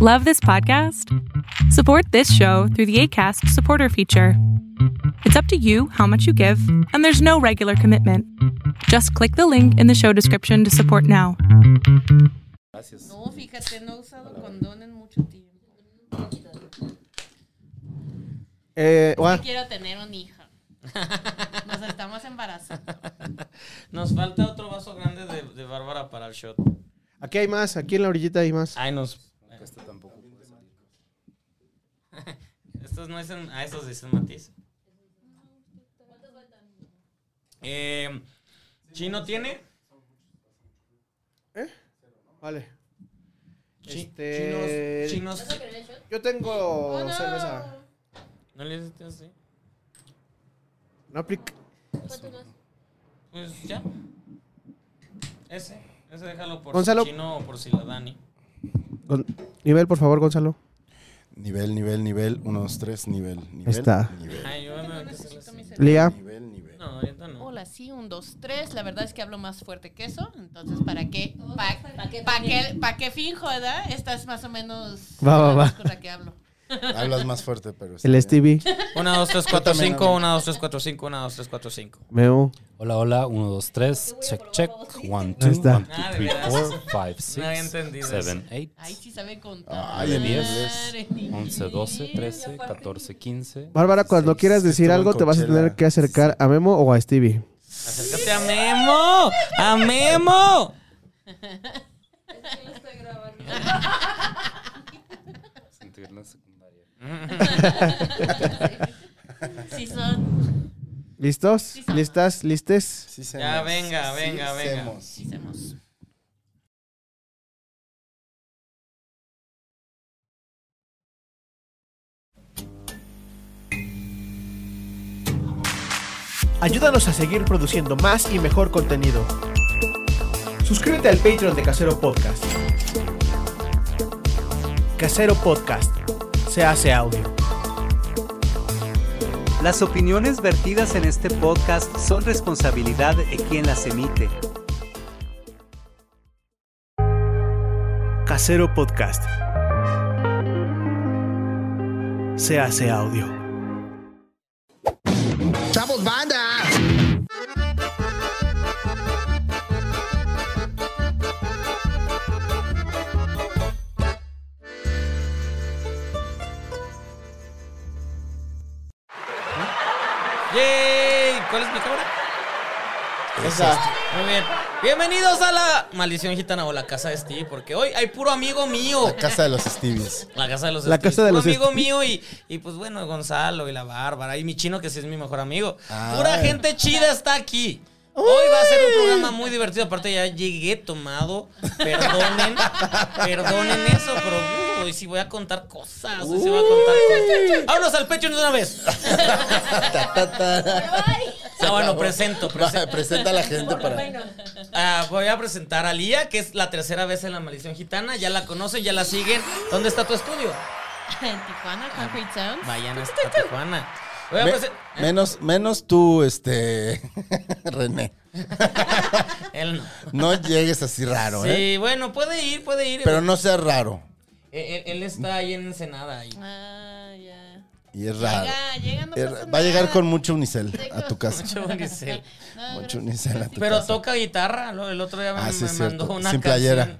Love this podcast? Support this show through the ACAST supporter feature. It's up to you how much you give, and there's no regular commitment. Just click the link in the show description to support now. Gracias. No, fíjate, no he usado condón en mucho tiempo. Eh, bueno, Quiero tener una hija. Nos estamos embarazando. Nos falta otro vaso grande de, de Bárbara para el shot. aquí hay más, aquí en la orillita hay más. Ay, nos. Este tampoco puede salir. Estos no dicen. A estos dicen matiz. Eh, ¿Chino tiene? Vale. Chi- Este- Chinos. chinos- Yo tengo no. cerveza. ¿No le hiciste así? No aplica. Pues ya. Ese. Ese déjalo por Gonzalo. Chino o por Siladani. Gon- Nivel, por favor, Gonzalo. Nivel, nivel, nivel. Uno, dos, tres, nivel. nivel está. Nivel, Ay, yo me voy Lía. nivel, nivel. No, ahorita no. Hola, sí, un, dos, tres. La verdad es que hablo más fuerte que eso. Entonces, ¿para qué? ¿Para qué, pa qué, pa qué finjo, verdad? Esta es más o menos Va, va, va. con la que hablo. Hablas más fuerte, pero. está El bien. Stevie. 1, 2, 3, 4, también 5. hablo. 1, 2, 3, 4, 5. 1, 2, 3, 4, 5. Meo. Hola, hola, 1, 2, 3, check, check, 1, 2, Ahí está. 1, Ah, de 2, 3, veras. 4, 5, No había 6, entendido 7, Ay, 8, sí sabe contar. Ay, de diez. 11, 12, 13, 14, 15. Bárbara, cuando seis. quieras decir estuvo en algo, te vas a Coachella. tener que acercar a Memo o a Stevie. Acércate a Memo. ¡A Memo! Sentir la secundaria. Sí son. ¿Listos? somos. ¿Listas? ¿Listes? Sí, Ya, hacemos. venga, Sí, venga, venga. hacemos. Sí somos. Ayúdanos a seguir produciendo más y mejor contenido. Suscríbete al Patreon de Casero Podcast. Casero Podcast. Se hace audio. Las opiniones vertidas en este podcast son responsabilidad de quien las emite. Casero Podcast. Se hace audio. ¡Yay! ¿Cuál es mi cámara? Esa. Muy bien. Bienvenidos a la maldición gitana o la casa de Steve, porque hoy hay puro amigo mío. La casa de los Stevies. La casa de los La Steves. casa de Puro los amigo Steves. mío y, y pues bueno, Gonzalo y la Bárbara y mi chino que sí es mi mejor amigo. Ah. Ay. Pura gente chida está aquí. Hoy va a ser un programa muy divertido. Aparte ya llegué tomado. Perdonen, perdonen eso, pero uh, hoy sí voy a contar cosas. Hoy sí voy a contar cosas. Vámonos al pecho de una vez. Ta, ta, ta. Ah, bueno, presento, presento. Va, presenta a la gente para. Ah, voy a presentar a Lía, que es la tercera vez en la maldición gitana. Ya la conocen, ya la siguen. ¿Dónde está tu estudio? En Tijuana, Concrete Sounds. Vayan hasta Tijuana. Voy a ¿eh? Me- presen- menos, menos tú, este. René. Él no. No llegues así raro, sí, ¿eh? bueno, puede ir, puede ir. Pero no seas raro. Él, él- él está ahí en Ensenada. ahí. Ah, ya. Y es raro. Llega, llega, no Es- pasa Va a llegar nada. con mucho unicel a tu casa. Mucho unicel. No, Mucho gracias. unicel a tu Pero casa. toca guitarra. lo- El otro día me, Ah, sí, me es cierto. mandó una Sin canción. playera.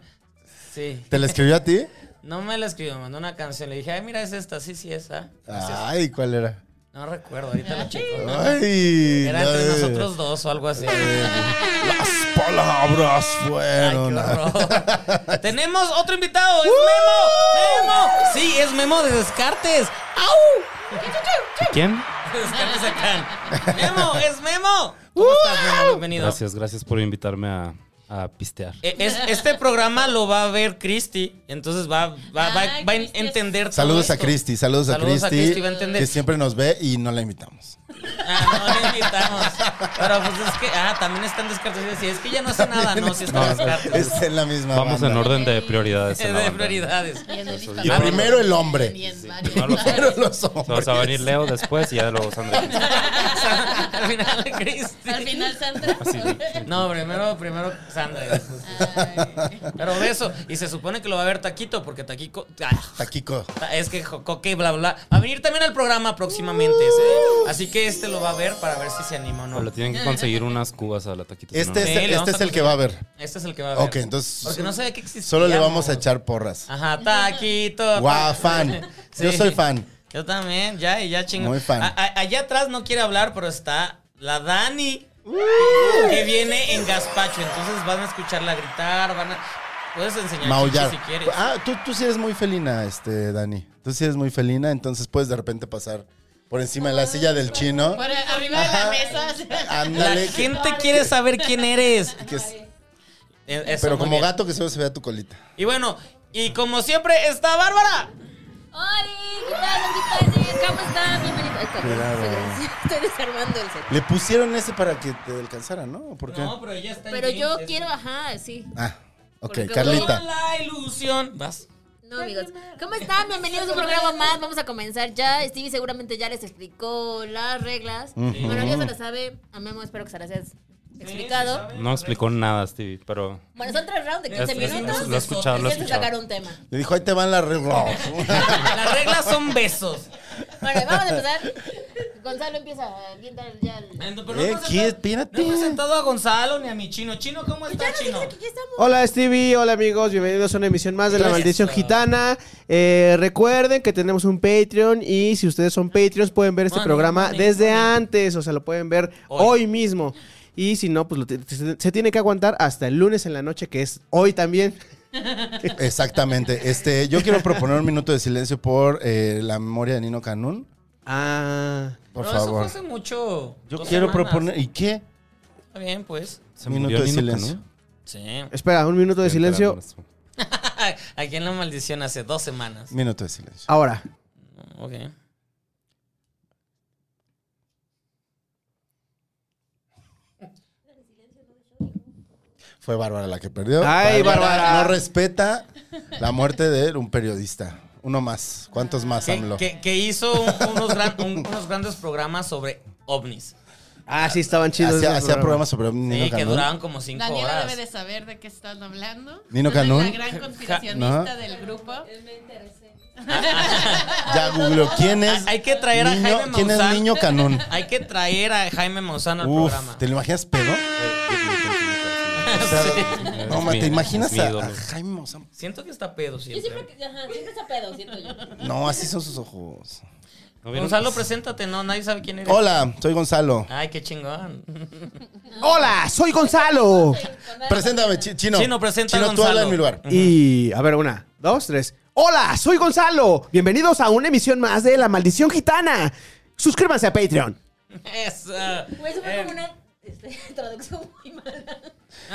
Sí. ¿Te la escribió a ti? No me la escribió, me mandó una canción. Le dije, ay, mira, es esta. Sí, sí, esa. Ah. Ay, ¿cuál era? No recuerdo, ahorita la checo. Ay, Era la entre de- nosotros dos o algo así. Eh, Las palabras Ay, qué fueron. horror. Tenemos otro invitado, es Memo. Memo. Sí, es Memo de Descartes. ¡Au! ¿Quién? Descartes acá. Memo, es Memo. ¿Cómo estás, Memo? Bienvenido. Gracias, gracias por invitarme a, a pistear. Eh, es- este programa lo va a ver Cristi, entonces va, va, va- Ay, va a Cristi es- entender todo saludos a esto. Cristi, saludos, Saludos a a Cristi, va a Cristi, entender. que siempre nos ve y no la invitamos. Ah, no, no invitamos. Pero pues es que, ah, también están descartes. Y decía, es que ya no hace nada, no, si están descartes. Está en la misma Vamos en banda. orden de prioridades. en Es la de banda. prioridades. Y en el Eso, Y Hispanoamérica Vamos. primero el hombre. también, Sí, varios primero los lugares. Primero los O hombres. sea, va a venir Leo después y ya luego Sandra. Al final, Cristi. Al final, Sandra. Así, sí. No, primero, primero Sandra. Ah. Ay. Pero de eso, y se supone que lo va a ver Taquito, porque Taquico. ah, Taquico. Ta- Es que jo- Coque, bla, bla. Va a venir también al programa próximamente. Uh. sí. Así que este lo va a ver para ver si se anima o O le no. tienen que conseguir unas cubas a la taquita. si Este es, no, no. Sí, el- le este vamos es a el que va a ver. Este es el que va a ver. Ok, entonces. Porque no sabía que existía. Solo le vamos a echar porras. Ajá, Taquito. Guau, fan. Yo soy fan. Yo también, ya, y ya chingo. Muy fan. A- a- allá atrás no quiere hablar, pero está la Dani. Que viene en gazpacho. Entonces van a escucharla gritar, van a. Puedes enseñar Maullar. chichi si quieres. Ah, tú, tú sí eres muy felina, este, Dani. Tú sí eres muy felina, entonces puedes de repente pasar por encima de la silla del chino. Por arriba de la mesa. la Ándale. que- gente quiere saber quién eres. que es- Eh, eso, pero muy como bien. gato que solo se vea tu colita. Y bueno, y como siempre está Bárbara. ¡Holi! ¿Qué tal, amiguitos? ¿Cómo están? Bienvenidos. Ahí está. Cuidado. Estoy desarmando el set. Le pusieron ese para que te alcanzara, ¿no? ¿Por qué? No, pero ella está en Pero yo jeans, es- quiero, ajá, sí. Ah, ok, Porque Carlita. Con la ilusión. Vas. No, amigos. ¿Cómo están? Bienvenidos a un programa más. Vamos a comenzar ya. Stevie seguramente ya les explicó las reglas. Ujú. Bueno, ya se las sabe. A Memo espero que se las hayas explicado. No explicó nada, Stevie, pero. Bueno, son tres rounds de 15 Es- es- minutos. Este, lo he escuchado, lo he Tienes que sacar escuchado. un tema. Le dijo, ahí te van las reglas. Las reglas son besos. Bueno, vamos a empezar. Gonzalo empieza a avientar ya el... Eh, no, pero no eh, he presentado- ¿qué? No Espérate. he presentado a Gonzalo ni a mi chino. Chino, ¿cómo está chino? Hola Stevie, hola amigos, bienvenidos a una emisión más de La Gracias. Maldición Gitana. Eh, recuerden que tenemos un Patreon y si ustedes son Patreons pueden ver este Mano, programa mano, desde mano. antes, o sea, lo pueden ver Hoy. hoy, mismo. Y si no, pues lo ti- se, se tiene que aguantar hasta el lunes en la noche, que es hoy también. Exactamente. Este, yo quiero proponer un minuto de silencio por eh, la memoria de Nino Canún. Ah, Por Pero favor. Eso fue hace mucho. Yo dos quiero semanas. proponer. ¿Y qué? Está bien, pues. Se Minuto murió de Nino silencio. Canún. Sí. espera, un minuto de silencio. Aquí en la maldición hace dos semanas. Minuto de silencio. Ahora. Ok. Fue Bárbara la que perdió. Ay, Bárbara. No respeta la muerte de un periodista. Uno más. ¿Cuántos más, Que, AMLO? que- que hizo un- unos, gran- un- unos grandes programas sobre ovnis. Ah, sí, estaban chidos. Hacía, esos hacía programas sobre Nino Sí, que Canún. duraban como cinco Daniela horas. debe de saber de qué están hablando. Nino Ella es Canún. La gran conspiracionista Ajá. del grupo. Ya googleó. ¿Quién es? Hay que traer a Niño- Jaime ¿Quién es Maussan? Niño Canún? Hay que traer a Jaime Maussan al Uf, programa. ¿te lo imaginas pedo? Eh, O sea, No, Es ma, mi- ¿te imaginas es mi a, ídolo. a Jaime Maussan? Siento que está pedo Yo siempre, siempre. que- ajá, siempre se pedo, siento yo. No, así son sus ojos. ¿No vieron? Gonzalo, preséntate, no, nadie sabe quién eres. Hola, soy Gonzalo. Ay, qué chingón. Hola, soy Gonzalo. Preséntame, chi- Chino. Chino, presenta a Chino, tú habla Gonzalo. en mi lugar. Y a ver, una, dos, tres. Hola, soy Gonzalo. Bienvenidos a una emisión más de La Maldición Gitana. Suscríbanse a Patreon. Eso. Güey, eso Pues, fue Eh, como una este, traducción muy mala.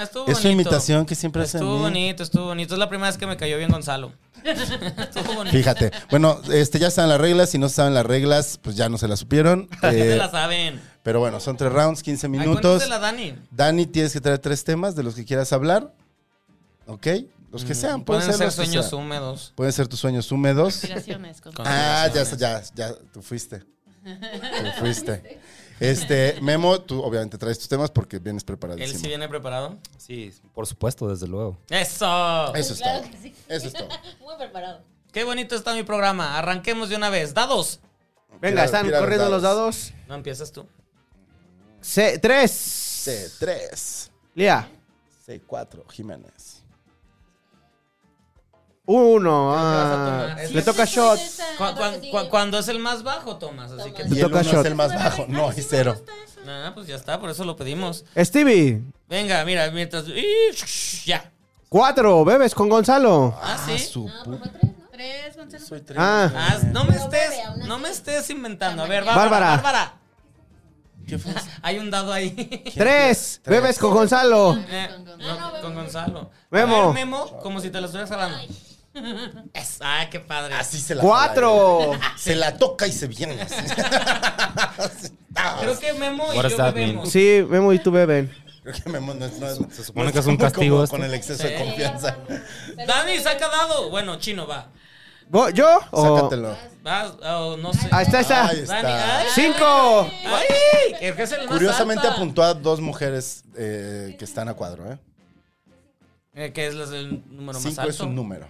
estuvo Es su bonito. imitación que siempre ¿eh? hace. a Pues Estuvo mí. bonito, estuvo bonito. Es la primera vez que me cayó bien Gonzalo. estuvo bonito. Fíjate. Bueno, este, ya saben las reglas. Si no saben las reglas, pues ya no se las supieron. Ya Eh, se la saben. pero bueno, son tres rounds, 15 Ay, minutos. cuéntasela, Dani. Dani, tienes que traer tres temas de los que quieras hablar. ¿Ok? Los que sean. Pueden, Mm, Pueden ser los que sueños sean. húmedos. Pueden ser tus sueños húmedos. Conspiraciones. con- Ah, ya, ya, ya, tú fuiste. Tú fuiste. Este, Memo, tú obviamente traes tus temas porque vienes Él preparadísimo. sí viene preparado. Sí, por supuesto, desde luego. Eso. Eso está. Claro que sí. Eso está. Muy preparado. Qué bonito está mi programa. Arranquemos de una vez. Dados. Tira- Venga, están tira los corriendo los dados. dados. No empiezas tú. C tres. C3, Lía. C4, Jiménez. Uno. vas a ah. tomar? Le toca shot. Ah, Cu- pues cu- cu- cuando es el más bajo, tomas. Así que. Y el toca uno shot. es el más bajo. No, hay cero. Ah, pues ya está, por eso lo pedimos. Stevie. Venga, mira, mientras. ¡Ih! Ya. Cuatro. Bebes con Gonzalo. Ah, sí. Su No, pu- pues fue tres, ¿no? Tres, Gonzalo. Soy tres. Ah. Ah, no me Pero bebe estés, aún así. no me estés inventando. A ver, Bárbara. Bárbara. Bárbara. ¿Qué fue? Hay un dado ahí. Tres. Bebes con Gonzalo. Eh, Con Gonzalo. no, con Gonzalo. Memo. A ver, Memo, como si te lo estuvieras jalando. Es- ah, qué padre. Así se la jala, Cuatro. güey. Se la toca y se viene. así. Creo que Memo y What does yo that bebemos. Sí, Memo y tú beben. Creo que Memo no, no- se supone no que es un está muy castigo cómodo este. Con el exceso de Sí. confianza. Dani, saca dado. Bueno, chino, va. ¿Vo- ¿Yo? O- Sácatelo. Vas, oh, no sé. Ahí está, ahí está. Ahí está. Dani, ay. ¡Cinco! ¡Ay! El que es el más Curiosamente alta. apuntó a dos mujeres eh, que están a cuadro, ¿eh? Eh, que es el número más Cinco alto. es un número.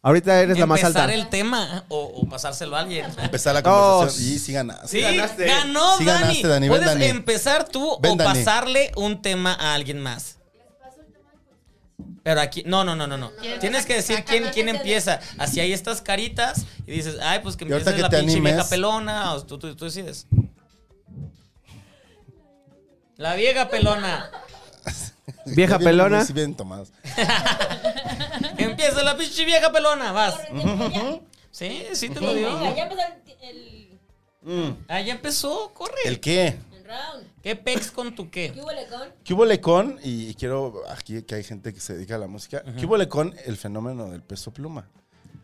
Ahorita eres la más Empezar alta. el tema o, o pasárselo a alguien. Empezar la Dos. conversación y sí ganaste. Sí, ganaste. ganó Sí Dani. ganaste, Dani, ven, Puedes Dani. empezar tú o Ven, Dani. pasarle un tema a alguien más. Pero aquí, no, no, no, no, no. Tienes que decir quién, quién empieza. Así hay estas caritas y dices, ay, pues que Y ahorita empiece que la te pinche animes. vieja pelona. O tú, tú, tú decides. La vieja pelona. Vieja Muy bien, pelona. muy bien, Tomás. Empieza la pinche vieja pelona, vas. Sí, sí te lo digo. Venga, ya empezó el- el, Ah, ya empezó, corre. ¿El qué? el round. ¿Qué pex con tu qué? ¿Qué huele con? ¿Qué hubo lecón? Y quiero, aquí que hay gente que se dedica a la música. ¿Qué hubo lecón? El fenómeno del peso pluma.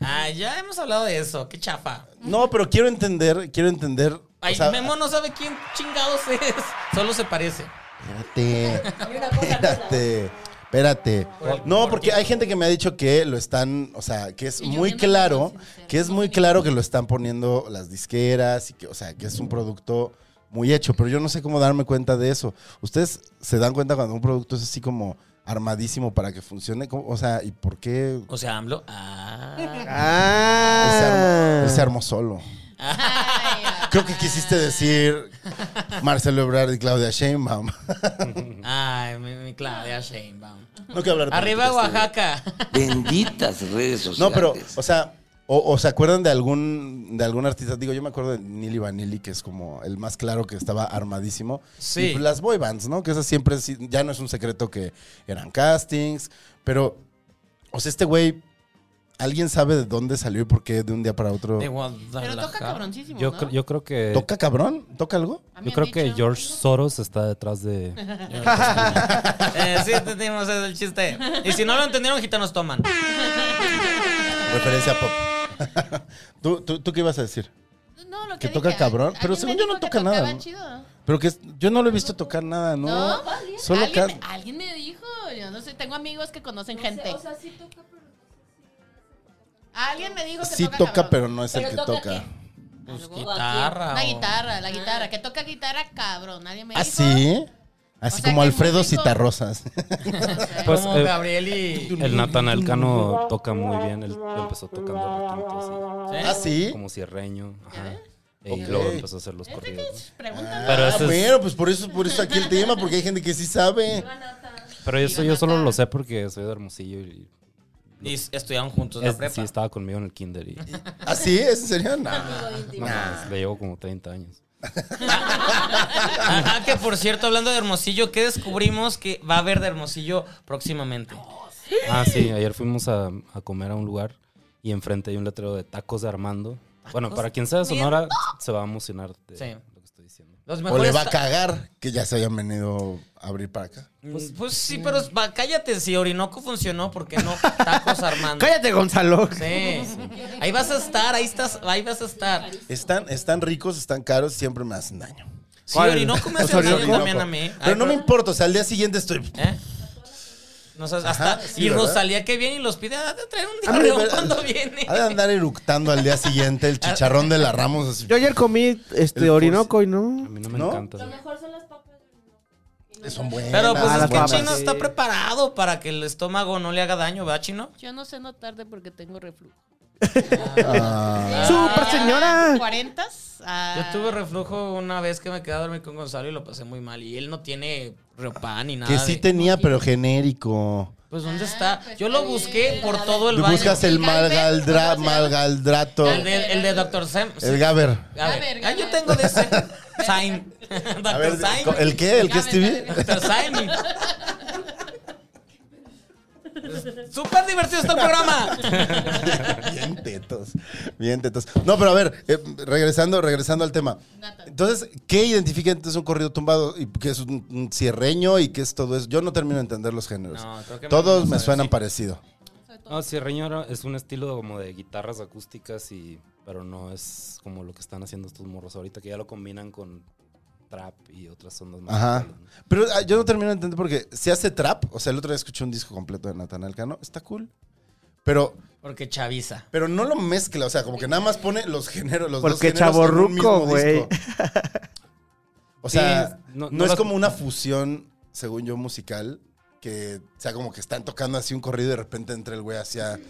Ah, ya hemos hablado de eso, qué chafa. No, pero quiero entender, quiero entender. Ay, o sea, Memo no sabe quién chingados es. Solo se parece. Espérate, Era una cosa, espérate, espérate. No, porque hay gente que me ha dicho que lo están, o sea, que es Y yo muy me claro, imagino, sincero. que es muy claro que lo están poniendo las disqueras y que, o sea, que es un producto muy hecho, pero yo no sé cómo darme cuenta de eso. Ustedes se dan cuenta cuando un producto es así como armadísimo para que funcione, ¿Cómo? o sea, ¿y por qué O sea, AMLO. Ah. Él se armó, Ah. él se armó solo. Ay, Creo que quisiste decir Marcelo Ebrard y Claudia Sheinbaum. Ay, mi, mi Claudia Sheinbaum. no quiero hablar de Arriba política, este, Oaxaca. Benditas redes No, sociales. pero, o sea, o, o se acuerdan de algún, de algún artista. Digo, yo me acuerdo de Nili Vanilli, que es como el más claro que estaba armadísimo. Sí. Y pues las boy bands, ¿no? Que esas siempre, sí- ya no es un secreto que eran castings. Pero, o sea, este güey, ¿alguien sabe de dónde salió y por qué de un día para otro? De Guadalajara. Pero toca cabroncísimo, Yo, ¿no? cre- yo creo que. ¿Toca cabrón? ¿Toca algo? A mí Yo han creo que dicho- George Soros está detrás de. Eh, sí, entendimos ese es el chiste. Y si no lo entendieron, gitanos toman. Pues Referencia pop. ¿Tú, tú, tú qué ibas a decir? No, lo que, que toca dije, cabrón, a- a pero mí me según yo dijo no que toca nada, tocaba ¿no? chido. Pero que es- yo no lo he visto tocar nada, ¿no? No, Solo ¿Alguien, can- me- ah, alguien me dijo, yo no sé, tengo amigos que conocen gente. Alguien me dijo que Sí toca, toca, cabrón. pero no es el Pero que toca toca. Pues Algo. guitarra. Una La o- guitarra, Ah. la guitarra, que toca guitarra cabrón, nadie me ¿Ah, dijo. sí? Así O sea, como que Alfredo músico- Citarrosas. Pues, Como eh, Gabriel y. ¿eh? El Natanael Cano toca muy bien. Él empezó tocando requintos ¿Sí? ¿Ah, sí? y como cierreño. Ajá. Y Ok. luego empezó a hacer los corridos. Pregúntame. Pero Ah, eso es- bueno, pues por eso, por eso aquí el tema, porque hay gente que sí sabe. Pero eso yo solo lo sé porque soy de Hermosillo y. Y s- estudiaron juntos Pues la es- prepa. sí, estaba conmigo en el kinder y. ¿Ah, sí? ¿Es en serio? No. No, mames, le llevo como 30 años. Ah, que por cierto, hablando de Hermosillo, ¿qué descubrimos que va a haber de Hermosillo próximamente? Ah, sí, ayer fuimos a, a comer a un lugar y enfrente hay un letrero de tacos de Armando. Bueno, para quien sea de Sonora, se va a emocionar de Sí. lo que estoy diciendo. Los O le mejores va a cagar que ya se hayan venido a abrir para acá. Pues, pues mm. sí, pero es- va, cállate, si Orinoco funcionó, ¿por qué no tacos Armando? Cállate, Gonzalo. Sí. Ahí vas a estar, ahí estás, ahí vas a estar. Están, están ricos, están caros, siempre me hacen daño. Si ¿Cuál? Orinoco me ¿Los hace daño Orinoco? también a mí. Pero Ay, pues. no me importa, o sea, al día siguiente estoy... ¿Eh? No sabes, hasta- Ajá, sí, y ¿verdad? Ah, Rosalía que viene y los pide a traer un Ha de- diarreón cuando viene. ha de andar eructando al día siguiente el chicharrón de la Ramos. así. Yo ayer comí este El Orinoco y A no. mí no me ¿No? encanta. Son buenas. Pero pues Ah, es las que papas. Chino Sí. está preparado para que el estómago no le haga daño, ¿verdad, Chino? Yo no sé no tarde porque tengo reflujo. Ah, Ah, ¡Super señora! ¿Cuarentas? ah. Yo tuve reflujo una vez que me quedé a dormir con Gonzalo y lo pasé muy mal. Y él no tiene reopan ni nada. que sí de- tenía, pero genérico. Pues ¿dónde Ah, está? pues Yo está lo bien. busqué por todo el Tú baño. buscas el malgaldra, ¿Cómo se llama? malgaldrato, El de, el de Dr. Sam. el gaber. pues, A ver, Gaber, ah, Gaber. yo tengo de ese. Sain. A ver, Dr. Sain. ¿el qué? ¿El qué, Gaber, Stevie? Gaber. Dr. Sain. Súper divertido este está el programa. Bien tetos, bien tetos. No, pero a ver, eh, regresando, regresando al tema. Nata. Entonces, ¿qué identifica entonces un corrido tumbado? ¿Y qué es un, un cierreño? ¿Y qué es todo eso? Yo no termino de entender los géneros. No, creo que Todos no me sabe, suenan sí. parecido. No, cierreño era- es un estilo como de guitarras acústicas y pero no es como lo que están haciendo estos morros ahorita que ya lo combinan con trap y otras ondas más. Ajá. locales, ¿no? Pero ah, yo no termino de entender porque si hace trap, o sea, el otro día escuché un disco completo de Nathan Alcano, está cool. Pero, Porque chaviza. pero no lo mezcla, o sea, como que nada más pone los géneros, los Porque dos géneros en un chavorruco, mismo güey. disco. O sea, Sí, no, no- no es las- como una fusión, según yo, musical, que o sea como que están tocando así un corrido y de repente entra el güey hacia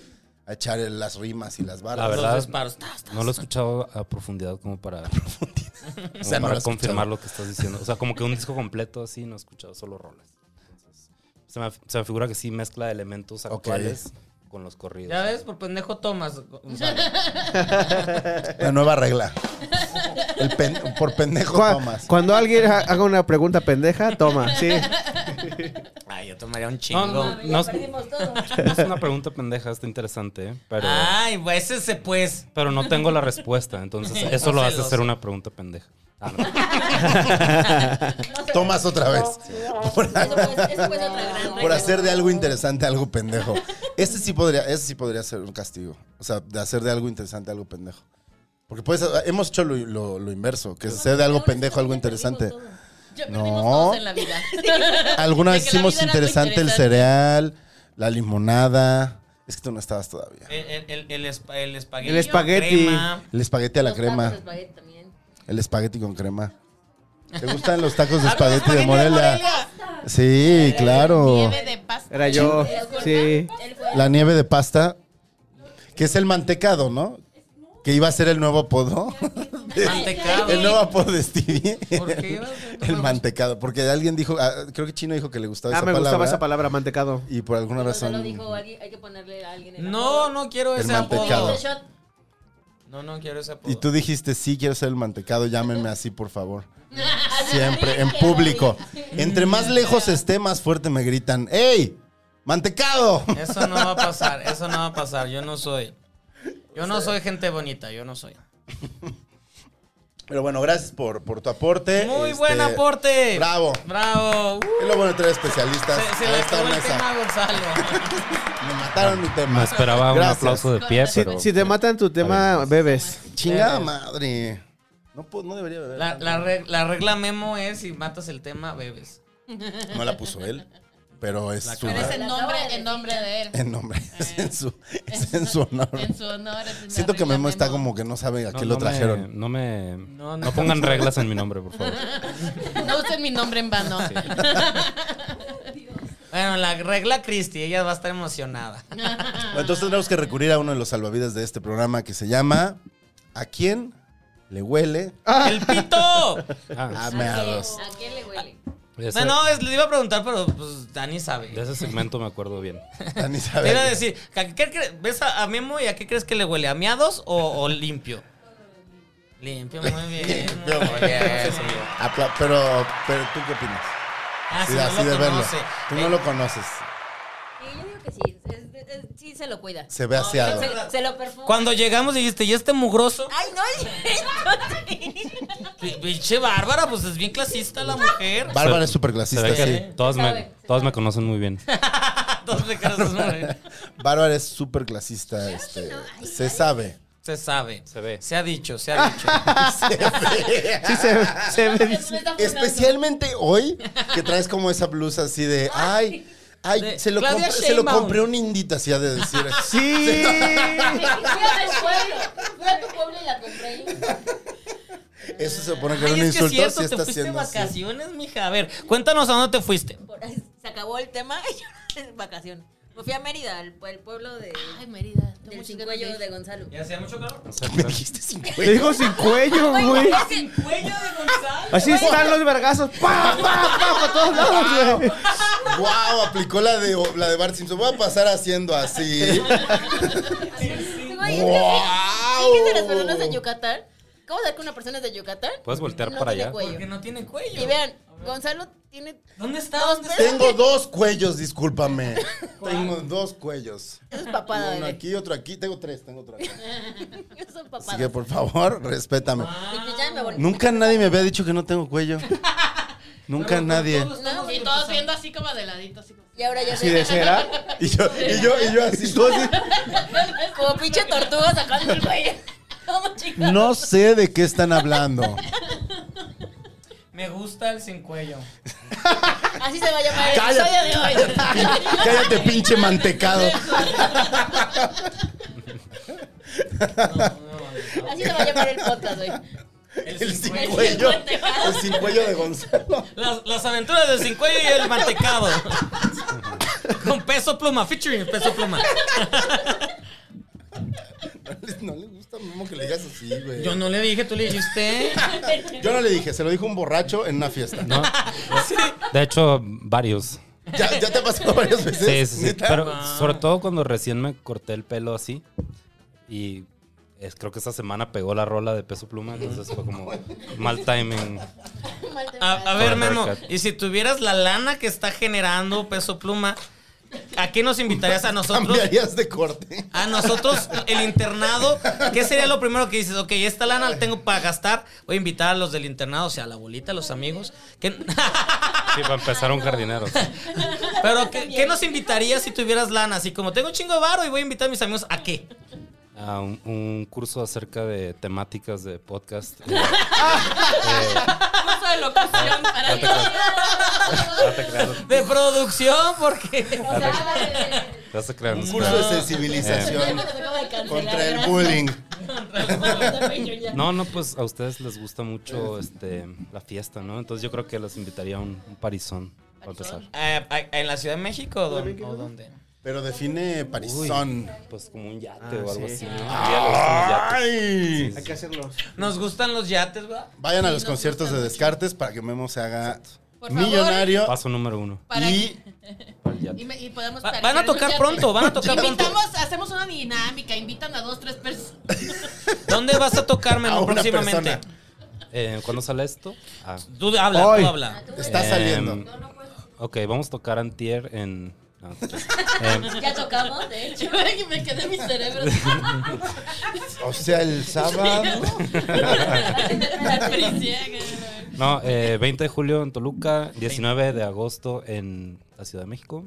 a echar el- las rimas y las barras. La verdad, Los disparos. Tas, tas. No lo he escuchado a profundidad como para, como O sea, no para lo he confirmar escuchado. lo que estás diciendo. O sea, como que un disco completo así no he escuchado solo roles. Entonces, se, me, se me figura que sí mezcla elementos actuales con los corridos. Ya ves, por pendejo tomas. Gonzalo. La nueva regla. El pen- por pendejo Cua- tomas. Cuando alguien ha- haga una pregunta pendeja, toma. Sí. Ay, yo tomaría un chingo. No, no, no, no es, no es una pregunta pendeja, está interesante, ¿eh? pero, Ay, pues, ese se pues. pero no tengo la respuesta, entonces eso No lo hace celoso. ser una pregunta pendeja. Ah, no. Tomas otra vez. Por, Eso fue, eso fue otra gran por regla. hacer de algo interesante algo pendejo. Ese sí podría, ese sí podría ser un castigo. O sea, de hacer de algo interesante algo pendejo. Porque puedes, hemos hecho lo, lo- lo inverso, que es hacer de algo pendejo algo interesante. Yo No. perdimos todos en la vida. Alguna De vez que la hicimos vida era algo interesante el interesante. cereal, la limonada. Es que tú no estabas todavía. El, el, el, el, espa- el espagueti. El espagueti. crema. El espagueti a la Los crema. tacos, espagueti también. El espagueti con crema. ¿Te gustan los tacos de Ah, pero espagueti de espagueti de Morelia? Sí, claro. Nieve de pasta. Era yo. Sí. Él fue La nieve de pasta, que es el mantecado, ¿no? Que iba a ser el nuevo apodo. Mantecado. El nuevo apodo de Stevie. ¿Por qué? El mantecado. Porque alguien dijo, ah, creo que Chino dijo que le gustaba Ah, esa me palabra. gustaba esa palabra, mantecado. Y por alguna cuando se razón. lo dijo, alguien- hay que ponerle a alguien el No, no quiero El ese mantecado. apodo. Este shot, No, no quiero ese apodo. Y tú dijiste, sí, quiero ser el mantecado, llámenme así, por favor. Siempre, en público. Entre más lejos esté, más fuerte me gritan, ¡Ey! ¡Mantecado! Eso no va a pasar, eso no va a pasar. Yo no soy. Yo no soy gente bonita, yo no soy. Pero bueno, gracias por, por tu aporte. Muy Este, buen aporte. Bravo. Bravo. Uh, Es lo bueno de tener especialistas. se se Ahí le está acabó el Vanessa. tema a Gonzalo. Me mataron mi tema. Me esperaba un Gracias. aplauso de pie, Si, pero si te matan tu tema, bebes. Chingada madre. No, puedo- no debería beber. La, la reg- la regla memo es si matas el tema, bebes. No la puso él, pero es su... Pero es en nombre, en nombre de él. En nombre, es en su, es en su honor. En su honor. es una Siento que regla Memo está menor. como que no sabe a no, qué no lo trajeron. Me, no me... No, No, no. pongan reglas en mi nombre, por favor. No usen mi nombre en vano. Bueno, la regla Cristi, ella va a estar emocionada. Bueno, entonces tenemos que recurrir a uno de los salvavidas de este programa que se llama ¿A quién le huele ¡El pito! Ah, a ¿a quién- meados? ¿A quién le huele? de ese- No, no, es- le iba a preguntar, pero pues Dani sabe. de ese segmento me acuerdo bien. Dani Te iba a sabe. decir, ¿a qué cre- ¿ves a, a Memo y a qué crees que le huele? ¿A miados o, o limpio? Limpio, muy bien. Limpio, muy güey. bien, señor. Apla- Pero, pero ¿tú qué opinas? Ah, Sí, si no así lo de verlo. conoce. Tú Eh, no lo conoces. Sí, yo digo que sí. es- es- es- sí se lo cuida. Se ve aseado. Se, se lo perfuma. Cuando llegamos dijiste, ¿y este mugroso? Ay, no, entonces- Pi- Pinche Bárbara, pues es bien clasista la mujer. Bárbara es Se superclasista, ve que sí. todas, me, Sabe. todas me conocen muy bien. Entonces, ¿de eh. qué razón, mujer? Bárbara es superclasista, este. Se sabe. Se sabe. Se ve. Se ha dicho, se ha dicho. Sí, se, se ve, Me dice. está funando. Especialmente hoy, que traes como esa blusa así de, ay, ay, De se lo, Claudia compré, se lo Sheinbaum. compré un indita, así ha de decir. Sí. Fui a tu pueblo. Fui a tu pueblo y la compré. Eso se supone que Ay, era es que un es insulto cierto, si te está fuiste de haciendo así. vacaciones, mija. A ver, cuéntanos a dónde te fuiste. Por- Se acabó el tema y yo en vacaciones. Me fui a Mérida, al pue- el pueblo de, Ay, Mérida. tengo del mucho cingüello calor. de Gonzalo. ¿Y hacía mucho calor? Me dijiste sin Le cuello. dijo sin cuello, güey. Cuello de Gonzalo. Así están los vergazos. ¡Pa, pa, pa! Por todos lados, güey. Wow, aplicó la de la de Bart Simpson. Voy a pasar haciendo así. Güey, es que Guau. fíjate las personas de Yucatán. ¿Cómo saber que una persona es de Yucatán? Pues, Puedes voltear No para tiene allá. cuello. Porque no tiene cuello. Y vean, Gonzalo tiene. ¿Dónde está? Dos ¿Dónde veces. está? Tengo dos cuellos, discúlpame. Tengo dos cuellos. Eso es papada, Uno bebé. aquí, otro aquí. Tengo tres, tengo otro aquí. Eso es Así papada. que, por favor, respétame. Ah. Y pues ya me volví. Nunca nadie me había dicho que no tengo cuello. Nunca nadie. No, Y todos viendo así como de ladito, así como. Y ahora ya Si de se. será. Y yo, y yo, y yo así. Como pinche tortuga sacando el cuello. Vamos, chicos. No sé de qué están hablando. Me gusta el sin cuello. Así se va a llamar el Cállate. episodio de hoy. Cállate, pinche mantecado. No, no, no. Así se va a llamar el podcast hoy. El, El sin sin cuello. cuello. El sin cuello de Gonzalo. Las, las aventuras del sin cuello y el mantecado. Con peso pluma, featuring peso pluma. No le gusta mismo que le digas así, güey. Yo no le dije, tú le dijiste. Yo no le dije, se lo dijo un borracho en una fiesta. No. De hecho, varios. ¿Ya, ya te ha pasado varias veces? Sí, sí, sí. ¿Neta? Ah. Pero Wow. sobre todo cuando recién me corté el pelo así. Y es- creo que esa semana pegó la rola de peso pluma. Entonces fue como mal timing. Mal tema. A, a ver, Con Memo, haircut. y si tuvieras la lana que está generando peso pluma, ¿a qué nos invitarías a nosotros? Cambiarías de corte. A nosotros, el internado, ¿qué sería lo primero que dices? Ok, esta lana la tengo para gastar. Voy a invitar a los del internado, o sea, a la abuelita, a los amigos. ¿Qué- Sí, para empezar un jardinero. pero, ¿qué, qué nos invitarías si tuvieras lana? Así como tengo un chingo de varo y voy a invitar a mis amigos, ¿a qué? A un, un curso acerca de temáticas de podcast. Eh, Curso de locución para que no te creas, De producción, porque. O sea, vale. te vas a crear Un unos- curso de sensibilización Eh. Se acaba de cancelar, contra el gracias. bullying. No, no, pues a ustedes les gusta mucho este, la fiesta, ¿no? Entonces yo creo que les invitaría a un, un parizón para empezar. Eh, a- ¿En la Ciudad de México o, dónde- o dónde? Pero define Parizón. Pues como un yate o algo sí. así, ¿no? A Lía le gustan Ah, los yates. ¡Ay! Hay que hacerlo. Nos gustan los yates, ¿verdad? Vayan a los conciertos de Descartes para que Memo se haga Por favor. millonario Paso número uno. para y para el yate. y, me- y podemos Va- van parecer a tocar anunciar- pronto, van a tocar pronto. Invitamos, hacemos una dinámica, invitan a dos, tres personas. ¿Dónde vas a tocar, a Memo, una próximamente? persona. Eh, ¿Cuándo sale esto? Ah, Tú habla, Hoy. tú habla. Está Em, saliendo. ok, vamos a tocar Antier en. no, no, em, Ya tocamos, de hecho. Y me quedé en mi cerebro. O sea, el sábado. La prisión. no, eh, 20 de julio en Toluca, 19 de agosto en la Ciudad de México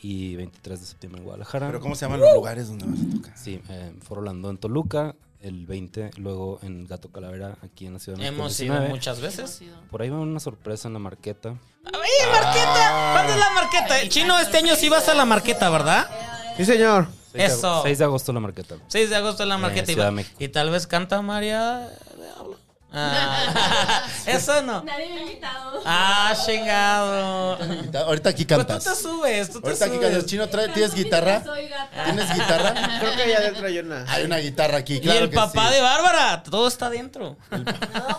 y 23 de septiembre en Guadalajara. Pero ¿cómo se llaman los lugares donde vas a tocar? Sí, eh, Foro Landó en Toluca, el 20, luego en Gato Calavera aquí en la Ciudad de México. Hemos el ido ¿eh? 19. muchas veces. Por ahí va una sorpresa en la marqueta. ¡Ay, marqueta! ¿Cuándo es la marqueta? Chino, este año sí vas a la marqueta, ¿verdad? Sí, señor. Seis de Eso. agosto- 6 de agosto la marqueta. 6 de agosto Eh, es la marqueta. y Ciudad va- de México. y tal vez canta María de Habla. Ah, eso no. Nadie me ha invitado. Ah, chingado. Ahorita aquí Pero tú te cantas. subes, tú te Ahorita aquí subes. cantas. Chino, trae- ¿tienes guitarra? Soy gata. ¿Tienes guitarra? Creo que allá adentro hay una. Hay una guitarra aquí, Y claro. el que papá sí. de Bárbara, todo está adentro. No,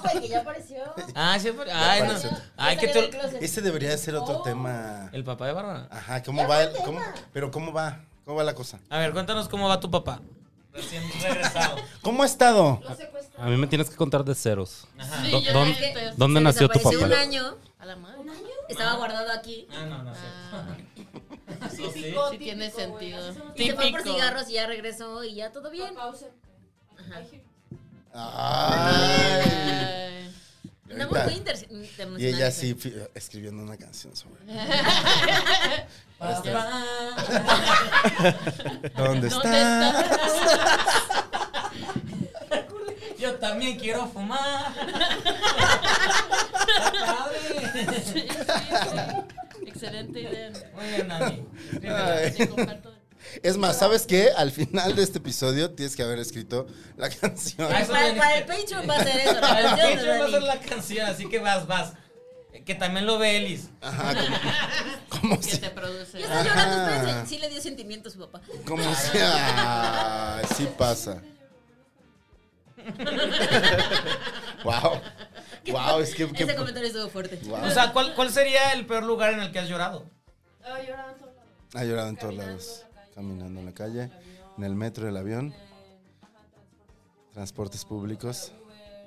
pues que ya apareció. Ah, siempre. Ay, no. apareció. Ay, que Ya tú. salió del closet. Ese debería de ser otro tema. El papá de Bárbara. Ajá, ¿cómo va? el- cómo- pero ¿cómo va? ¿Cómo va la cosa? A ver, cuéntanos cómo va tu papá. Recién regresado. ¿Cómo ha estado? A mí me tienes que contar de ceros. Sí, Do- yo don- también estoy- ¿Dónde Se nació tu desapareció papá? un año. A la madre. Estaba guardado aquí. Ah, no, no es cierto. Sí, sí. Sí tiene sentido. Y se fue por cigarros y ya regresó y ya todo bien. Ay. Ay. Y No, ahorita- muy inter- internacional. y ella sí fi- escribiendo una canción sobre. Este, Ah. ¿Dónde está? Yo también quiero fumar. Sí, sí. Excelente idea. Muy bien, Nani. Ay. Te comparto. Es más, ¿sabes qué? Al final de este episodio tienes que haber escrito la canción. Ay, pues. Para, para el Patreon va a ser eso. La Para canción el de Patreon va a ser Dani. la canción, así que vas, vas. Eh, Que también lo ve Elis. Ajá, como, como Que si. te Yo produce. estaba llorando, Ajá. pero sí- sí le dio sentimiento a su papá. Como si. Ay, sí pasa. wow. Wow, es que. que- Ese comentario estuvo fuerte. wow. O sea, ¿cuál, ¿cuál sería el peor lugar en el que has llorado? Ha llorado en todos lados. Caminando en la calle, en el metro, el avión, transportes públicos,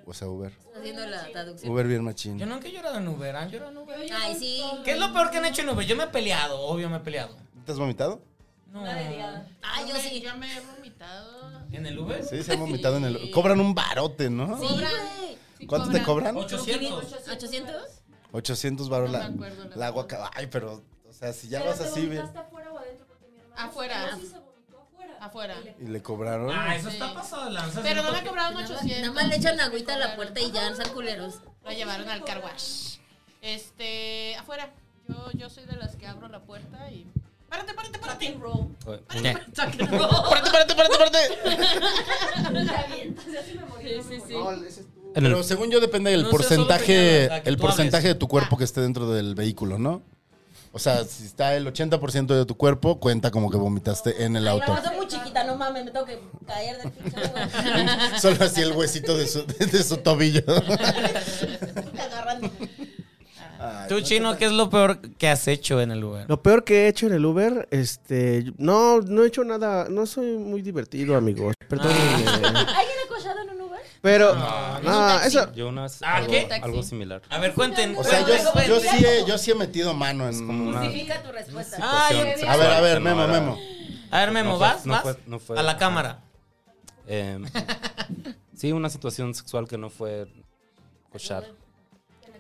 o sea, Uber. Haciendo la traducción. Uber bien Yo machín. nunca he llorado en Uber, ¿han llorado en Uber? Ay, sí. ¿Qué es lo peor que han hecho en Uber? Yo me he peleado, obvio me he peleado. ¿Te has vomitado? No. Ay, yo me- sí. Yo me he vomitado. ¿En el Uber? Sí, se han vomitado en el... Cobran un barote, ¿no? Sí, güey. Sí, ¿Cuánto te cobran? 800. 800. 800 baros No me la, acuerdo, la la guaca- Ay, pero, o sea, si ya vas así bien Ah, Afuera. Afuera. y le cobraron. Ah, eso está pasado de lanza. Pero no me siento- cobraron Nada 800. más le echan agüita a la puerta y ya, no sean culeros. La llevaron al car wash. Este, afuera. Yo, yo soy de las que abro la puerta y. ¡Párate, párate, párate! Oye, Tuck and roll. ¡Párate, párate, párate, párate! Sí, sí, sí. En el- Pero según yo depende del No seas solo porcentaje, peñada, la que el tú Ah. porcentaje de tu cuerpo que esté dentro del vehículo, ¿no? O sea, si está el 80% de tu cuerpo, cuenta como que vomitaste en el Ay, auto. mamá, soy muy chiquita, no mames, me tengo que caer del pinche Solo así el huesito de su, de su tobillo. agarrando. Tú, Chino, ¿qué es lo peor que has hecho en el lugar? Lo peor que he hecho en el Uber, este, yo- no, no he hecho nada, no soy muy divertido, amigos. Perdónenme. ¿Alguien acosado en un Uber? Pero, No, no, eso, Yo una vez Ah, algo, ¿qué? algo similar. A ver, cuenten. O sea, cuenten, yo, yo cuenten. sí, he, yo sí he metido mano en... como una- Justifica tu respuesta. Ay, Ah, yo- Situación A ver, a sexual ver, que no Memo, era- Memo. A ver, Memo, No fue- ¿vas? no ¿Vas? fue- no fue- A la ajá. cámara. Eh, sí, una situación sexual que no fue cochar.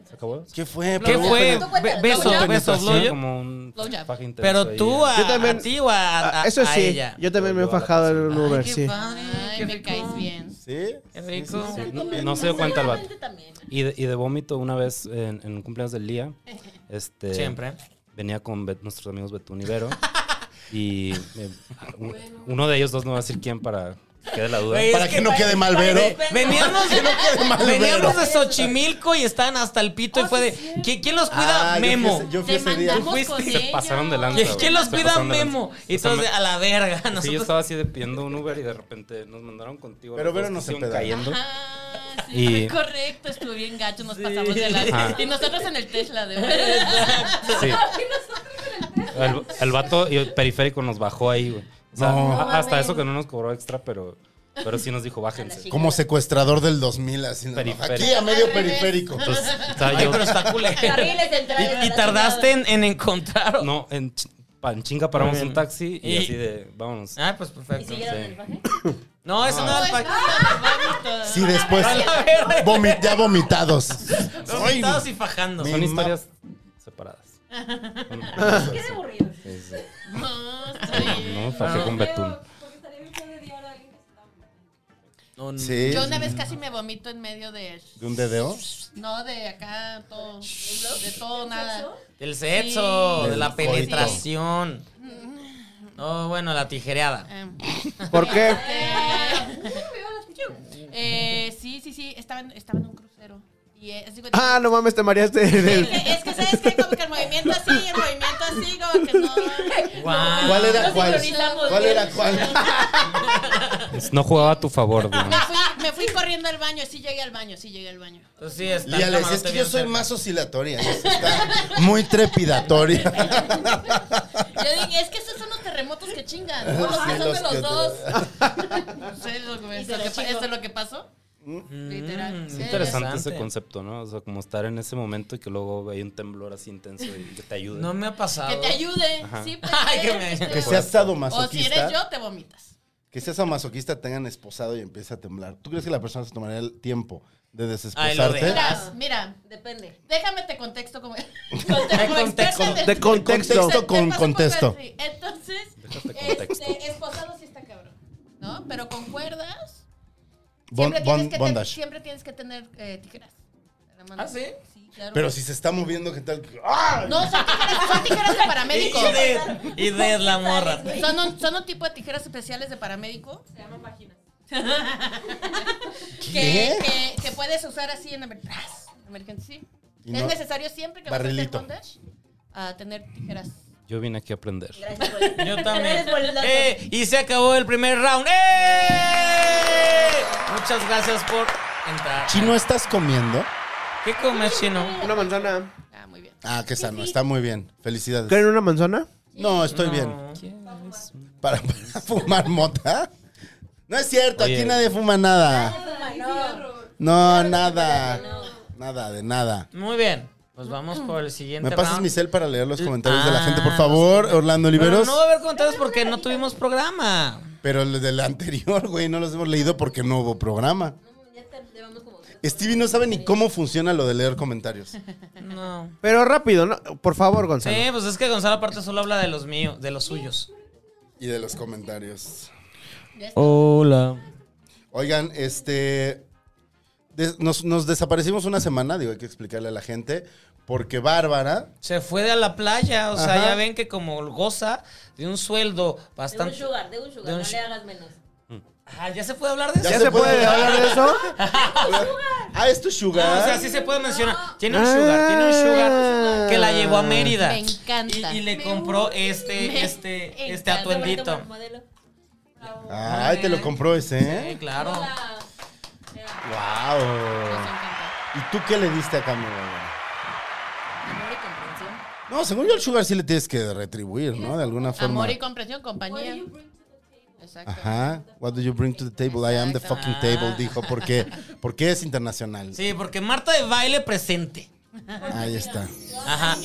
¿Se acabó? ¿Qué fue? ¿Qué Pero- fue? Tú cuéntalo, Be- tú Beso, cuéntalo. beso, Sí, blowjob. como un Blowjob. faje intenso Pero ahí, tú eh. a, Yo también- a ti o a, a- ah, eso a sí, ella. yo también me he Yo a la fajado en un Ay, Uber, qué sí. padre, Ay, qué me rico. caes bien. ¿Sí? Qué Sí, rico. sí, sí. No, no se dio cuenta el vato. Seguramente también. Y de, y de vómito una vez en, en un cumpleaños del día. Este, Siempre. Venía con Bet- nuestros amigos Betún y Vero. y eh, un- uno de ellos dos no va a decir quién para que quede la duda. Güey, Para Es que que no quede mal, Vero. Ve- Veníamos, mal, veníamos Vero. de Xochimilco y estaban hasta el Ah, pito y fue de... ¿qui- ¿Quién los cuida? Ah, yo fui Memo. ese- Yo fui Te ese día. mandamos con Fuiste- ellos. se pasaron de lanza. ¿Qui- güey. ¿Quién los Se cuida? pasaron de Memo. lanza. Y O sea, todos de, me- a la verga. Sí, yo Nosotros... estaba así de pidiendo un Uber y de repente nos mandaron contigo. Pero los Vero dos no que se iban peda. cayendo. Ajá, Ah, sí, Y- fue correcto, estuvo bien gacho, nos pasamos de la... Ah. Ajá. Y nosotros en el Tesla de verdad. Sí. El, el vato y el periférico nos bajó ahí, güey. O sea, No. a- hasta mames. eso que no nos cobró extra, pero, pero sí nos dijo, bájense. Como secuestrador del 2000, así. ¿no? Periférico. Aquí a medio periférico. Entonces, estaba Ay, yo- pero está culero. Carriles centrales Y- a Y, la tardaste en, chingada. en encontrar... No, en, ch- pa- en chinga paramos Muy bien. un taxi y, Y- así de, vámonos. Ah, pues ¿Y perfecto. siguieron Sí. el baje? No, eso no, es para... Sí, después. A la verga. vomi- ya vomitados. Ay, Vomitados y fajando. Mi Son ma- historias separadas. Qué aburrido. Sí, sí. No, No me sí. Ah, fajé con Betún. No, no. Sí. Yo una vez casi me vomito en medio de... ¿De un dedeo? No, de acá, todo. De todo, nada. Del sexo, Sí. de la Del coito. penetración. No, bueno, la tijereada. Em, ¿Por qué? Eh, sí, sí, sí, estaba en, estaba en un crucero. Y, eh, así- Ah, no mames, te mareaste. Es que, es que, ¿sabes qué? Como que el movimiento así, el movimiento así, como que no. Guau. ¿Cuál era No cuál? sincronizamos ¿Cuál bien. era cuál? No jugaba a tu favor, güey. Me fui, me fui corriendo al baño, sí llegué al baño, sí llegué al baño. Pues sí, está el Ya les camarote es que yo bien soy cerca. más oscilatoria. Está muy trepidatoria. Yo dije, es que esos son los terremotos que chingan. Son Sí, los que son los de los que- dos. ¿Sabes lo que- Y se lo lo que pa- chingó. ¿Esto es lo que pasó? Literal. Mm, Sí. Interesante ese concepto, ¿no? O sea, como estar en ese momento y que luego hay un temblor así intenso y que te ayude. No me ha pasado. Que te ayude. Ajá. Sí, puede Ay, que ser, me- sea- Que seas O si sadomasoquista. eres yo, te vomitas. Que seas masoquista tengan esposado y empieza a temblar. ¿Tú crees que la persona se tomaría el tiempo de Ay, lo desesposarte? de- Mira, mira, Depende. déjame te contexto como. Ay, como contexto. experta en- este De contexto. Contexto. con Te paso un poco de contexto. tri. Entonces, Déjate contexto. este, esposado sí está cabrón, ¿no? Pero con cuerdas, Bon- siempre, bon- tienes, que ten- bondage. siempre tienes que tener eh, tijeras. en la mano. ¿Ah, sí? claro. Pero si se está moviendo, ¿qué tal? ¡Ah! No, son tijeras, son tijeras de paramédico. Y de, y de la morra. Son un, son un tipo de tijeras especiales de paramédico. Se llaman vaginas. que, que, que puedes usar así en emer- ¡Tras! emergencia. sí. Y es no- necesario siempre que vas a hacer Barrilito. bondage a tener tijeras. Yo vine aquí a aprender. Gracias por el- Yo también. Gracias por el dato. Eh, y se acabó el primer round. ¡Eh! Muchas gracias por entrar. Chino, ¿estás comiendo? ¿Qué comes, chino? Una manzana. Ah, muy bien. Ah, qué sano. Está muy bien. Felicidades. ¿Quieren una manzana? No, estoy bien. Para, para fumar mota. No es cierto, aquí Oye. nadie fuma nada. No, nada. Nada, de nada. Muy bien. Pues vamos por el siguiente ¿Me pasas round. mi cel para leer los comentarios de la Ah, gente, por favor, Orlando Pero Oliveros? no va a haber comentarios porque no tuvimos programa. Pero el del anterior, güey, no los hemos leído porque no hubo programa. Ya te llevamos como tres. Stevie no sabe ni cómo funciona lo de leer comentarios. No. Pero rápido, ¿no? Por favor, Gonzalo. Sí, pues es que Gonzalo aparte solo habla de los míos, de los suyos. Y de los comentarios. Hola. Oigan, este. des- nos, nos desaparecimos una semana, digo, hay que explicarle a la gente, porque Bárbara, Se fue de a la playa, o sea, Ajá. ya ven que como goza de un sueldo De un bastante... sugar, de un sugar, de un no su- le hagas menos. Ajá, Ah, ¿ya se puede hablar de Ya ¿Ya eso? se puede hablar de eso? ah, es tu sugar. Ah, o sea, sí se puede mencionar. Tiene un sugar, tiene Ah. un sugar que la llevó a Mérida. Me encanta. Y, y le compró este, Me este, este encanta. atuendito. Como modelo. Ay, te lo compró ese, Sí, ¿eh? claro. Wow. ¿Y tú qué le diste a cambio? Bárbara? Amor y comprensión. No, según yo el sugar sí le tienes que retribuir, ¿no? De alguna forma. Amor y comprensión, compañía. pues, Exacto. Ajá. What do you bring to the table? I am the fucking table, dijo, porque, porque es internacional. Sí, porque Marta de baile presente. Ahí está. Ajá.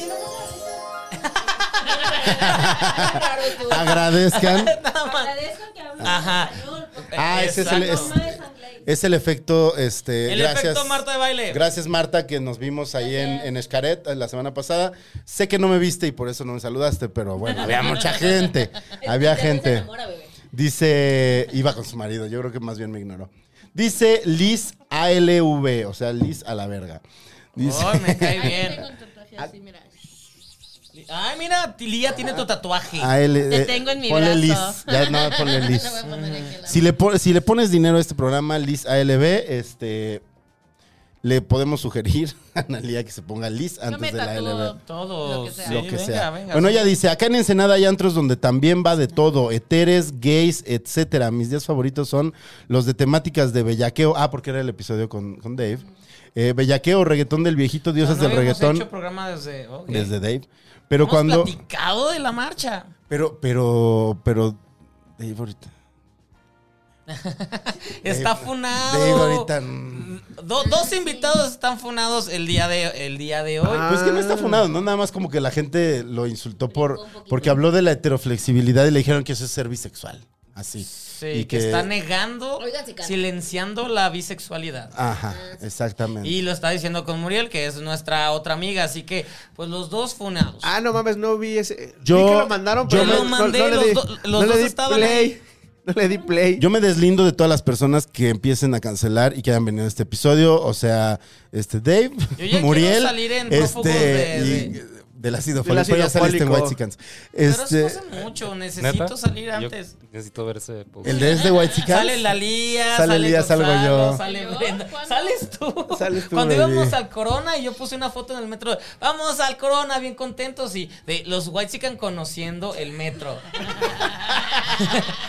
Agradezcan. Nada más. Agradezco que hables Ajá. español, porque Ah, ese es el, es, Exacto. es el efecto, este, El gracias. efecto Marta de baile. Gracias Marta que nos vimos ahí en, en Escaret eh, la semana pasada. Sé que no me viste y por eso no me saludaste, pero bueno, había mucha gente. Había te ves gente. enamora, bebé. Dice, iba con su marido, yo creo que más bien me ignoró. Dice Liz ALV, o sea, Liz a la verga. Dice, Ay, me cae Ay, yo tengo bien. un tatuaje así, mira. Ay, mira, Lía tiene tu tatuaje. AL, Te eh, tengo en mi ponle brazo. Liz, ya no, ponle Liz. Te voy a poner aquí la- Si le, po- si le pones dinero a este programa, Liz ALB, este, le podemos sugerir a Analia que se ponga Liz Yo me antes de la tatúo ALB. Lo Todo. que sea. sí, Lo que venga, sea. venga, bueno, sí. ella dice, acá en Ensenada hay antros donde también va de todo, eteres, gays, etcétera. Mis días favoritos son los de temáticas de bellaqueo. Ah, porque era el episodio con, con Dave. Eh, bellaqueo, reggaetón del viejito, dioses No del habíamos reggaetón. hecho programa desde. ok. Desde Dave. Pero Hemos cuando... platicado de la marcha. Pero, pero, pero... Dave ahorita... Está Dave- funado. Eh, Dave ahorita... mm. Do- dos invitados están funados el día de, el día de hoy. Pues que no está funado, ¿no? Nada más como que la gente lo insultó por porque habló de la heteroflexibilidad y le dijeron que eso es ser bisexual. Así. Sí, que, está negando, Oigan, si can- silenciando la bisexualidad. Ajá, exactamente. Y lo está diciendo con Muriel, que es nuestra otra amiga. Así que, pues los dos funados. Ah, no mames, no vi ese. Yo- Vi que lo mandaron, pero yo lo no- mandé, no, no los le di, do- los no le dos di estaban play. ahí. No le di play. Yo me deslindo de todas las personas que empiecen a cancelar y que hayan venido a este episodio. O sea, este Dave, Yo ya quiero Muriel, salir en este prófugos de- y de- del ácido Del fólico. Ya ácido saliste en fólico. White Chickens. Pero Este, eso pasa mucho. Necesito ¿Neta? salir Yo antes. necesito ver ese post. el de es de White Chickens. Sale la Lía, Sale sale, Lía, salgo Gonzalo, yo. sale ¿Yo? Brenda. ¿Cuándo? Sales tú. Sales tú, Cuando baby. íbamos al Corona y yo puse una foto en el metro, vamos al Corona, bien contentos y de los White Chicken conociendo el metro.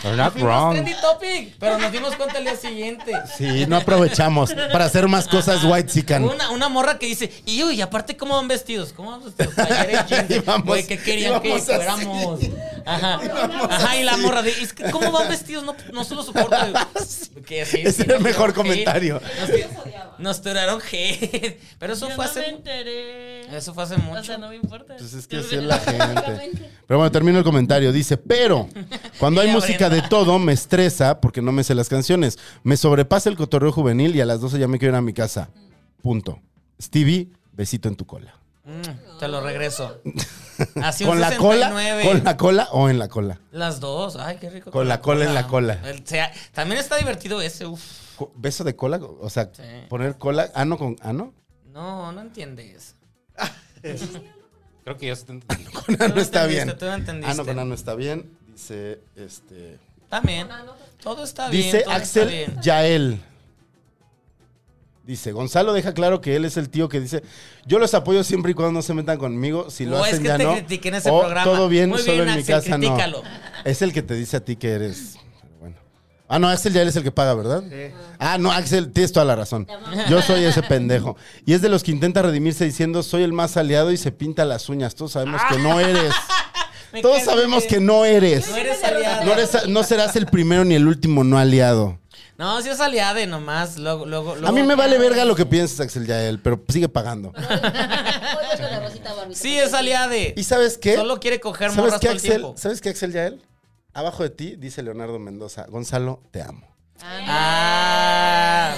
You're not Fuimos wrong. trendy topic, pero nos dimos cuenta el día siguiente. Sí, no aprovechamos para hacer más cosas White Chicken. Una, una morra que dice, y uy, aparte, ¿cómo van vestidos? ¿Cómo van vestidos? Talleres jeans. Íbamos- Güey, ¿qué querían que íbamos así. fuéramos? Ajá. Ajá, y la morra de, es que, ¿cómo van vestidos? No, no se lo soporto. Que sí, Ese sí, era nos el mejor tiraron hate. comentario. Nos, ti- nos tiraron hate. Pero eso Yo fue no me hace... enteré. Eso fue hace O sea, mucho. no me importa. Pues es que así es la gente. Pero bueno, termino el comentario. Dice, pero cuando hay Mira, música de Brenda. todo me estresa porque no me sé las canciones. Me sobrepasa el cotorreo juvenil y a las 12 ya me quiero ir a mi casa. Punto. Stevie, besito en tu cola. Mm, te lo regreso. Así un ¿Con la cola? 69. ¿Con la cola o en la cola? Las dos. Ay, qué rico. Con la cola en la cola. El- sea, también está divertido ese. Uf. Co- ¿Beso de cola? O sea, Sí. poner cola, ano con ah, ano. No, no entiendes. Creo que ya se te entendió. Con ano no está entendiste, bien. tú no entendiste. Ano con ano está bien. Dice, este... También. Todo está bien. Dice todo está Axel bien. Yael. Dice, Gonzalo deja claro que él es el tío que dice, yo los apoyo siempre y cuando no se metan conmigo, si lo O es hacen que ya te no. critiqué en ese o programa. todo bien, Muy solo bien, en mi Axel, casa critícalo. no. Es el que te dice a ti que eres. pero bueno. Ah, no, Axel Yael es el que paga, ¿verdad? Ah, no, Axel, tienes toda la razón. Yo soy ese pendejo. Y es de los que intenta redimirse diciendo, soy el más aliado y se pinta las uñas. Todos sabemos que no eres. Me Todos caes sabemos bien. que no eres. No eres aliado. No, eres- no serás el primero ni el último no aliado. No, si es aliado y nomás. Luego, luego, A luego- mí me vale verga lo que pienses, Axel Yael, pero sigue pagando. Odio con la Rosita Barbie. Sí, es aliade. ¿Y sabes qué? Solo quiere coger ¿Sabes morras qué, todo el Axel? tiempo. ¿Sabes qué, Axel Yael? Abajo de ti dice Leonardo Mendoza, Gonzalo, te amo. Ah.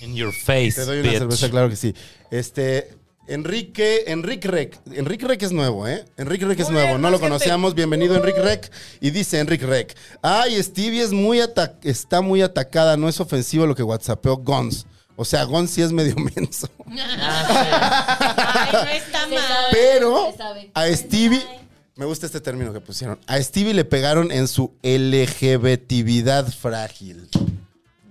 In your Te face, doy una cerveza, bitch. claro que sí. Este, Enrique, Enrique Rec. Enrique Rec es nuevo, ¿eh? Enrique Rec es nuevo, no lo conocíamos. Bienvenido, Enrique Uh. Rec. Y dice Enrique Rec. Ay, Stevie es muy ata- está muy atacada, no es ofensivo lo que whatsappeó Gons. O sea, Gons sí es medio menso. Ah, Ay, no está Se mal. sabe, Pero se sabe. a Stevie, me gusta este término que pusieron. A Stevie le pegaron en su LGBTividad frágil.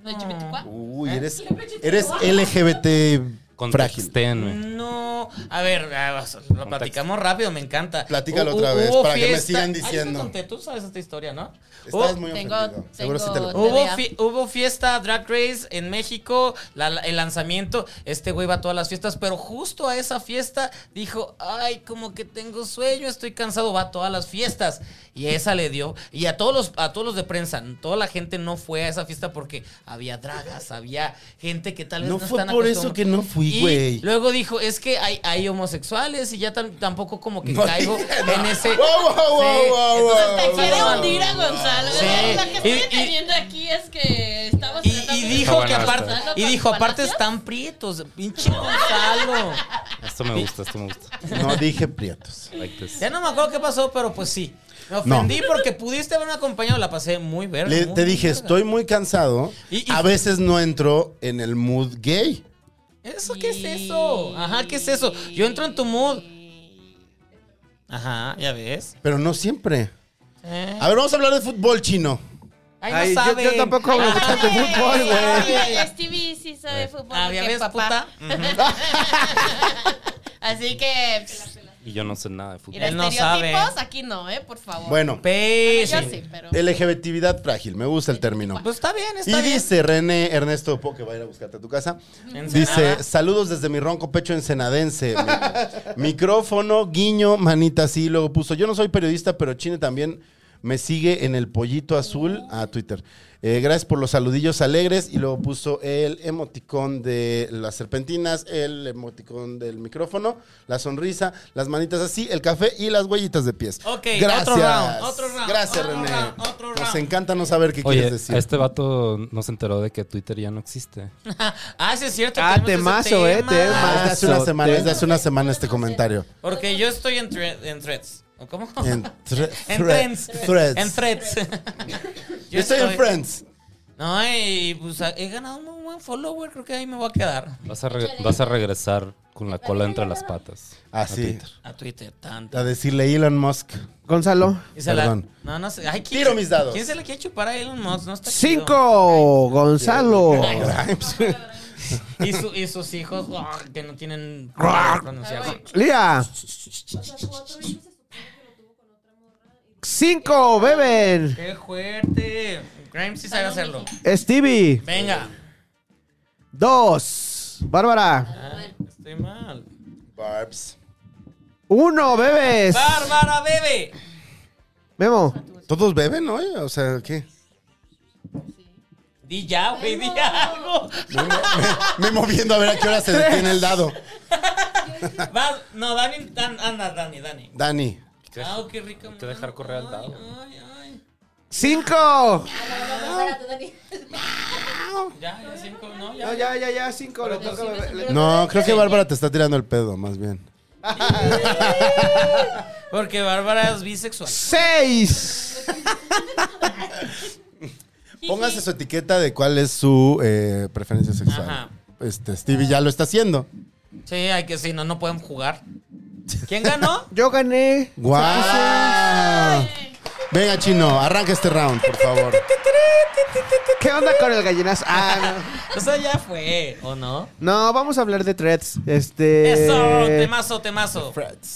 No es chimetucua. Uy, eres, eres LGBT frágil. Contextenme. No, a ver, a- lo platicamos rápido, me encanta. Platícalo Hu- otra hu- vez, hubo para que me fiesta- sigan Ay, yo te diciendo. conté, Tú sabes esta historia, ¿no? Estás Hubo- muy Tengo- ofendido. Seguro sí te lo tengo- Hubo, TDA. fie- hubo fiesta Drag Race en México, la- la- el lanzamiento. Este güey va a todas las fiestas, pero justo a esa fiesta dijo: Ay, como que tengo sueño, estoy cansado, va a todas las fiestas. Y esa le dio. Y a todos los, a todos los de prensa, toda la gente no fue a esa fiesta porque había dragas, había gente que tal vez no, No fue están por eso acostumbrados. que no fui, Y güey. Luego dijo: Es que hay, hay homosexuales y ya tam- tampoco como que No caigo dije en nada. ese. Wow, wow, Sí, entonces wow, wow, wow, te wow, quiere Quiere wow. hundir. hundir a Gonzalo. Sí. La que estoy Y- y- entendiendo aquí es que estamos Y, tratando y de- dijo Está que bueno aparte, esto. y dijo, aparte están prietos, pinche Gonzalo. Esto me gusta, esto me gusta. No dije prietos. Like this. Ya no me acuerdo qué pasó, pero pues sí. Me ofendí porque pudiste haberme acompañado, la pasé muy verde. Le- te dije, estoy muy cansado. Y- y- A veces no entro en el mood gay. ¿Eso qué es eso? Ajá, ¿qué es eso? Yo entro en tu mood. Ajá, ya ves. Pero no siempre. Eh. A ver, vamos a hablar de fútbol chino. Ay, Ay, yo- no yo saben. tampoco hablo Ah, mucho de saben. fútbol, güey. Ay, Stevie sí sabe fútbol. Ah, ya porque ves, papá. puta. Ujú. Así que pss, Y yo no sé nada de fútbol. mira, Él no estereotipos sabe. aquí no, eh, por favor. Bueno, Pe- yo sí. sí, pero LGBTividad frágil, me gusta el término. Pues está bien, Y está bien. dice René Ernesto Po, que va a ir a buscarte a tu casa. Ensenada. Dice, saludos desde mi ronco pecho ensenadense. Mi- Micrófono, guiño, manita así. Luego puso, yo no soy periodista, pero Chine también me sigue en el pollito azul a Twitter. Eh, gracias por los saludillos alegres. Y luego puso el emoticón de las serpentinas, el emoticón del micrófono, la sonrisa, las manitas así, el café y las huellitas de pies. Ok, gracias. otro round, otro round, Gracias, otro René. round, otro Nos round. encanta no saber qué Oye, quieres decir. a este vato no se enteró de que Twitter ya no existe. Ah, sí es cierto. Ah, tenemos ese temazo, eh, Ah, tema. desde hace una Azote. semana, desde hace una semana este comentario. Porque yo estoy en, thre- en threads. ¿O cómo? En, thre- En threads. Friends. Threads. En Threads. Yo estoy en Friends. No, y pues he ganado un muy buen follower. Creo que ahí me voy a quedar. Vas a, re- vas a regresar con la cola entre las patas. A Así. Twitter. A Twitter, tanto. Ah, A decirle Elon Musk. Gonzalo. Y se la- Perdón. No, no sé. Ay, ¿quién- Tiro mis dados. ¿Quién se le quiere chupar a Elon Musk? No está chido. Cinco. Gonzalo. Grimes. Y, su- y sus hijos ah, que no tienen. palabras pronunciadas. Lía. Cinco. Beben. ¡Qué fuerte! Grimes sí sabe hacerlo. Stevie. Venga. Dos. Bárbara. Ah, estoy mal. Barbs. Uno. Bebes. ¡Bárbara, bebe! Memo. Todos beben, ¿no? O sea, ¿qué? Di ya, güey, di algo. Me moviendo a ver a qué hora se detiene el dado. Vas- no, Dani, Dan- anda, Dani, Dani. Dani. Ah, qué rico. que dejar correr al dado. Ay, ay, Cinco. ay. Ya, ya cinco, no, ya. No, ya, ya, ya. Cinco. Le toca a Bebe. No, creo que Bárbara te está tirando el pedo, más bien. Porque Bárbara es bisexual. Seis. Póngase su etiqueta de cuál es su eh, preferencia sexual. Ajá. Este, Stevie ya lo está haciendo. Sí, hay que sí, no, no pueden jugar. ¿Quién ganó? Yo gané. ¡Guau! Venga, chino, arranca este round, por favor. ¿Qué onda con el gallinazo? Ah, O sea, ya fue, ¿o no? no. No, vamos a hablar de threads. Este. Eso, Eh, temazo, temazo.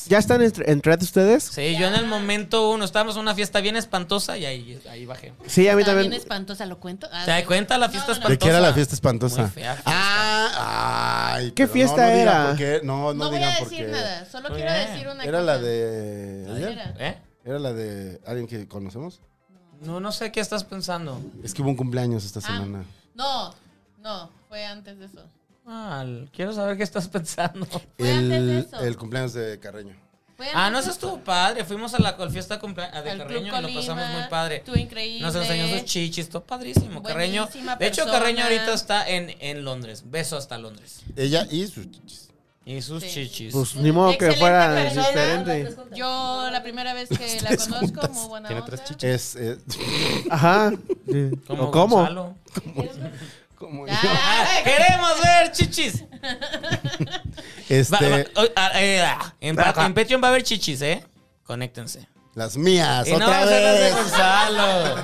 ¿Ya están en, en threads ustedes? Sí, yo en el momento uno, estábamos en una fiesta bien espantosa y ahí, ahí bajé. Sí, a mí está bien también. espantosa, ¿lo cuento? Ah, ¿Te das cuenta la No, fiesta no, espantosa? ¿De qué era la fiesta espantosa? Muy fea fiesta. Ah, ay, ¿Qué pero fiesta no, no digan era? por qué, No, no, No voy digan a por decir qué. nada, solo Muy quiero bien. decir una Era cosa. la de ayer. Era. ¿Eh? Era la de alguien que conocemos. No, no sé qué estás pensando. Es que hubo un cumpleaños esta Ah, semana. no, no, fue antes de eso. Mal, quiero saber qué estás pensando. fue antes de El, eso. el cumpleaños de Carreño. Fue Ah, antes no, de eso estuvo padre. Fuimos a la a la fiesta de cumpleaños de Al Club Carreño y lo pasamos Colima, muy padre. estuvo increíble. Nos enseñó sus chichis, estuvo padrísimo. Carreño. Buenísima De hecho, persona. Carreño ahorita está en, en Londres. Beso hasta Londres. Ella y sus chichis. Y sus Sí. chichis. Pues ni modo que Excelente fuera persona. diferente. Yo la primera vez que la conozco, muy buena Tiene onda. tres chichas. Es, eh, Ajá. Sí. ¿O cómo? Gonzalo. Ah, Ah, ¡Queremos ver chichis! Va- este, va- oh, ah, eh, ah, en, pa- en Patreon va a haber chichis, ¿eh? Conéctense. las mías, Y no otra son las de vez. Gonzalo.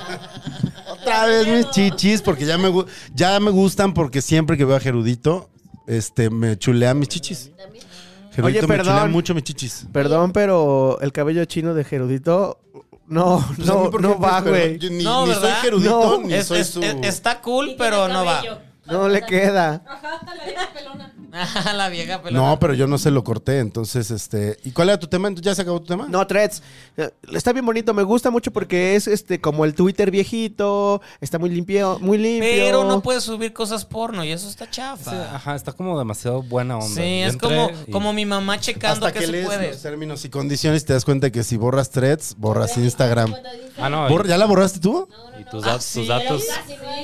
Otra vez mis chichis, porque ya me, gu- ya me gustan, porque siempre que veo a Gerudito, este, me chulea mis chichis. Gerudito Oye, me chulea perdón. mucho mis chichis. Perdón, pero el cabello chino de Gerudito no, Pues a mí, no, ¿por no qué? va, Pues, pero güey. yo Ni, No, ni soy ¿verdad? Gerudito, No. ni Es- soy es- su... es- está cool, pero no va. No le queda. Ah, la vieja pelona. no, pero yo no se lo corté, entonces, este... ¿Y cuál era tu tema? ¿Ya se acabó tu tema? No, Threads. eh, Está bien bonito, me gusta mucho porque es este como el Twitter viejito, está muy limpio, muy limpio. Pero no puedes subir cosas porno y eso está chafa. Sí, ah, ajá, está como demasiado buena onda. Sí, Yo es entré como, y- como mi mamá checando Hasta que, que, se lees puede. los términos y condiciones y te das cuenta que si borras threads, borras Instagram. Ah, no, ¿Borra- y, ¿Ya la borraste tú? y tus, Ah, dat- sí. tus datos.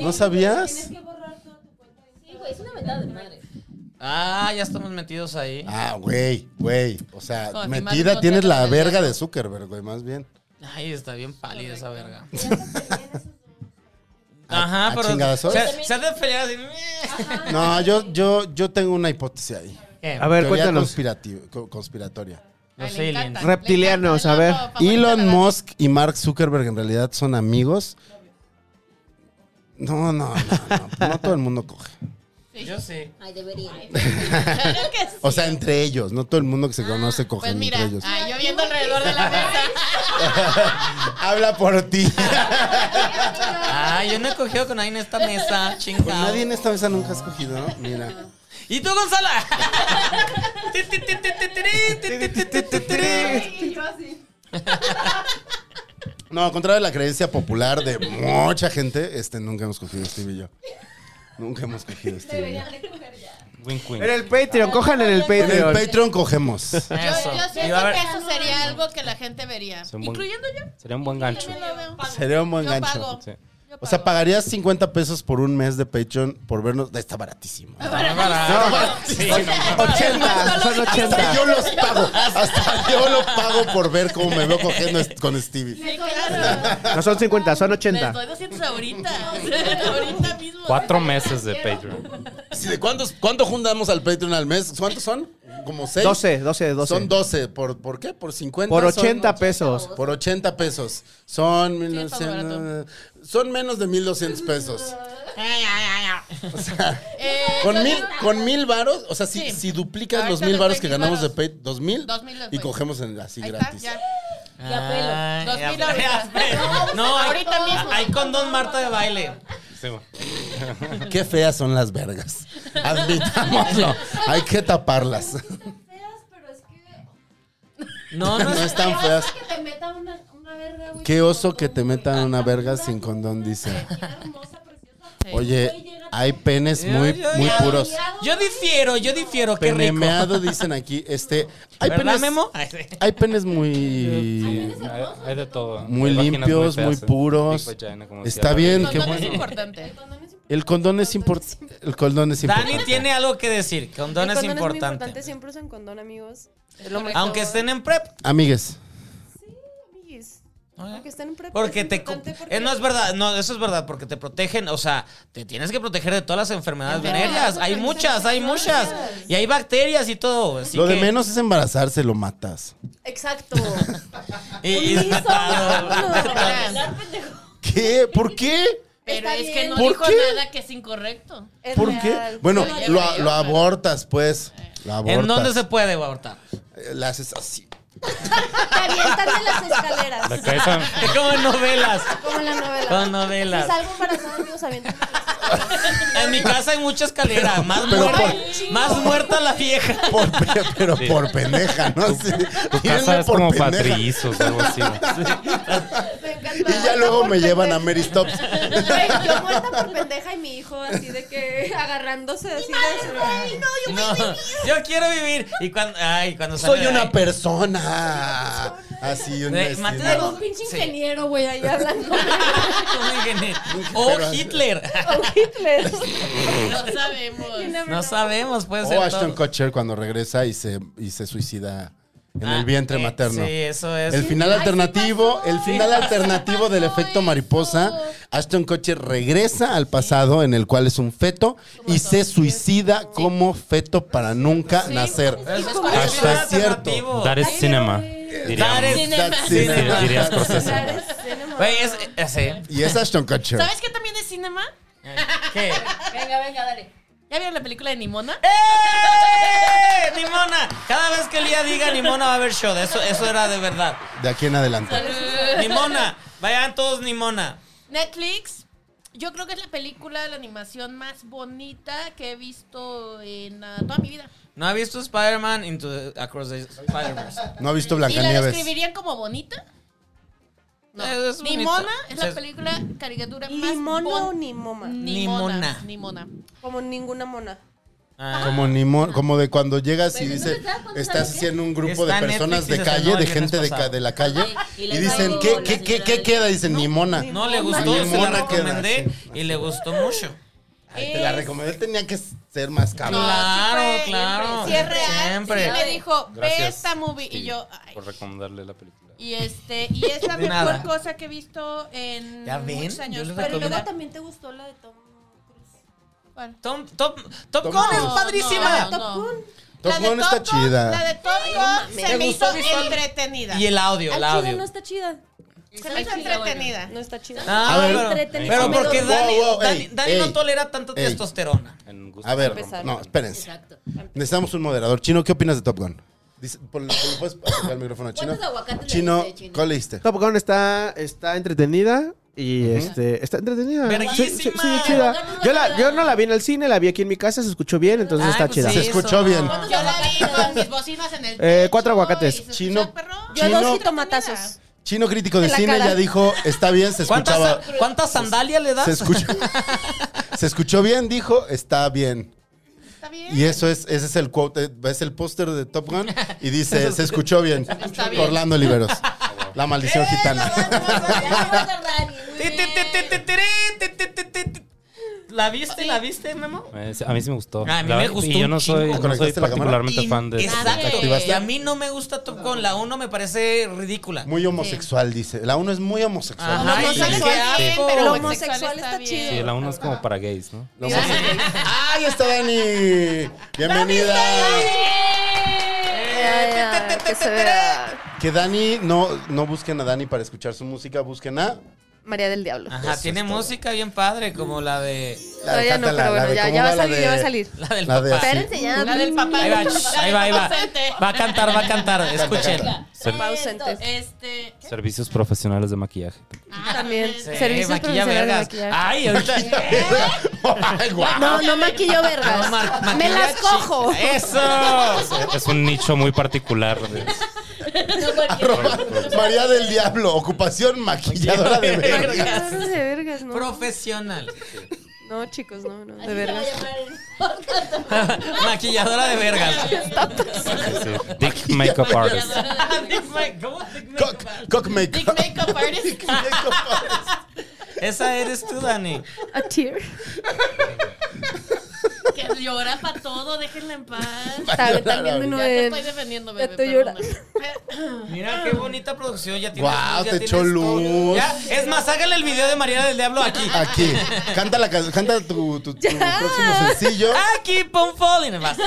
¿No sabías? Es una mentada de madre. Ah, ya estamos metidos ahí. Ah, güey, güey. O sea, Confirmar metida no tienes tener la el verga dedo. de Zuckerberg, güey, más bien. Ay, está bien pálida esa verga. Ah, Ajá, ah, pero. chingadazos. se, se ha de pelear así. meh. No, yo, yo, yo tengo una hipótesis ahí. ¿Qué? A ver, Teoría cuéntanos. conspirativo- co- conspiratoria. Los le aliens. encanta. Reptilianos, a ver. Elon Musk y Mark Zuckerberg en realidad son amigos. No, no, no, no, no todo el mundo coge. Yo sí. Ay, debería. Claro que sí. O sea, entre ellos, no todo el mundo que se conoce coge Pues mira, entre ellos. ah, yo viendo alrededor de la mesa. Habla por ti. Pues Ah, yo no he cogido con nadie en esta mesa, Pues chingado. nadie en esta mesa nunca has cogido, ¿no? Mira. ¿Y tú, Gonzalo? Ti, ti, ti, ti, ti, ti, ti, ti, ti, ti, ti, ti. No, contrario a la creencia popular de mucha gente, este nunca hemos cogido Steve y yo. Nunca hemos cogido Steve y yo. Wink, wink. En el Patreon, cojan en el En el Patreon. Patreon cogemos. Eso. Yo, yo Y va a siento haber- que eso sería algo que la gente vería. Es un buen- Incluyendo yo. Sería un buen gancho. También lo veo. Sería un buen Yo gancho. pago. Sí. Yo O sea, pago. pagarías 50 pesos por un mes de Patreon por vernos. Está baratísimo. Está barato. Sí, no, no. 80, son 80. Hasta yo los pago. Hasta yo lo pago por ver cómo me veo cogiendo est- con Stevie. Sí, claro. No son 50, son Les 80. doy 200 ahorita. ahorita mismo. Cuatro meses de Patreon. Sí, ¿De cuántos, cuánto juntamos al Patreon al mes? ¿Cuántos son? ¿Como 6? 12, 12, 12. Son 12. ¿Por, por qué? ¿Por 50? Por Son- 80 pesos. Por 80 pesos. Son, mil Sí, está muy novecientos- son menos de 1200 pesos. Eh, Con yo mil, digo- con mil varos, o sea, si, Sí. si duplicas Ahorita los mil les varos doy que mil ganamos de varos. Patreon, dos mil, Dos mil les y doy. cogemos en, así Ahí está, gratis. ya. Ay, Dos ya mil fue, ya ahorita. pues fue. No, hay- Ahorita mismo. Hay condón Marta de baile. Sí, bueno. Qué feas son las vergas. Admitámoslo. Hay que taparlas. No, no No es están feas. Qué oso que te metan una verga sin condón, dice. Oye, hay penes muy, Yo- yo- muy yo- puros. Yo difiero, yo difiero, qué rico. Penemeado, dicen aquí. Este, hay ¿Verdad, penes, Memo? Ay, sí. hay penes muy, Hay, hay de todo. muy Hay vaginas limpios, muy, feas, ¿eh? puros. Big vagina, como decía Está Raúl. bien, qué Condón es bueno. importante. El condón es importante. El condón es importante. Dani tiene algo que decir. Condón El es condón muy importante. Siempre usan condón, amigos. Aunque estén en prep. Amigues. Amiguis, Aunque estén en Ah, prepa, Porque es te. cu- importante porque- Eh, no es verdad, no, eso es verdad, porque te protegen, o sea, te tienes que proteger de todas las enfermedades venéreas. Hay muchas, hay muchas. Y hay bacterias y todo. así lo de que- menos es embarazarse, lo matas. Exacto. Y, y- Un liso, Claro. ¿Qué? ¿Por qué? Pero Está es que bien. no ¿Por dijo qué? nada que es incorrecto. Es ¿Por real. qué? Bueno, Yo lo, creo, lo pero- abortas, pues. Lo abortas. ¿En dónde se puede abortar? Eh, La haces así. Te avientan de las escaleras. La cabeza. Es como en novelas. Como en la novela. Como en novelas. Si salgo embarazada, amigos, avientan de las En mi casa hay mucha escalera. Más, pero muerta, por- más muerta la vieja. Por- pero pero Sí. por pendeja, ¿no? Sí. Tu Tírenme casa es por como pendeja. patrizos o algo así. ¿no? escaleras. encanta. Y ya luego me llevan a Mary Stops. Güey, yo muerta por pendeja y mi hijo así de que agarrándose así de Ay, no, yo No, yo quiero vivir. Y cuando, ay, cuando Soy sale- una ay, persona. Así un Güey, vecino. mate- un pinche Sí. ingeniero, güey, ahí hablando. un ingeniero. O Pero- Hitler. O Hitler. No sabemos. You never No know. sabemos, puede ser. O Ashton todo. Kutcher cuando regresa y se, y se suicida en Ah, el vientre eh, materno. Sí, eso es. El final Ay, sí alternativo, pasó. el final Sí alternativo del efecto mariposa. Ashton Kutcher regresa al pasado en el cual es un feto y se suicida como feto para nunca nacer. Eso es Hasta para el final es cierto. alternativo. Dar es Ay, cinema. güey. diríamos. Dar es- That's Cinema. cinema. Dirías O Scorsese. sea, eres cinema. Güey, es, es- eh, Y es Ashton Kutcher. ¿Sabes qué también es cinema? ¿Qué? Venga, venga, dale. ¿Ya vieron la película de Nimona? ¡Eh! ¡Nimona! Cada vez que Lía diga Nimona va a haber show. Eso, eso era de verdad. De aquí en adelante. Nimona. Vayan todos Nimona. Netflix. Yo creo que es la película de la animación más bonita que he visto en ah, toda mi vida. ¿No ha visto Spider-Man Into the- Across the Spider-Verse? No ha visto ¿Y la Blancanieves. describirían como bonita? No. Eh, es bonita. Nimona es O la sea, película caricatura más ¿Limona o bonita. ni moma? Nimona. Nimona. Como ninguna mona. Ah. Como, ni mo- como de cuando llegas y Pero dice, entonces, ¿sabes cuántos estás años así en un grupo de Está en personas Netflix y de se calle, estrenó de el viernes gente de, pasado. ca- de la calle, Y y la dicen, traigo ¿qué, la qué, qué, señora qué de- queda? Y Dicen, ni mona. No le Ni gustó, se la mona recomendé queda, sí. y le gustó mucho. Ay, te la recomendé, tenía que ser más cabrón. Claro, sí fue, claro. Sí, es real. Siempre. Sí, me dijo, ve Gracias, esta movie. Y sí, yo, ay. Por recomendarle la película. Y, este, y es la De mejor nada. cosa que he visto en ¿Ya ven? muchos Yo años. les Pero recomiendo. luego Comida. también te gustó la de Tom Cruise. ¿Cuál? Tom, Top, Top Top Gun Gun. es No, padrísima. no, no. Top La de Gun está Top Gun- chida. La de Top Gun se ¿Te me gustó hizo visualmente? entretenida. Y el audio, el Al chile audio. no está chida. Se me hizo entretenida. No está chida. Ah, A ver, pero, entretenida. pero Me porque dormí. Dani, Wow, wow, Dani, ey, Dani ey, no tolera tanto ey. testosterona. En gusto. A ver, empezar. no, espérense. Exacto. Necesitamos un moderador. Chino, ¿qué opinas de Top Gun? Dice, pon- pon- ¿Puedes acercar el micrófono a Chino? ¿Cuántos aguacates le Chino, diste, Chino? ¿cuál leíste? Top Gun está, está entretenida. Y este, está entretenida. Verguísima. Sí, sí, sí, chida. Yo, la, yo no la vi en el cine, la vi aquí en mi casa, se escuchó bien, entonces Ay, está pues chida. sí, Se escuchó eso, bien. no. Yo la vi con mis bocinas en el Eh, techo cuatro aguacates. y se escuchó Chino- el perro. Yo Chino- dos jitomatazos. Chino crítico de En la cine cara. ya dijo, está bien, se escuchaba. ¿Cuántas, ¿Cuántas sandalias le das? Se escuchó, se escuchó bien, dijo, está bien. Está bien. Y eso es, ese es el quote, es el póster de Top Gun y dice, se escuchó bien. Está bien. Orlando Oliveros. La maldición gitana. Ti, ti, ti, ti, ti, ti, ti, ti, ti, ti. ¿La viste? ¿La viste, Memo? Eh, sí, A mí sí me gustó. A mí La- me gustó Y yo un no soy, chingo. no soy ¿Conectaste la cámara? particularmente Y- Ah, fan de Exacto. Nadie. Y a mí no me gusta Top Gun. La 1 me parece ridícula. Muy homosexual, dice. La uno es muy homosexual. Ajá, Sí. y- Homosexual está qué bien, asco. pero Lo homosexual homosexual está está bien. Sí, la 1 es como para gays, ¿no? Lo hemos- ¡Ahí está Dani! ¡Bienvenida! Ay, ay, que se vea. Que Dani, no, no busquen a Dani para escuchar su música, busquen a... María del Diablo. Ajá, pues, tiene música bien padre, como la de. Todavía no, cántala, pero la bueno, de- ya, ¿cómo ya va a la salir, de- ya va a salir. La del La de papá. así. Espérense ya. La del papá. Ahí va, shh, ahí va, ahí va. Ausente. Va a cantar, va a cantar. Escuchen. Ser- Papá ausente. Este. servicios profesionales de maquillaje. También. Sí, Servicios maquilla profesionales de vergas. maquillaje. Ay, ahorita. ¡Ay, guau! No, no maquillo vergas. No, mar- Me maquilla las chica. cojo. Eso. Es un nicho muy particular. de- Arroba María del Diablo, ocupación maquilladora de verga. No, de vergas, no. Profesional. No, chicos, no, no. De vergas. Maquilladora de vergas. sí. Dick Makeup Artist. ¿Cómo te- Cock, cock Big makeup. makeup artist. Esa eres tú, Dani. A tear. Que llora para todo, déjenla en paz. Está, están viendo uno Ya te de. estoy defendiendo, Ya bebé. estoy perdóname. Mira qué bonita producción ya tienes. ya ¡Guau! Te tienes echó todo. luz. Ya, es más, hágale el video de María del Diablo aquí. Aquí. Canta, la, can- canta tu, tu- tu próximo sencillo. Ah. Aquí, pon falling. Vas.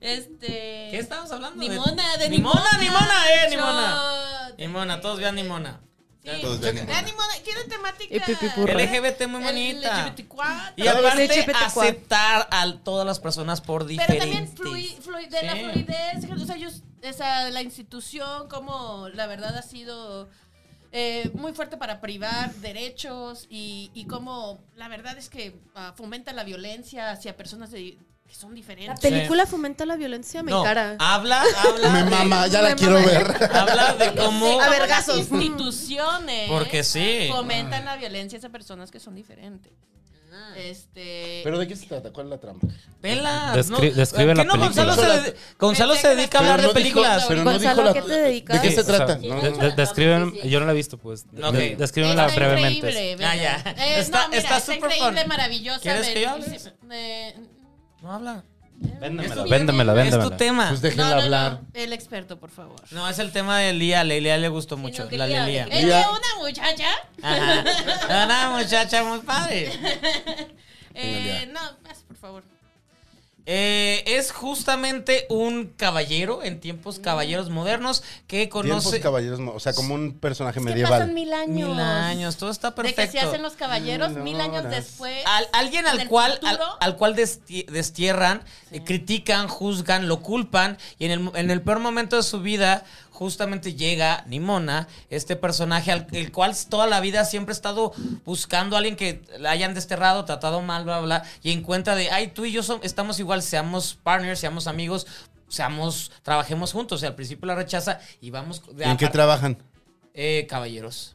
Este. ¿Qué estamos hablando? Nimona, de Nimona. Nimona, eh, Nimona. Nimona. Nimona, todos vean Nimona. Todos Sí. vean Nimona. La Nimona tiene temática. Y pipipurra. LGBT muy el bonita. LGBTQ+. Y aparte, LGBT4. aceptar a todas las personas por Pero diferentes. también flui- flui- de la Sí. fluidez, o sea, yo, o sea, la institución, como la verdad ha sido eh, muy fuerte para privar derechos y, y cómo la verdad es que ah, fomenta la violencia hacia personas de que son La diferentes. película fomenta la violencia, me No, cara. habla, habla. Me de- mama, ya la me quiero mama. ver. Habla de cómo. A Como ver, las gazos. instituciones Porque sí. fomentan la violencia hacia personas que son diferentes. Ah. Este. ¿Pero de qué se trata? ¿Cuál es la trama? Pela. Descri- no, describe ¿qué la no? Gonzalo se, película. de- Gonzalo se dedica a Pero hablar no de dijo- películas. pero no Gonzalo, dijo la- ¿a qué te ¿De dedicas? qué se O sea, trata? no, de- de- describen- yo no la he visto, pues. De- Ok. de- Descríbemela Está brevemente. increíble. Ah, ¿verdad? ya. Eh, Está- no, mira, está está, súper increíble, fun. maravillosa. ¿Quieres que yo hable? bellísima, eh, No habla. Es- Véndemela, véndemela, Es tu véndemela. tema. Pues no, déjenla no, no, hablar. El experto, por favor. No, es el tema de Lía. Lía le gustó mucho. no, que la Lía- Lía. Es que eh, Mira. una muchacha. Ajá. Era Una muchacha muy padre. eh, no, más, por favor. Eh, es justamente un caballero en tiempos caballeros modernos que Tiempos conoce caballeros, no, o sea, como un personaje Es que medieval. pasan mil años. Mm, mil años. Todo está De que se perfecto. hacen los caballeros Mil mil años horas. después. Al- alguien en al el cual, al, futuro. al cual desti- destierran, eh, critican, juzgan, lo culpan y en el, en el peor momento de su vida justamente llega Nimona, este personaje al el cual toda la vida siempre ha estado buscando a alguien que la hayan desterrado, tratado mal, bla, bla, bla, y encuentra de, ay, tú y yo som- estamos igual, seamos partners, seamos amigos, seamos, trabajemos juntos. Y al principio la rechaza y vamos... de- ¿En qué apar- trabajan? eh, caballeros.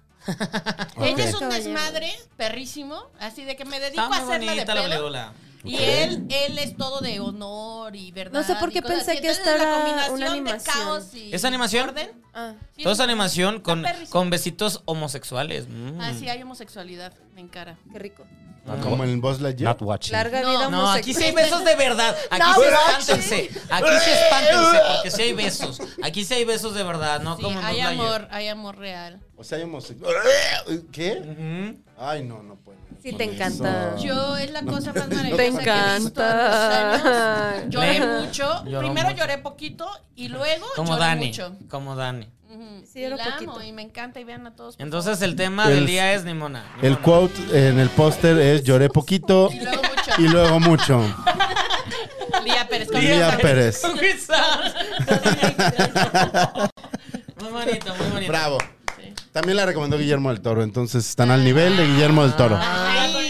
Ella es un Caballero. desmadre perrísimo, así de que me dedico Está a muy hacerla de bonita la pedo. película. Y él, él es todo de honor y verdad. No sé por y qué cosas pensé así. que Entonces, esta la era combinación una de animación. caos y ¿Es animación? orden. Ah. Sí, Todo es es- animación con, perrísimo. con besitos homosexuales. Mm. Ah, sí, hay homosexualidad, me encara. Qué rico. Como en Buzz Lightyear. Not watching. Larga No, vida No, aquí sí hay homosexual. besos de verdad. Aquí No, sí pero- espántense. Aquí sí espántense porque sí hay besos. Aquí sí hay besos de verdad, no Sí, como en hay Buzz Lightyear. amor, hay amor real. O sea, hay homosexual. ¿Qué? Ujú. Ay, no, no puedo. Sí, Con te eso. encanta. Yo es la cosa más maravillosa. Te que he visto en los encanta. años. Lloré Lloré. mucho. Lloró Primero mucho. lloré poquito y luego Como lloré Dani. mucho. Como Dani. Ujú. Sí, y lloró la amo poquito. y me encanta y vean a todos. Entonces el tema El- del día es Nimona. Nimona. El quote en el póster es lloré poquito Y luego mucho. y luego mucho. Lía Pérez. con Lía Lía Pérez. Con Chris Sands. Muy bonito, muy bonito. Bravo. También la recomendó Guillermo del Toro, entonces están al nivel de Guillermo del Toro. Ah. Ah. Ay.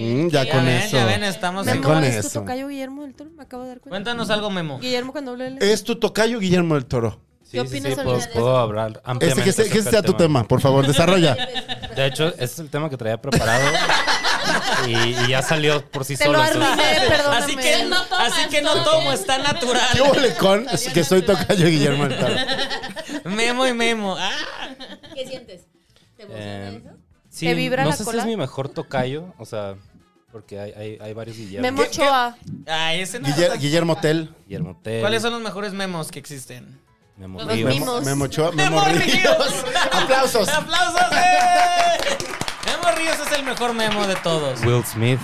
Mm, ya con ven, eso. Ya ven, estamos Me en- con Memo, es tu eso. tocayo Guillermo del Toro, me acabo de dar cuenta. Cuéntanos algo, Memo. Guillermo cuando habla él. Es tu tocayo Guillermo del Toro. Sí, ¿Qué sí, opinas sí, sobre puedo, eso? puedo hablar Este, ampliamente. que, ese- que ese acerca sea del tu tema, por favor, desarrolla. De hecho, ese es el tema que traía preparado y, y ya salió por sí Te lo solo. entonces- arruiné, perdóname. Así que, No tomas, así que no ¿no? tomo, está natural. ¿Qué huele con que soy tocayo Guillermo del Toro? Memo y Memo. Ah. ¿Qué sientes? ¿Te emociona Eh, eso? sí, ¿Te vibra no la sé cola? si es mi mejor tocayo, o sea, porque hay, hay, hay varios Guillermo. Memo Ochoa. Ah, ese no. Guiller- Guillermo Tell. Guillermo Tell, ¿Cuáles son los mejores memos que existen? Memo Los Ríos. mimos. Memo Ochoa, Memo ¡Memo Ríos. Ríos! Aplausos. ¡Aplausos! ¡eh! Memo Ríos es el mejor memo de todos. Will Smith.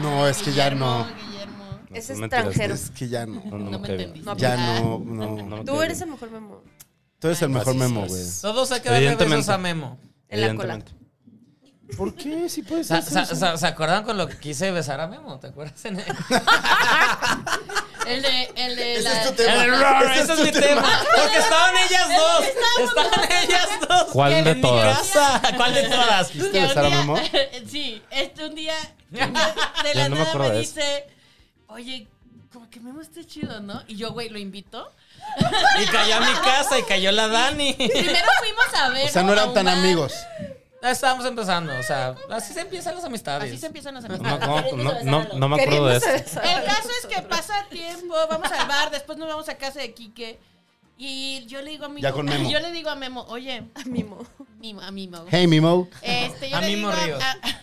No, es que ya no. Guillermo. No, Es son extranjero. Es que ya no. No, no, No me me cae bien. entendí. No, Ya pues, no, no. No. Tú eres el mejor Memo. Tú eres el mejor Gracias, Memo, güey. gracias. Todos hay que darle Evidentemente. besos a Memo. En la cola. Evidentemente. ¿Por qué? Sí puedes Sa- sa- sa- ¿Se acuerdan con lo que quise besar a Memo? ¿Te acuerdas? En el- El de, el de la... en el roar, ese es mi tema. Porque estaban ellas dos. Estaban ellas dos. ¿Cuál de en mi todas? casa. ¿cuál de todas? ¿Viste Que un besar a día- Memo? sí, este un día que yo de Ya la no me nada acuerdo me, de eso. dice, oye, como que Memo está chido, ¿no? Y yo, güey, lo invito. Y cayó a mi casa y cayó la Dani. Primero fuimos a ver. O sea, no a eran un tan bar. amigos. Ya Estábamos empezando, o sea, así se empiezan las amistades. pues. Así se empiezan las Ah. No, amistades. no, no, no, no me acuerdo de Queríamos eso. besar. El caso es que pasa tiempo, vamos al bar, después nos vamos a casa de Quique. Y yo le digo a mi Ya con Memo. yo le digo a Memo, oye, A Mimo. Mimo, a Mimo. Hey, Mimo. Este, yo A le Mimo digo a- Ríos. a-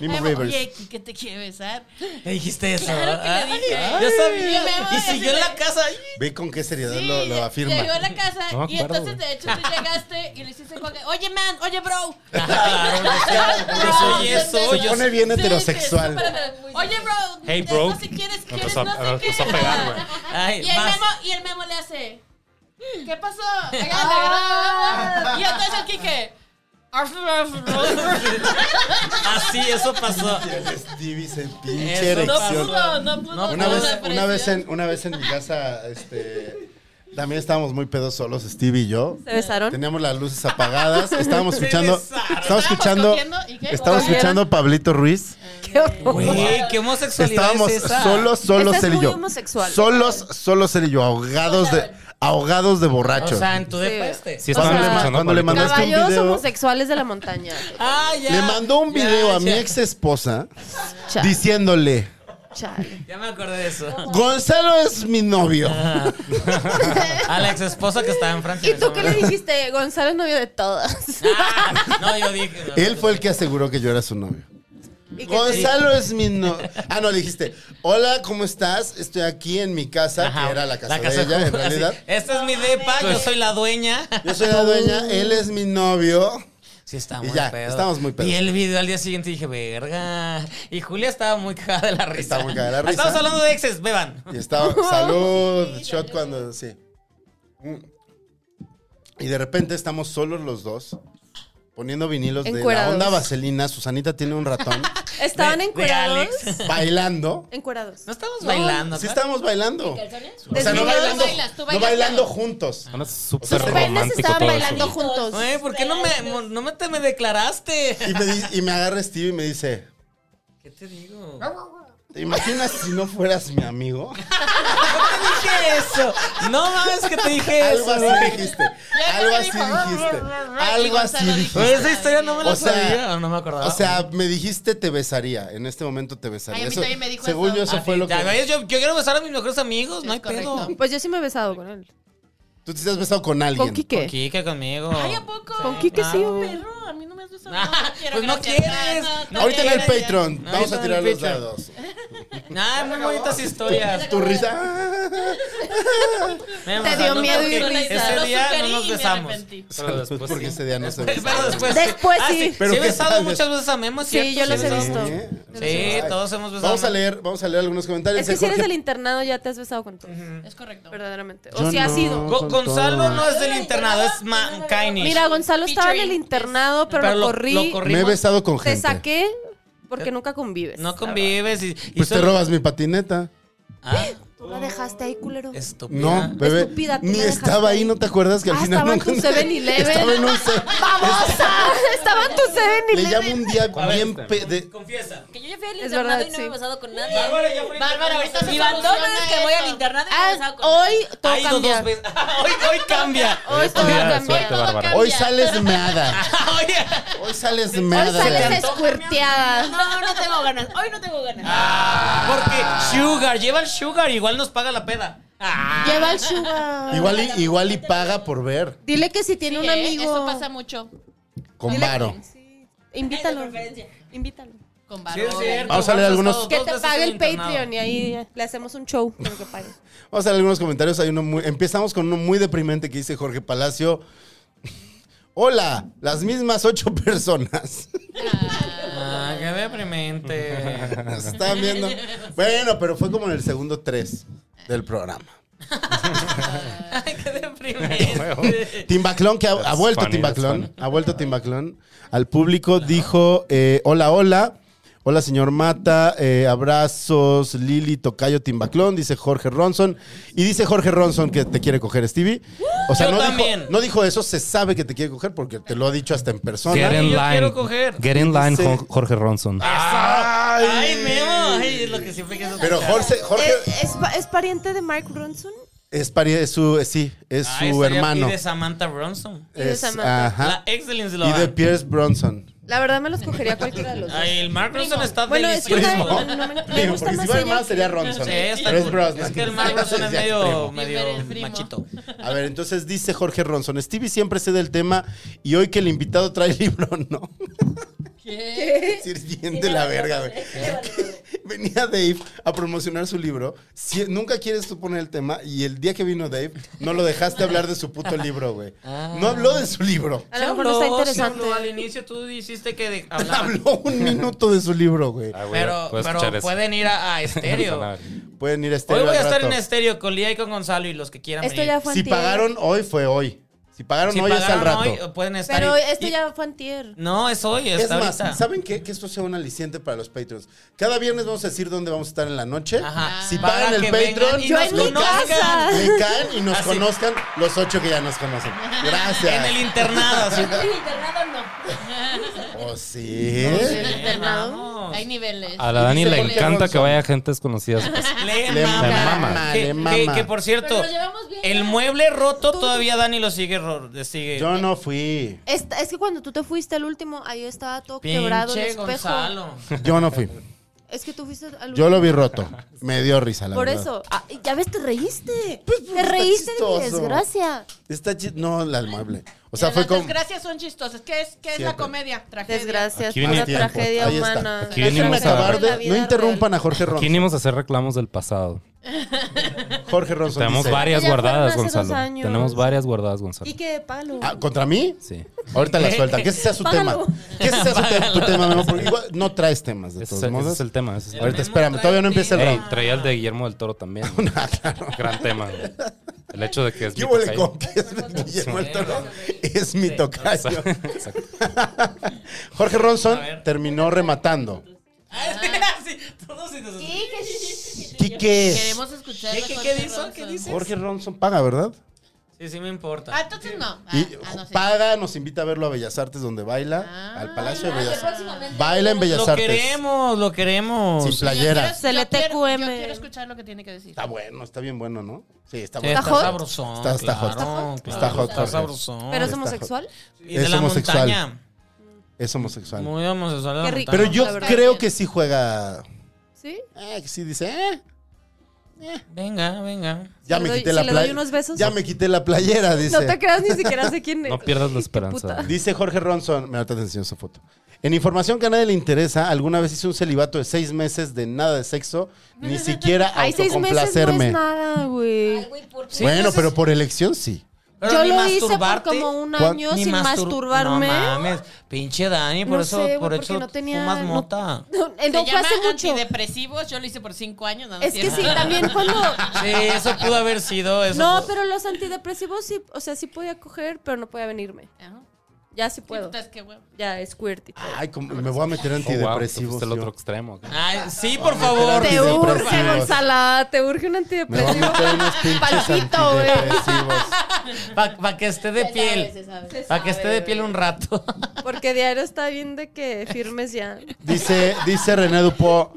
Mimo Memo, Rivers. Oye, Quique te quiere besar. Le dijiste eso. Claro que le Ay, dije. Yo Y sabía. me voy Y así siguió de- en la casa. Ve con qué seriedad Sí, lo, lo afirma. Llegó a la casa No me y acuerdo, entonces de hecho tú llegaste y le hiciste como que, oye man, oye bro. Yo soy eso. Se Yo pone bien Sí, sí, heterosexual. súper- oye bro, Hey, bro. no sé quieres, Me quieres, empezó no a, me sé qué. empezó a pegar, güey. Ay, Y el vas. memo, y el memo le hace, "Mm, ¿qué pasó? Agarra, agarra. y entonces el Quique. "Arf, arf, arf". Así, eso pasó. Stevie se Eso pinche pasó. erección. No, no pudo. No, Una no, vez, la presión. una vez en, una vez en mi casa, este, también estábamos muy pedos solos, Steve y yo. ¿Se besaron? Teníamos las luces apagadas, estábamos escuchando, besaron. estábamos escuchando, cogiendo, ¿y qué? estábamos ¿Cogieron? escuchando a Pablito Ruiz qué horror. Güey, qué homosexualidad Estábamos es esa. solos, solos Estás él y muy yo. homosexual. Solos, solos él y yo, ahogados de, ahogados de O borrachos. sea, en tu depa Sí. este. Sí, estaban O sea, escuchando cuando le Pablito. mandaste un Caballos video. homosexuales de la montaña. Ah, ya. Le mandó un Ya, video a mi ya. ex esposa Chale, diciéndole: chale. Ya me acordé de eso. Gonzalo es mi novio. A la ex esposa que estaba en Francia. ¿Y en ese tú qué le momento. dijiste? Gonzalo es novio de todas. Ah, no, yo dije. no, Él no, fue el que aseguró que yo era su novio. ¿Y qué te Gonzalo es mi novio. Ah, no, le dijiste: Hola, ¿cómo estás? Estoy aquí en mi casa, Ajá, que era la casa, casa de ella, en común, así. realidad. Pues Esta es mi depa, yo soy la dueña. Yo soy la dueña, él es mi novio. Sí, está Y muy ya, pedo. estamos muy pedos. Y el video al día siguiente dije, verga. Y Julia estaba muy cagada de la risa. Estaba muy cagada de la risa. Estamos hablando de exes, beban. Y estaba, salud, shot cuando, sí. Mm. Y de repente estamos solos los dos, poniendo vinilos de la Encuerados. onda vaselina. Susanita tiene un ratón ¿Estaban De- de encuerados? Alex. bailando. Encuerados. No estamos bailando. Sí ¿no? estábamos bailando. ¿Calzones? O sea, no Desvinados bailando, bailas, tú no bailas, bailando claro. juntos. Suena Sus súper penes Penes romántico estaban todo bailando eso. juntos. Güey, ¿por qué no me, mo- no me, te me declaraste? Y me, di- y me agarra Steve y me dice, ¿Qué te digo? ¿te imaginas si no fueras mi amigo? ¿Qué dije eso? No mames que te dije Algo eso. así güey. dijiste. Algo así dijiste. Algo así Güey, dijiste. esa historia no me la O sea, sabía, no me acordaba. O sea, me dijiste te besaría. En este momento te besaría. Ay, a mí Eso- también me dijo según eso. yo, eso Ah, fue sí, lo ya que. ves, yo, yo quiero besar a mis mejores amigos, no hay pedo. Pues yo sí me he besado con él. Tú te has besado con alguien. Con Quique. Kike conmigo. Ay, ¿a poco? Ah, Con Quique sí, claro. güey. Perro, a mí no me has besado. Ah, No quiero, pues no gracias. quieres. Ah, no, Ahorita en el gracias. Patreon. No, Vamos ahorita en a tirar el los Patreon. dados. pues, Nah, muy bonitas historias. Tu risa. Me Te emocionó dio miedo y porque risa. Ese Lo día sugerí no nos y me besamos. arrepentí. Pero después Porque sí. ese día no se Pero besaba. después, Después Ah, sí. Pero sí he qué besado tal muchas veces a Memo, es Sí, cierto, yo he los he besado. visto. ¿Eh? Sí, todos hemos besado. Vamos a leer, vamos a leer algunos comentarios. Es que de si eres Jorge. del internado ya te has besado con todos. Es correcto. Verdaderamente. Yo O si ha no. sido. Go- Con Gonzalo todo. no es del internado, es Ma Kainish. Mira, Gonzalo estaba en el Featuring. internado, pero, Pero lo lo- corrí. lo corrí. Me he besado con Te gente. saqué porque nunca convives. No convives y, y Pues te solo- robas mi patineta. Ah, Tú la dejaste ahí, culero. estúpida. No, bebé. Estúpida, tú ni me dejaste estaba ahí, ahí. ¿no te acuerdas que al Ah, final estaba en nunca- tu 7-Eleven. Estaba en un se- ¡Babosa! Estaba en tu 7 Le llamo un día A ver, bien pe- de- Confiesa. Que yo ya fui al Es internado verdad, y no me sí. he besado con nadie. Bárbara, ya fue- Bárbara, ahorita se Mi bandón soluciona es que voy al eso. internado y no me he Ah, besado con nadie. hoy todo Ha ido cambia. dos veces. hoy, hoy cambia. Hoy todo Mira, cambia. suerte, Bárbara. Hoy sales meada. Oye. Hoy sales Hoy meada. sales escuerteada. No, no tengo ganas. Hoy no tengo ganas. Porque Sugar, lleva el Sugar, igual nos paga la peda. Ah. Lleva el sugar. Igual y, igual y paga por ver. Dile que si tiene Sí, un ¿eh? amigo. Eso pasa mucho Con varo. Invítalo. Invítalo. con Sí, es varones. cierto. Vamos a leer Has algunos- estado Que dos te veces pague en el internado. Patreon y ahí le hacemos un show con lo que pague. Vamos a leer algunos comentarios. Hay uno muy, empezamos con uno muy deprimente que dice Jorge Palacio. Hola, las mismas ocho personas. Ah, qué deprimente. Nos estaban viendo. Bueno, pero fue como en el segundo tres del programa. Ay, qué deprimente. Timbaclón, que ha, ha vuelto funny, that's Timbaclón. Ha vuelto Timbaclón. Al público dijo, eh, hola, hola. Hola, señor Mata. eh, abrazos, Lili, Tocayo, Timbaclón. Dice Jorge Ronson. Y dice Jorge Ronson que te quiere coger, Stevie. O sea, Yo no dijo, también. no dijo eso. Se sabe que te quiere coger porque te lo ha dicho hasta en persona. Get in Yo line. quiero coger. Ah, Get in line, Sí. Jo- Jorge Ronson. Ay, Ay Memo. Ay, es lo que siempre quiso Pero escuchar. Jorge, Jorge Eh, ¿Es, es pa- es pariente de Mark Ronson? es, pari- es su, eh, sí, es Ay, su estaría- hermano. Y de Samantha Bronson. y de Es- Samantha. ajá. La ex de Lindsay Y de Lohan. Pierce Bronson. La verdad me los cogería cualquiera de los dos. Ay, el Mark Bronson está Bueno, es que delicioso. no, Primo. no me- me Primo, gusta porque más si fuera ella hermano que- sería Ronson. Sí, está Pero es cool. Brosnan. Es que el Mark Bronson es Ya medio, primo. medio Primo. machito. A ver, entonces dice Jorge Ronson, Stevie siempre sé del tema y hoy que el invitado trae libro, no. Sí, es bien de la verga, güey. Venía Dave a promocionar su libro, si- nunca quieres tú poner el tema y el día que vino Dave no lo dejaste hablar de su puto libro, güey. Ah. No habló de su libro. A lo mejor no está interesante. al inicio tú dijiste que de- hablaba. Habló un minuto de su libro, güey. Ah, güey, Pero, puedo pero escuchar eso. pueden ir a, a estéreo. Sonar. Pueden ir a este Hoy voy a estar en estéreo con Lía y con Gonzalo y los que quieran Esto venir. ya fue Si antier. pagaron hoy fue hoy. Si pagaron Si hoy es al pagaron rato. hoy, pues, pueden estar. Pero ahí. esto Y- ya fue antier. No, es hoy, Es está más, ahorita. ¿saben qué? Que esto sea un aliciente para los Patreons. Cada viernes vamos a decir dónde vamos a estar en la noche. Ajá. Si Para pagan el que vengan Patreon, y Yo nos en mi conozcan. casa. me caen y nos Así. conozcan los ocho que ya nos conocen. Gracias. En el internado. así. En el internado no. Oh, sí. Vamos. Hay niveles. A la Dani Dice le por qué encanta Robson. que vaya gente desconocida. a su casa. Le, Le mama. mama, Que, le que- mama. que, por cierto, Pero nos llevamos bien, el ¿eh? ¿no? mueble roto todavía Dani lo sigue. ro- sigue. Yo no fui. Esta- es que cuando tú te fuiste al último, ahí estaba todo quebrado el Pinche espejo. Gonzalo. Yo no fui. Es que tú fuiste al último. Yo lo vi roto. Me dio risa, la Por verdad. eso, Ah, ya ves, te reíste. te Pues, está reíste de mi chistoso. desgracia. Está chi- No, la- el mueble. O sea, Mira, fue las con. desgracias son chistosas. ¿Qué es, qué es la Siempre. comedia? Tragedia. Desgracias, Aquí por viene la tiempo. tragedia Ahí está. humana. Aquí La venimos tragedia a- de la Acabar de- vida no interrumpan real. a Jorge Aquí Ronson. venimos a hacer reclamos del pasado. Jorge Ronson. Tenemos dice- varias "Pues Ya fueron guardadas, hace dos Gonzalo. años. Tenemos varias guardadas, Gonzalo. Y qué palo. Ah, ¿Contra mí? Sí. Ahorita la suelta. Que ese sea su tema. Págalo. Que ese sea su te- tu tema, Memo, porque igual no traes temas, de Ese, todos es- ese modos. es el tema. ese es el Ahorita Memo espérame, trae todavía no empieza el Ey, round. Ah, traía el de Guillermo del Toro también. güey. Gran tema. güey. El hecho de que es ¿Qué mi huele tocayo. con que es de Guillermo el Toro? Es mi tocayo. Exacto. Jorge Ronson A ver. terminó rematando. Ah, sí, todos y nosotros. ¿Qué Queremos escuchar. ¿Qué, a qué, Jorge qué dices? Ronson. ¿Qué dices? Jorge Ronson paga, ¿verdad? Sí, sí me Ah, importa. entonces no. Ah, Y ah, no, sí. paga, nos invita a verlo a Bellas Artes donde baila, Ah. al Palacio de Ah, que Bellas Artes. próximamente- Baila en Bellas Lo Artes. queremos, lo queremos. Sin Sí, playera. Se le Yo quiero- TQM. Yo quiero escuchar lo que tiene que decir. Está bueno, está bien bueno, ¿no? Sí, está está bueno. hot? sabrosón. Está- está hot. claro, Está claro, hot, Jorge. sabrosón. ¿Pero es está homosexual? y de es la homosexual. montaña. Es homosexual. Muy homosexual. de la Qué rico. Pero montaña. yo La verdad. creo que sí juega. ¿Sí? Eh, que sí dice, eh. Venga, venga. Ya Si me le doy- quité si la le doy playa- unos besos. Ya me quité la playera, dice. No te creas, ni siquiera sé quién es. No pierdas la esperanza. puta. güey. Dice Jorge Ronson, me ahorita te enseño su foto. En información que a nadie le interesa, alguna vez hice un celibato de seis meses de nada de sexo, ni siquiera Ay, seis meses no autocomplacerme. es nada, güey. Güey, ¿por qué? bueno, meses- pero por elección sí. Pero Yo ni lo hice por masturbarte, como un ¿Cuán- año ni sin mastur- masturbarme. No mames, pinche Dani, por No eso, sé, güey, por porque eso no tenía- fumas no- mota. No, el Se don fue llama hace mucho. antidepresivos. Yo lo hice por cinco años. no, no Es que cierto. sí, también cuando. Sí, eso pudo haber sido eso. No, pudo- pero los antidepresivos sí, o sea, sí podía coger, pero no podía venirme. Ajá. Ya sí puedo. Entonces, qué huevo. Ya es queer. Ay, como- me voy a meter Oh, wow, te antidepresivos. fuiste al yo. otro extremo. güey. Ay, sí, Oh, por favor. Te Antidepresivos. urge, Gonzala, te urge un Me voy a antidepresivo. meter unos pinches Palpito, güey. antidepresivos. Para que esté de piel. Para que esté de piel un rato. Porque diario está bien de que firmes ya. Dice, dice René Dupo,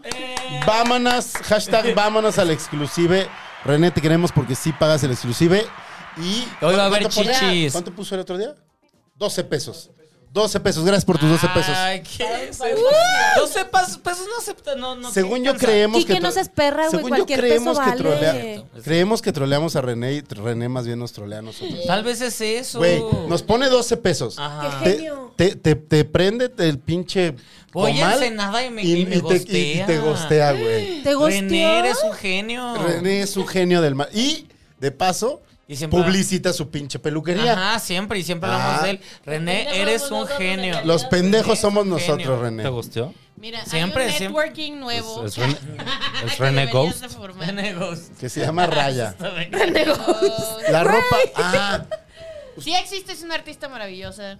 vámonos, hashtag vámonos al exclusive. René, te queremos porque sí pagas el exclusive. Y Hoy va a haber ¿cuánto ponía? chichis. ¿Cuánto puso el otro día? 12 pesos. 12 pesos, gracias por tus 12 pesos. Ay, ¿qué es eso? 12 pesos, pesos no acepta. No, no Según te yo alcanza. creemos Quique, que no tro- seas perra, güey, según yo cualquier creemos peso que vale. trolea- creemos que troleamos a René y René más bien nos trolea a nosotros. Tal vez es eso. Güey, nos pone 12 pesos. Ajá. Qué Te, genio. te, te, te prende el pinche Voy a comal Ensenada y me- y me Te, y- y gostea. te gostea, güey. ¿Te René, gusteó? eres un genio. René es un genio del mar. Y, de paso, Y siempre- publicita su pinche peluquería. Ajá, siempre y siempre Ah. hablamos de él. René, eres un genio. Los pendejos somos nosotros, genio. ¿Te René. gustó? Mira, Siempre, hay un siempre. networking nuevo. Es- es René- es que René deberías Ghost. de formar. René Ghost. Que se llama Raya. René Ghost. La ropa. Ah, Sí existe, es una artista maravillosa.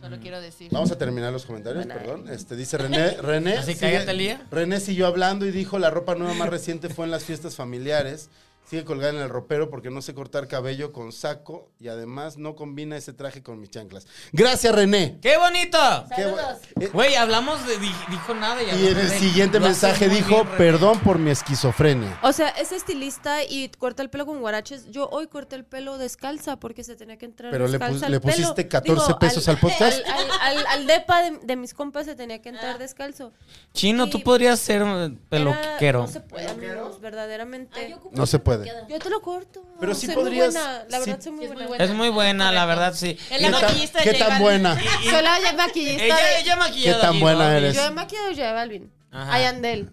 Solo quiero decir. vamos a terminar los comentarios, perdón. Este, dice René. René, Así, sigue- cállate, Lía. René siguió hablando y dijo: La ropa nueva más reciente fue en las fiestas familiares. Sigue colgada en el ropero porque no sé cortar cabello con saco y además no combina ese traje con mis chanclas. Gracias, René. ¡Qué bonito! Qué bu- Eh, Güey, hablamos de. di- Dijo nada. Y en el siguiente mensaje dijo, perdón por mi esquizofrenia. O sea, es estilista y corta el pelo con guaraches. Yo hoy corté el pelo descalza porque se tenía que entrar Pero le descalza pus- al le pelo. pusiste 14 pesos al podcast. Al, al- al- al depa de, de mis compas se tenía que entrar descalzo. Chino, Sí. tú podrías ser un Era- peluquero. No se puede, amigos, verdaderamente. yo, No se puede. te lo corto. Pero sí Soy podrías- Muy buena. La sí. verdad, soy muy Es muy buena. buena. Es muy buena, la verdad, sí. Es Y la ¿Qué no- tan, maquillista de qué J tan Balvin. buena? Soy la maquillista Ella, de- ella maquillada. ¿Qué tan digo, buena y- eres? Yo he maquillado ya de Balvin. Ajá. A Yandel.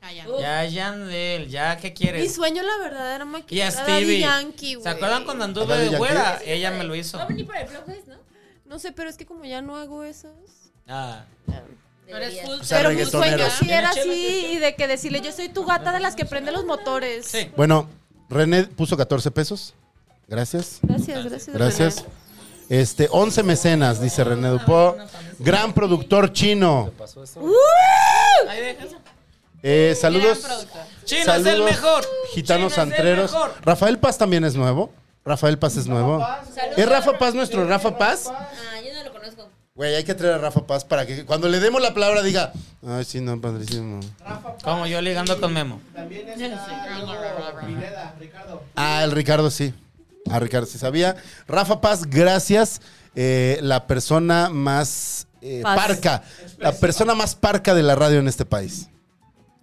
Calla. Ya, Yandel, ya, ¿qué Mi quieres? sueño, la verdad, era Y maquillar a a Daddy Stevie. Yankee, güey. ¿Se acuerdan cuando ¿A anduve Daddy de Yankee? güera? Ella me lo hizo. Va a venir por el flojo, es, ¿no? No sé, pero es que como ya no hago esos. Ah. Tú eres full O sea, pero mi sueño reggaetonero. Ah, sí era ¿Tiene chela, así y de que decirle yo soy tu gata de las que prende los motores. Sí. Bueno, René puso 14 pesos. Gracias. Gracias, gracias. Gracias. Este, 11 mecenas, dice René Dupont. Gran productor chino. Ahí déjalo. Eh, saludos. Gran productor. Chino saludos, es el mejor. Gitanos Chino es el Santreros. mejor. Rafael Paz también es nuevo. Rafael Paz es nuevo. ¿Es Rafa Paz nuestro Rafa Paz? Ah, yo no lo conozco. Güey, hay que traer a Rafa Paz para que cuando le demos la palabra diga, Ay, sí, no, padrísimo. Como yo ligando con Memo. Ah, el Ricardo sí. A Ricardo sí sabía. Rafa Paz, gracias. Eh, la persona más eh, Paz. parca. La persona más parca de la radio en este país.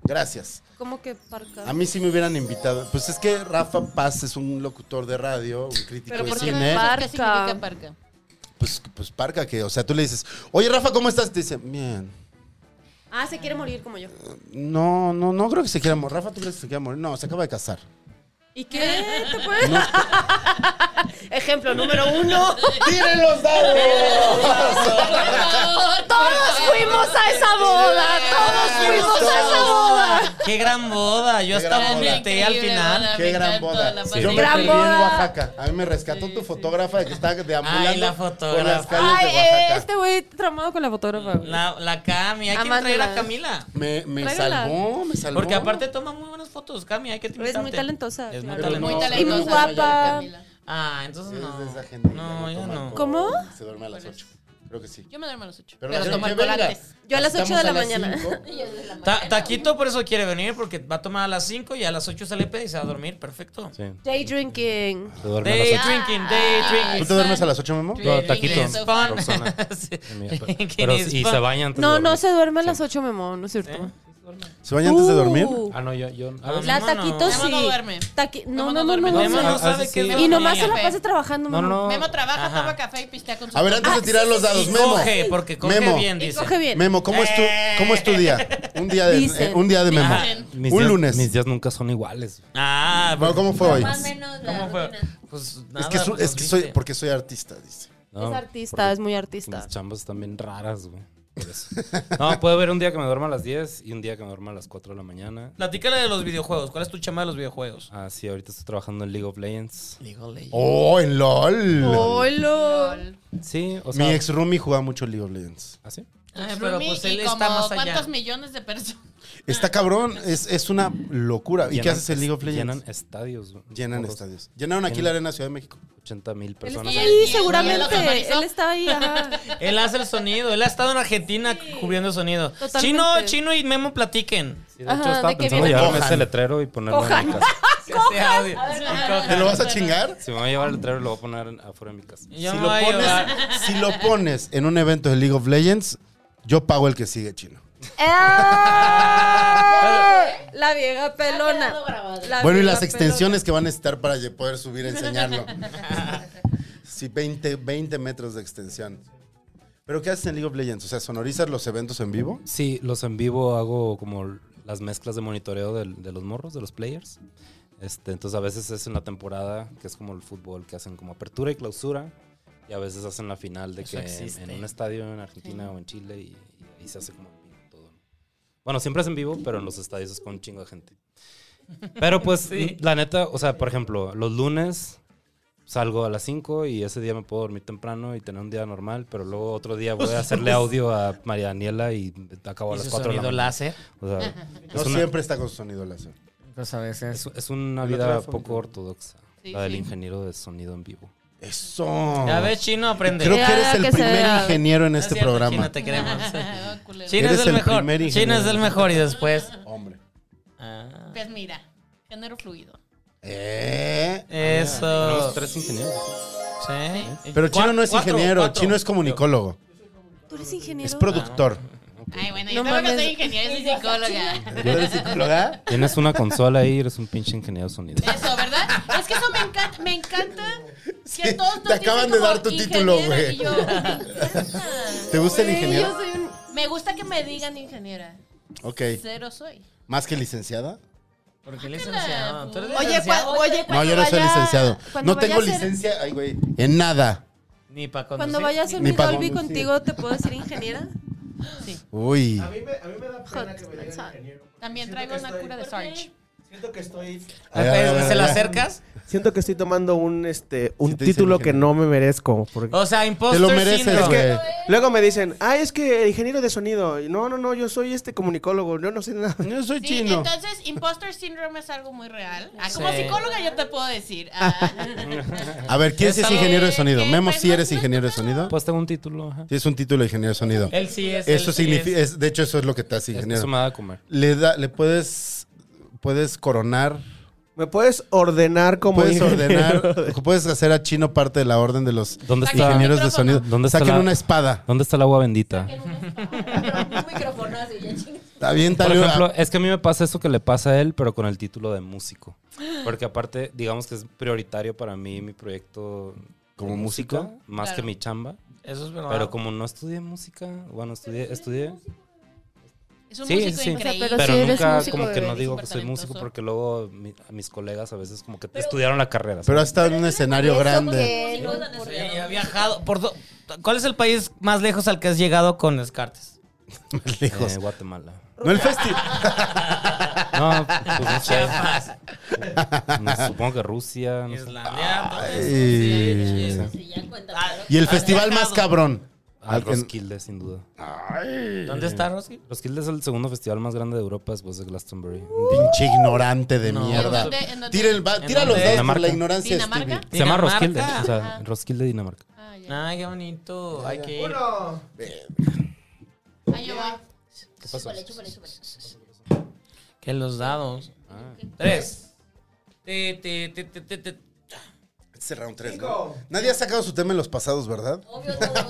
Gracias. ¿Cómo que parca? A mí sí me hubieran invitado. Pues es que Rafa Paz es un locutor de radio, un crítico Pero de ¿por qué cine. Parca. ¿Qué significa parca? Pues, pues parca que, o sea, tú le dices, oye Rafa, ¿cómo estás? Y te dice, bien. Ah, se quiere morir como yo. No, no, no creo que se quiera morir. Rafa, ¿tú crees que se quiera morir? No, se acaba de casar. ¿Y qué te puede? Ejemplo número uno. ¡Tiren los dados! Todos fuimos a esa boda. Todos fuimos a esa boda. ¡Qué gran boda! Yo Qué hasta gran boda. vomité al final. Qué gran boda. Yo me Gran perdí en boda. Oaxaca. A mí me rescató tu fotógrafa de que estaba deambulando Ay, la por las fotógrafa. calles Ay, de eh, Oaxaca. este güey traumado con la fotógrafa. güey. La, la Cami, hay que Amándola. traer a Camila. Me, me Tráigala. salvó, me salvó. Porque aparte toma muy buenas fotos, Cami, hay que invitarte. muy talentosa, Es muy claro. talentosa. Muy Y muy talentosa. guapa. Camila. Ah, entonces Es no. de esa gente que no, luego ya no. toma alcohol ¿Cómo? y Se duerme a las 8. Creo que sí. Yo me duermo a las 8. la Pero gente tomo que alcohol venga. antes. Yo a las ocho Estamos de la las mañana. cinco. Ta- taquito por eso quiere venir porque va a tomar a las 5 y a las 8 sale peda y se va a dormir. Perfecto. Sí. Day drinking. Se duerme a las Day ocho. drinking, day ¿Tú drinking. te duermes a las 8, Memo? No, taquito. It's fun. Roxana. Sí. En mi- Pero, y Drinking is se fun. baña antes No, de no dormir. se duerme a las 8, Memo, no es cierto. ¿Se baña antes de dormir? Uh, Ah, no, yo. yo a veces- La Memo no. taquito Memo sí. no duerme. Taqui- No, Memo no, no no, no, duerme. no. Memo no Así sabe sí. qué es Y nomás se dormir. la pasa trabajando, no, no, Memo. no. Memo trabaja, Ajá. toma café y pistea con su A ver, Ah, antes de tirar los dados, Y Memo. coge, porque coge Memo. bien, Y dice. Ah, coge bien. Memo, ¿cómo es tu, cómo es tu día? Un día de, Dicen. eh, un día de Memo. Dicen. mis un días- lunes. Mis días nunca son iguales. Ah, Bueno, ¿Cómo fue hoy? Más o menos la ¿cómo fue? rutina. Pues nada. Es que, su- pues, es que soy, viste. porque soy artista, dice. ¿no? Ah, Es artista, es muy artista. Mis chambas están bien raras, güey. Por eso. No, puede haber un día que me duerma a las 10 y un día que me duerma a las 4 de la mañana. Platícale de los videojuegos. ¿Cuál es tu chamba de los videojuegos? Ah, sí, ahorita estoy trabajando en League of Legends. ¡Oh, en LOL! Oh, ¡Hola! Sí, o sea. Mi ex roomie jugaba mucho League of Legends. ¿Ah, sí? Ah, Pero pero pues él y como está más allá. cuántos millones de personas. Está cabrón, es, es una locura. ¿Y qué Llenan- haces en League of Legends? Llenan estadios, güey. Llenan, Ojos. estadios. Llenaron aquí la Arena Ciudad de México. 80 mil Él está personas. ahí, Sí, seguramente. sí. Él está ahí, ajá. Él hace el sonido. Él ha estado en Argentina cubriendo el sonido. Totalmente. Chino, Chino y Memo platiquen. Sí, de hecho, Ajá, estaba ¿de qué pensando viene? llevarme Cojan. ese letrero y ponerlo en mi casa. Que se audio. Ah, ¿Te lo vas a chingar? Si me voy a llevar el letrero, lo voy a poner afuera de mi casa. Yo si, me lo voy a pones, llevar. si lo pones en un evento de League of Legends, yo pago el que sigue, chino. ¡Eh! La vieja pelona. Ah, La bueno, y vieja las pelona. extensiones que van a necesitar para ye- poder subir a enseñarlo. sí, 20, 20 metros de extensión. ¿Pero qué haces en League of Legends? O sea, ¿sonorizas los eventos en vivo? Sí, los en vivo hago como las mezclas de monitoreo del- de los morros, de los players. Este, entonces a veces es en la temporada, que es como el fútbol, que hacen como apertura y clausura. Y a veces hacen la final de Eso que existe. en un estadio en Argentina o en Chile y, y ahí se hace como en vivo todo. Bueno, siempre es en vivo, pero en los estadios es con un chingo de gente. Pero pues, la neta, o sea, por ejemplo, los lunes salgo a las 5 y ese día me puedo dormir temprano y tener un día normal, pero luego otro día voy a hacerle audio a María Daniela y acabo a Pues Y las su 4 de sonido la mañana. láser. O sea, No es, una, siempre está con su sonido láser. Pues a veces. es- es una El otro vida día fue un- poco ortodoxa, Sí, la del sí. ingeniero de sonido en vivo. ¡Eso! Ya ves, Chino, aprende. Creo que eres Ya, el que se primer vea. ingeniero en No es Ah, este cierto, programa. Chino, te queremos. Ah, culero. Chino es Eres el, el mejor. primer Chino ingeniero. es el mejor y después. Hombre. Ah. Pues mira, género fluido. ¿Eh? Tenemos Ah, Eso. tres ingenieros. Sí. Pero Chino no es Cuatro, ingeniero, cuatro. Chino es comunicólogo, ¿Tú eres ingeniero? es productor. Ah, Ay, bueno, No yo creo que mames. soy ingeniera, soy psicóloga. ¿Tú eres psicóloga? Tienes una consola ahí y eres un pinche ingeniero de sonido. Eso, ¿verdad? Es que eso me encanta, me encanta que Sí, todos nos te acaban dicen de como dar tu título, ingeniera, güey. y yo, "Ah". ¿Te gusta el Güey, Yo ingeniero? soy un... Me gusta que me digan ingeniera. Ok. Cero soy. ¿Más que licenciada? ¿Por qué licenciado? ¿Tú eres Ah, Oye, cua- licenciado? oye, No, cuando yo no soy vaya- licenciado. cuando No vaya tengo a ser- licencia, ay, güey, en nada. Ni para Cuando vaya a hacer mi Ni pa' Dolby conducir. contigo, ¿te puedo decir ingeniera? Uy. También traigo una cura de Sarge. Siento que estoy. A ver, a ver, a ver, Ah, ¿Se a lo ver. acercas? Siento que estoy tomando un este un Sí te dicen título ingeniero. Eh. que no me merezco. Porque O sea, imposter mereces, syndrome. güey. Es que luego me dicen, ah, es que ingeniero de sonido. Y No, no, no, yo soy este comunicólogo, yo no sé nada. Yo soy Sí, chino. entonces imposter syndrome es algo muy real. Ah, Sí. Como psicóloga yo te puedo decir. Ah. A ver, ¿quién sí es Está- ingeniero de sonido? Eh, Memo, pues, si no- eres no- ingeniero de sonido. Pues tengo un título, ajá. Tienes un título de ingeniero de sonido. Él sí es. Eso él sí significa, es. es- de hecho, eso es lo que te hace Es que Eso me ingeniero. da a comer. Le, da, le puedes, puedes coronar, ¿Me puedes ordenar como puedes ingeniero? ordenar, puedes hacer a Chino parte de la orden de los ¿Dónde Saca el está, ingenieros de micrófono. sonido. ¿Dónde está Saquen la- una espada. ¿Dónde está el agua bendita? Un microfonazo y ya chingas. Por Aviéntale una- ejemplo, es que a mí me pasa eso que le pasa a él, pero con el título de músico. Porque aparte, digamos que es prioritario para mí mi proyecto ¿Como de músico? Ah. música, más Claro. que mi chamba. Eso es verdad. Pero como no estudié música, bueno, estudié, estudié, Es un Sí, músico sí, sí. increíble. O sea, pero sí eres nunca músico, como que bebé, no eres digo súper que soy músico talentoso. porque luego mi- a mis colegas a veces como que estudiaron la carrera. Pero ¿sabes? has estado en un escenario grande. Sí, ha viajado. Por do- ¿Cuál es el país más lejos al que has llegado con Descartes? Lejos. Eh, Guatemala. No el festival. No, pues no sé. No, Supongo que Rusia. no sé. Islandia. todo eso. Y, Sí, ya cuenta. Ah, y el festival más viajado. cabrón. Ah, Al que- Roskilde, sin duda. ¿Dónde está Roski? Roskilde es el segundo festival más grande de Europa después de Glastonbury. Uh, Pinche ignorante de No. ¿En mierda. dónde- en dónde? Tira, el ba- ¿En tira los dónde? dedos por Dinamarca. la ignorancia, este. ¿Dinamarca? Stevie. Se llama Dinamarca. Roskilde. O sea, Roskilde, Dinamarca. Ah, ya. Ay, qué bonito. Hay que ir. Ah, yo voy. ¿Qué pasó? Chúpale, chúpale, chúpale. Que los dados. Tres. Te, te, te, te, te, te. Este es round tres, ¿no? Nadie ha sacado su tema en los pasados, ¿verdad? Obvio, todos.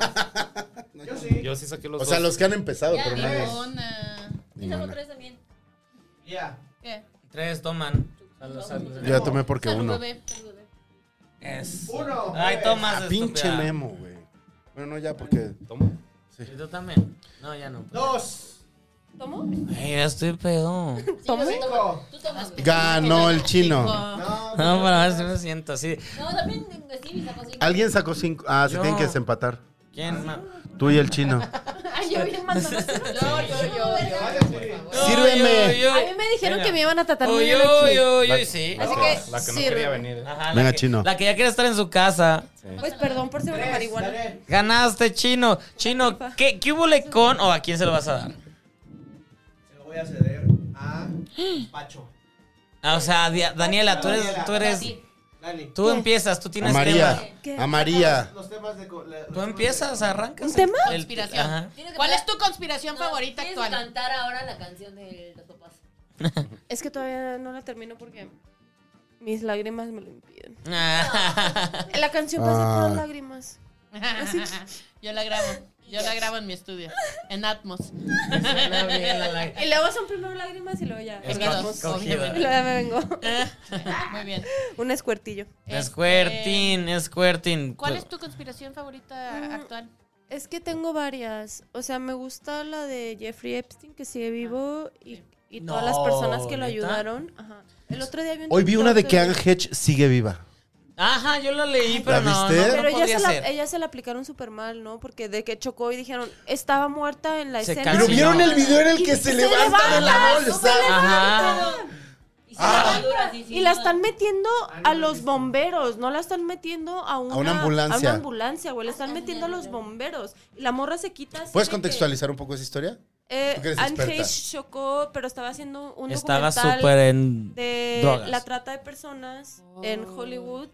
Yo sí saqué los O sea, dos. los que han empezado, Ya, pero digo. nadie. Una. Y luego tres eh, también. ¿Qué? Tres toman. Salud, salud. Yo ya tomé porque Salud, uno. bebé. Salud, bebé. Es. Uno. Ay, Ah, tomas. Pinche estúpida. Memo, güey. Bueno, no, ya porque. Toma. ¿Y tú también? No, ya no. pues. ¿Tomo? Ay, ya estoy pedo. ¿Tomo? Tú Ah, tomas. güey. Ganó el chino. Cinco. No, para ver si me siento así. No, también eh, Stevie sacó cinco. Alguien sacó cinco. Ah, se Yo. tienen que desempatar. ¿Quién más? Tú y el chino. Ay, yo bien mandando. Yo, yo, yo, yo. Sírveme. A mí me dijeron que me iban a tratar muy Uy, bien uy, aquí. uy, uy, sí. Así La- que la que no sirve. quería venir. ¿eh? Ajá, la Venga, que- chino. La que ya quiere estar en su casa. Pues perdón por ser una marihuana. Ganaste, chino. Chino, ¿qué, qué hubo le con o a quién se lo vas a dar? Se lo voy a ceder a Pacho. Ah, o sea, Dia- Daniela, tú eres, tú eres, Dani. tú empiezas, tú A tienes tema. María. ¿Qué? A María. Los temas de. Tú empiezas, arrancas. ¿Un tema? El- Conspiración. Ajá. Tienes que ¿Cuál es cantar- tu conspiración No, favorita tienes que actual? cantar ahora la canción de los papás. Es que todavía no la termino porque mis lágrimas me lo impiden. Ah, La canción pasa por Ah. las lágrimas. Ah, Yo la grabo. Yo la grabo en mi estudio. En Atmos. suena bien la la- Y luego son primero lágrimas y luego ya. Es orgasmos. co- cogida. Y luego ya me vengo. Muy bien. Un escuertillo. Este, Este, Squirtin, Squirtin. ¿Cuál es tu conspiración Mm, favorita actual? Es que tengo varias. O sea, me gusta la de Jeffrey Epstein, que sigue vivo, y, y todas las No, personas que lo ¿neta? ayudaron. Ajá. El otro día vi un Hoy vi TikTok una de que Anne Hedge sigue viva. Ajá, yo la leí, pero ¿La no, viste? no, no Pero ella, podía se la, ser. ella se la aplicaron súper mal, ¿no? Porque de que chocó y dijeron, estaba muerta en la Se escena. Pero Sí, vieron no. el video en el que se levanta de la Ajá. Y se la madura, sí, sí, Y la no. están metiendo a los bomberos, no la están metiendo a una, una ambulancia. A una ambulancia, güey. La están metiendo a los bomberos. Y la morra se quita. así ¿Puedes de que- contextualizar un poco esa historia? Eh, Tú que eres Anne experta. Heche chocó, pero estaba haciendo un Estaba documental súper en... de drogas. la trata de personas en Oh. Hollywood.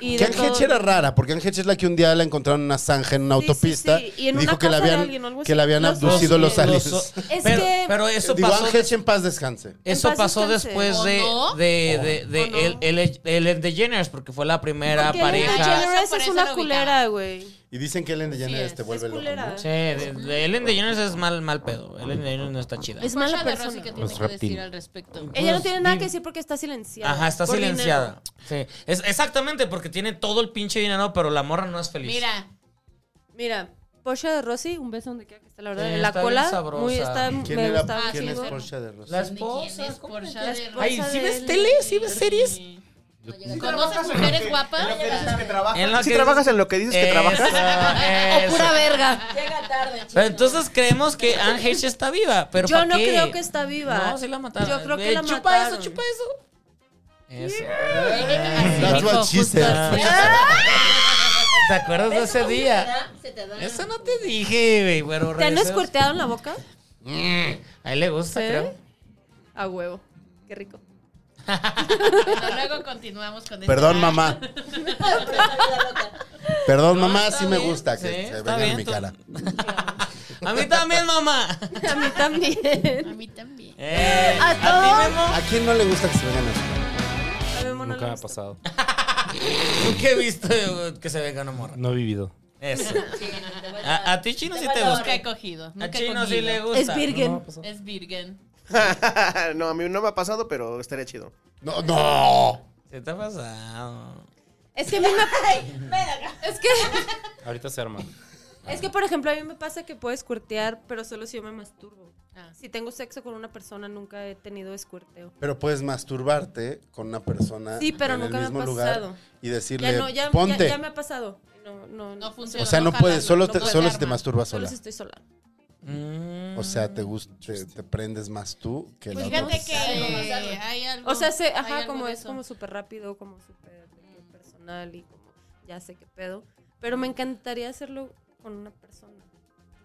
Y Que de Anne todo- Hedge era rara, porque Anne Hedge es la que un día la encontraron en una zanja, en una Sí, sí, autopista, sí. Y y, en una dijo que la casa de habían, alguien o algo que la así. habían Los abducido los, dos, aliens. Es pero, que- pero eso Digo, pasó Anne Hedge en paz descanse. Eso paz pasó descanse. después ¿O de, no? de, de, de ¿O no? el, el, el, el DeGeneres, porque fue la primera Porque Ellen pareja. DeGeneres Eso por es eso una lo culera, güey. Y dicen que Ellen DeGeneres es, te vuelve es loco. culera. ¿no? Sí, de, de Ellen DeGeneres es mal, mal pedo. Ellen DeGeneres no está chida. Es mala Concha de Rosy, persona. ¿Qué Los tienes que reptil. decir al respecto? Ella no tiene nada que dime. decir porque está silenciada. Ajá, está por silenciada. Sí. Es, exactamente, porque tiene todo el pinche dinero, pero la morra no es feliz. Mira, dinero. Mira, Porsche de Rossi, un beso donde quiera que esté, la verdad. Sí, en Eh, la está bien cola, sabrosa. muy, está, ¿Quién, me era- gustaba ¿quién es chingo. Portia de Rosa? ¿de la quién esposa. es ¿cómo? Porsche La de esposa Ay, de ¿sí ves él? tele? ¿Sí ves series? Rosy? No llega Sí, con- trabajas ¿Conoces en lo mujeres que- guapas? en lo que dices que trabajas. En lo Sí que trabajas dices- en lo que dices que trabajas. Eso, O pura eso. verga. Llega tarde, Pero entonces creemos que Anne Heche está viva. Pero Yo ¿pa' no qué? creo que está viva. No, sí la mataron. Yo creo que Eh, la chupa mataron. eso, chupa eso. Eso. Así That's dijo, what she justo said. así. ¿Te acuerdas de ese día? Se te da. Eso no te dije, güey. Bueno, ¿Te han regresemos. escuerteado en la boca? Mm, A él le gusta, ¿Sí? creo. A huevo. Qué rico. Bueno, luego continuamos con este- Perdón, mamá. Perdón, mamá, está sí me bien, gusta que sí, se está venga en bien, mi tú- cara. A mí también, mamá. A mí también. A mí también. Eh, ¿A ¿A ti, Memo? ¿A quién no le gusta que se vengan en su cara? A Memo no Nunca le me ha gusta. pasado. ¿Tú qué viste eh, que se venga una morra? No he vivido. Eso. Sí, te voy A, a ti, Chino, sí te Nunca he gusta. cogido. A Nunca he Chino cogido. sí le gusta. Es virgen. Es virgen. no, a mí no me ha pasado, pero estaría chido. No, no. Se te ha pasado. Es que a mí me. es que. Ahorita se arma. Es que, por ejemplo, a mí me pasa que puedo escuertear, pero solo si yo me masturbo. Ah. Si tengo sexo con una persona, nunca he tenido escuerteo. Pero puedes masturbarte con una persona Sí, pero en nunca el me ha mismo pasado. lugar y decirle, Ya no, ya, ya, ponte. ya me ha pasado. No, no, No funciona. o sea, no Ojalá, puedes, solo, no te- puede solo dar si te más. masturbas Solo sola. si estoy sola. Mm. O sea, te, gusta, te, te prendes más tú que la Pues fíjate otra. que eh, sé. hay algo. O sea, se, hay ajá, algo como de es eso. como súper rápido, como súper de que personal y como ya sé qué pedo. Pero me encantaría hacerlo con una persona.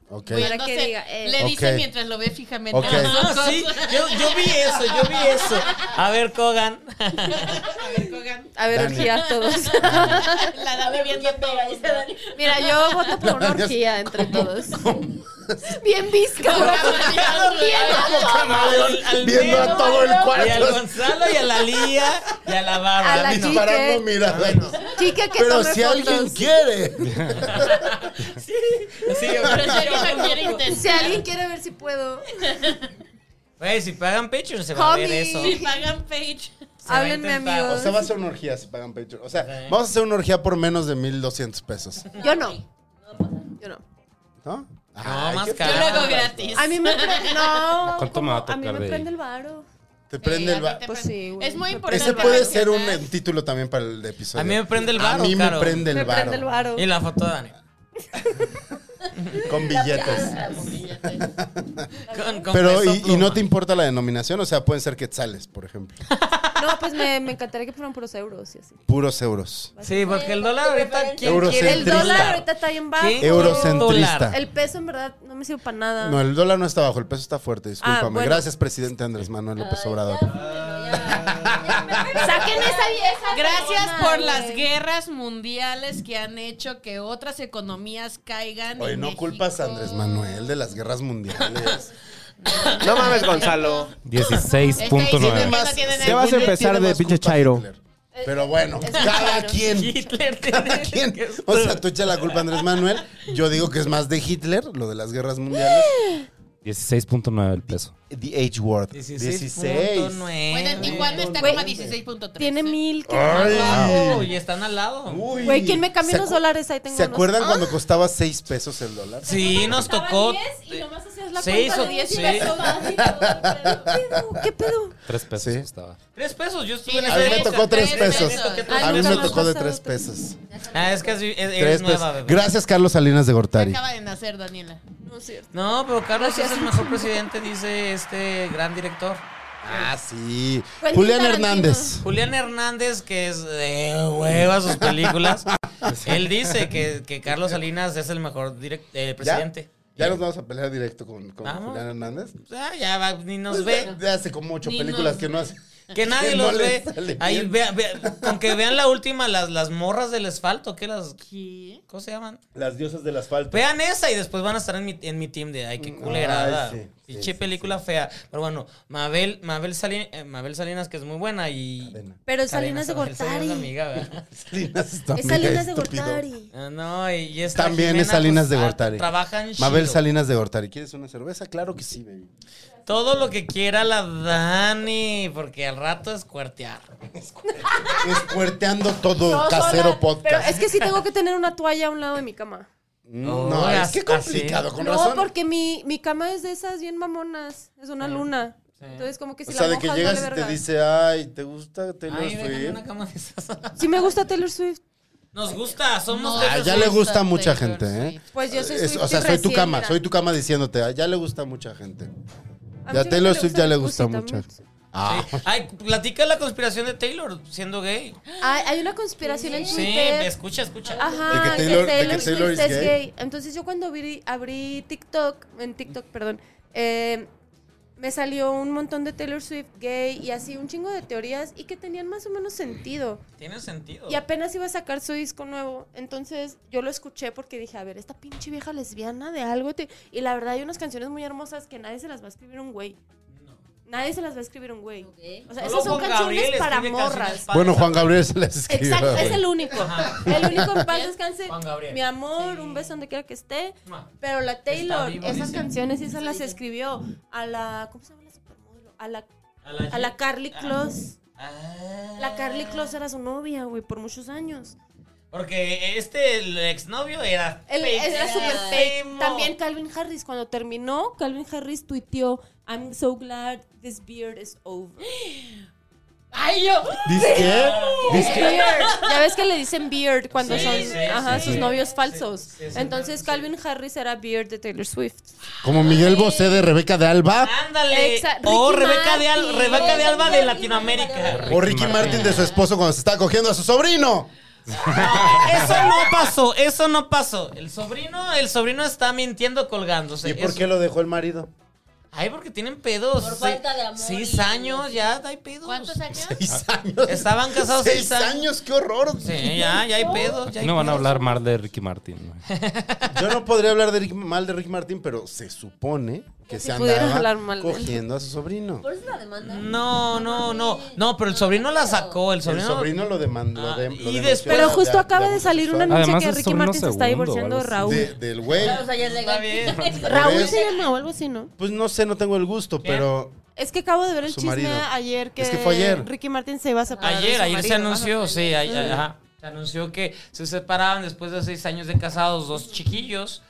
Ok. Voy a- No que sé, diga, eh. Le dice Ok. mientras lo ve fijamente. Ok. a los Ah, ojos. sí, yo, yo vi eso, yo vi eso. A ver, Kogan. A ver, Kogan. A ver, Dani. orgía todos. La da bebiendo todo. Mira, yo voto por una orgía entre todos. Bien visca. ¿eh? Al- al Viendo a Memo, todo el Y Pues al cuarto. Gonzalo, y a la Lía, y a la Bárbara. A la Mira, Chique. Disparando miradas. Chica que Pero tome si alguien fotos. quiere. Sí, sí, güey. Pero si alguien lo quiere intentar. Si alguien quiere ver si puedo, Güey, si pagan Patreon se va a ver Homie. eso. Si pagan page. Se va a Háblenme, intentar. amigos. O sea, va a ser una orgía si pagan Patreon. O sea, Ok. vamos a hacer una orgía por menos de 1200 pesos. yo no. pues, Yo no. ¿No? No, más qué caro. Yo Ah. lo hago gratis. A mí me prende, no, ¿Cuánto ¿cómo? me va a a, mí tocar me de prende el varo. Te prende Sí, el a va. ti te Pues prende. sí, güey. Es muy Ese importante. Ese puede ser un mencionar. eh, título también para el episodio. A mí me prende el varo, A mí Caro. me prende el Me varo. prende el varo. Y la foto de Dani. Con billetes. Con- con Pero, peso y, y pluma. no te importa la denominación? O sea, pueden ser quetzales, por ejemplo. No, pues me, me encantaría que fueran puros euros y así. Puros euros. Sí, porque el dólar ahorita. ¿quién quiere Eurocentrista. El dólar ahorita está bien bajo. ¿Quién Eurocentrista. dólar? El peso en verdad no me sirve para nada. No, el dólar no está bajo, el peso está fuerte, discúlpame. Ah, bueno. Gracias, presidente Andrés Manuel López Obrador. Saquen esa vieja. Gracias cabrona, por güey. las guerras mundiales que han hecho que otras economías caigan. Oye, en no México. culpas a Andrés Manuel de las guerras mundiales. No mames, Gonzalo. Tiene 16.9. más- No tiene Ya vas a Según él, empezar tiene de más pinche culpa chairo. Hitler. Pero bueno, es cada claro. quien. Hitler Cada tiene. quien. que O sea, tú echas la culpa a Andrés Manuel. Yo digo que es más de Hitler, lo de las guerras mundiales. 16.9 el peso. The H word. 16. 16.9. Bueno, en Tijuana está Güey, como a 16.3. Tiene mil. que- Ay. Wow, y están al lado. Uy. Güey, ¿quién me cambia ¿Se unos acu- dólares? Ahí tengo ¿Se unos. acuerdan cuando costaba 6 pesos el dólar? Sí, nos tocó. Y nomás hacías la Seis cuenta o- de 10 y sí. gasto más y todo, pero, ¿Qué pedo? 3 pesos Sí. costaba. Tres pesos, yo estuve en A mí me ese. tocó 3 tres pesos. pesos. A mí Ay, me nunca tocó me de ha 3 pasado. pesos. Ah, es que así es- eres Tres nueva, pesos. bebé. Gracias, Carlos Salinas de Gortari. Acaba de nacer Daniela. No es cierto. No, pero Carlos es el mejor presidente, dice este gran director. Ah, sí. Quentin Julián Tarantino. Hernández. Julián Hernández, que es de hueva sus películas, él dice que, que Carlos Salinas es el mejor direct- eh, presidente. ¿Ya nos vamos a pelear directo con, con Vamos. Julián Hernández? O sea, Ah, ya va, ni nos Pues ve. ya- ya hace como ocho Ni películas nos que no hace. Que nadie que no los le ve. sale Ahí, bien. vea, vea, con que vean la última, las, las morras del asfalto, ¿qué las. ¿Qué? ¿Cómo se llaman? Las diosas del asfalto. Vean esa y después van a estar en mi, en mi team de ay, qué culerada. Ay, sí, sí, Pinche sí, película fea. Pero bueno, Mabel, Mabel, Sali- eh, Mabel Salinas, que es muy buena y. Cadena. Cadena, Pero Salinas de Mabel Salinas, Gortari. amiga, ¿verdad? Salinas está Es mega Salinas de estúpido. Gortari. Ah, No, y, y esta También es Jimena, Salinas pues, de ah, Gortari. Trabajan Mabel chido. Salinas de Gortari. ¿Quieres una cerveza? Claro que sí, baby. Todo lo que quiera la Dani, porque al rato es cuartear. Es cuerteando todo No, casero sola, Pero podcast. Mm, es que sí tengo que tener una toalla a un lado de mi cama. No, No, es que así. complicado, con no, razón. porque mi, mi cama es de esas bien mamonas. Es una luna. Entonces, como que si o sea, la de que mojas, llegas vale y te verga. dice, ay, ¿te gusta Taylor Ay, déjame una Swift? cama de esas. Si me gusta Taylor Swift, Nos gusta, somos... Ah, ya le gusta a mucha gente, ¿eh? pues yo soy Es- Swiftie o sea, soy tu recién, cama, mira. soy tu cama diciéndote, "Ah, ya le gusta a mucha gente. A Ya mucha Taylor gente Swift ya le gusta Pussy mucho. también. Ah, Sí. Ay, platica la conspiración de Taylor siendo gay. Hay, hay una conspiración en Sí, Twitter. escucha, escucha. Ajá, De que Taylor- de que Taylor Swift is es gay. gay. Entonces yo cuando abrí, abrí TikTok, en TikTok, perdón, eh, me salió un montón de Taylor Swift gay y así un chingo de teorías y que tenían más o menos sentido. Tiene sentido. Y apenas iba a sacar su disco nuevo, entonces yo lo escuché porque dije, a ver, esta pinche vieja lesbiana de algo. te- Y la verdad hay unas canciones muy hermosas que nadie se las va a escribir un güey. Nadie se las va a escribir un güey. O sea, Solo esas son Juan canciones Gabriel para escribe canciones morras. padres. bueno, Juan Gabriel se las escribió. Exacto, es güey. el único. El único en paz descanse. Juan Gabriel. Mi amor, un beso donde quiera que esté. Mua. Pero la Taylor, vivo, esas dice. canciones sí se las escribió a la. ¿Cómo se llama la supermodelo? A la, A la, a la Carly Close. Ah. La Carly Close era su novia, güey, por muchos años. Porque este, el exnovio era. Él fake, era súper emo. fake. También Calvin Harris, cuando terminó, Calvin Harris tuiteó: I'm so glad this beard is over. Ay, yo. ¿Dice qué? ¿Dice qué? Beard. Ya ves que le dicen Beard cuando Sí, son sí, ajá, sí. sus novios falsos. Sí, sí, Entonces Calvin Harris era Beard de Taylor Swift. Como Miguel Bosé de Rebeca de Alba Ah. Ándale. Exa- o Ricky Rebeca de, Al- Martin. Rebeca de Alba de Ricky Latinoamérica. o Ricky Martin. Martin de su esposo cuando se está cogiendo a su sobrino. Eso no pasó, eso no pasó. El sobrino, el sobrino está mintiendo colgándose. ¿Y por Eso- qué lo dejó el marido? Ay, porque tienen pedos. Por Se- falta de amor Seis y- años, ya hay pedos. ¿Cuántos años? Seis años. Estaban casados Ah. seis seis años. años, qué horror. Sí, ya, ya hay pedos. ya Aquí hay no van a pedos. hablar mal de Ricky Martin. güey. Yo no podría hablar de Ricky- mal de Ricky Martin, pero se supone que Si se pudieras andaba hablar mal de él. cogiendo a su sobrino. Por eso la demanda. No, no, no. No, pero el sobrino la sacó. El El sobrino. sobrino lo demandó. Ah, lo de- lo y denunció después- Pero de- justo acaba de abuso salir un sexual. anuncio Además, que es Ricky sobrino Martin se está segundo, divorciando de algo así. Raúl. De- del güey. O sea, ya es Está legal. bien. Raúl ¿Ves? se llama o algo así, ¿no? Pues no sé, no tengo el gusto, ¿Quién? pero Es que acabo de ver el Su chisme marido. ayer que, Es que fue ayer. Ricky Martin se iba a separar. de Ayer, su ayer se marido. Mm. anunció, sí, ay- ay- ajá. Se anunció que se separaban después de seis años de casados, dos chiquillos,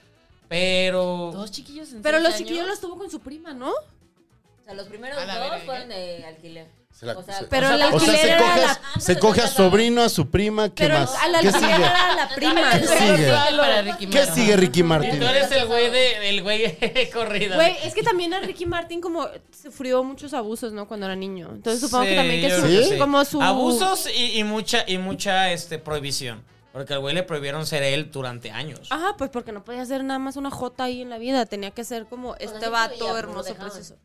pero. Dos chiquillos en Pero seis los chiquillos años. los tuvo con su prima, ¿no? O sea, los primeros A la dos verga. fueron de alquiler. Se la- o sea, se- Pero el O sea, alquiler se era coge, la... a, se coge a sobrino, a su prima, ¿qué Pero más? al ¿Qué alquiler sigue? era la prima. ¿Qué sigue? Para Ricky ¿Qué Martin. sigue Ricky Martin? Tú eres el güey de, el güey corrida. Güey, es que también a Ricky Martin como sufrió muchos abusos, ¿no? Cuando era niño. Entonces supongo Sí, que también que yo su, creo que sí. como su... Abusos y, y mucha, y mucha este, prohibición. Porque al güey le prohibieron ser él durante años. Ajá, pues porque no podía ser nada más una J ahí en la vida. Tenía que ser como sí este podía, pero vato lo hermoso, dejaban. precioso.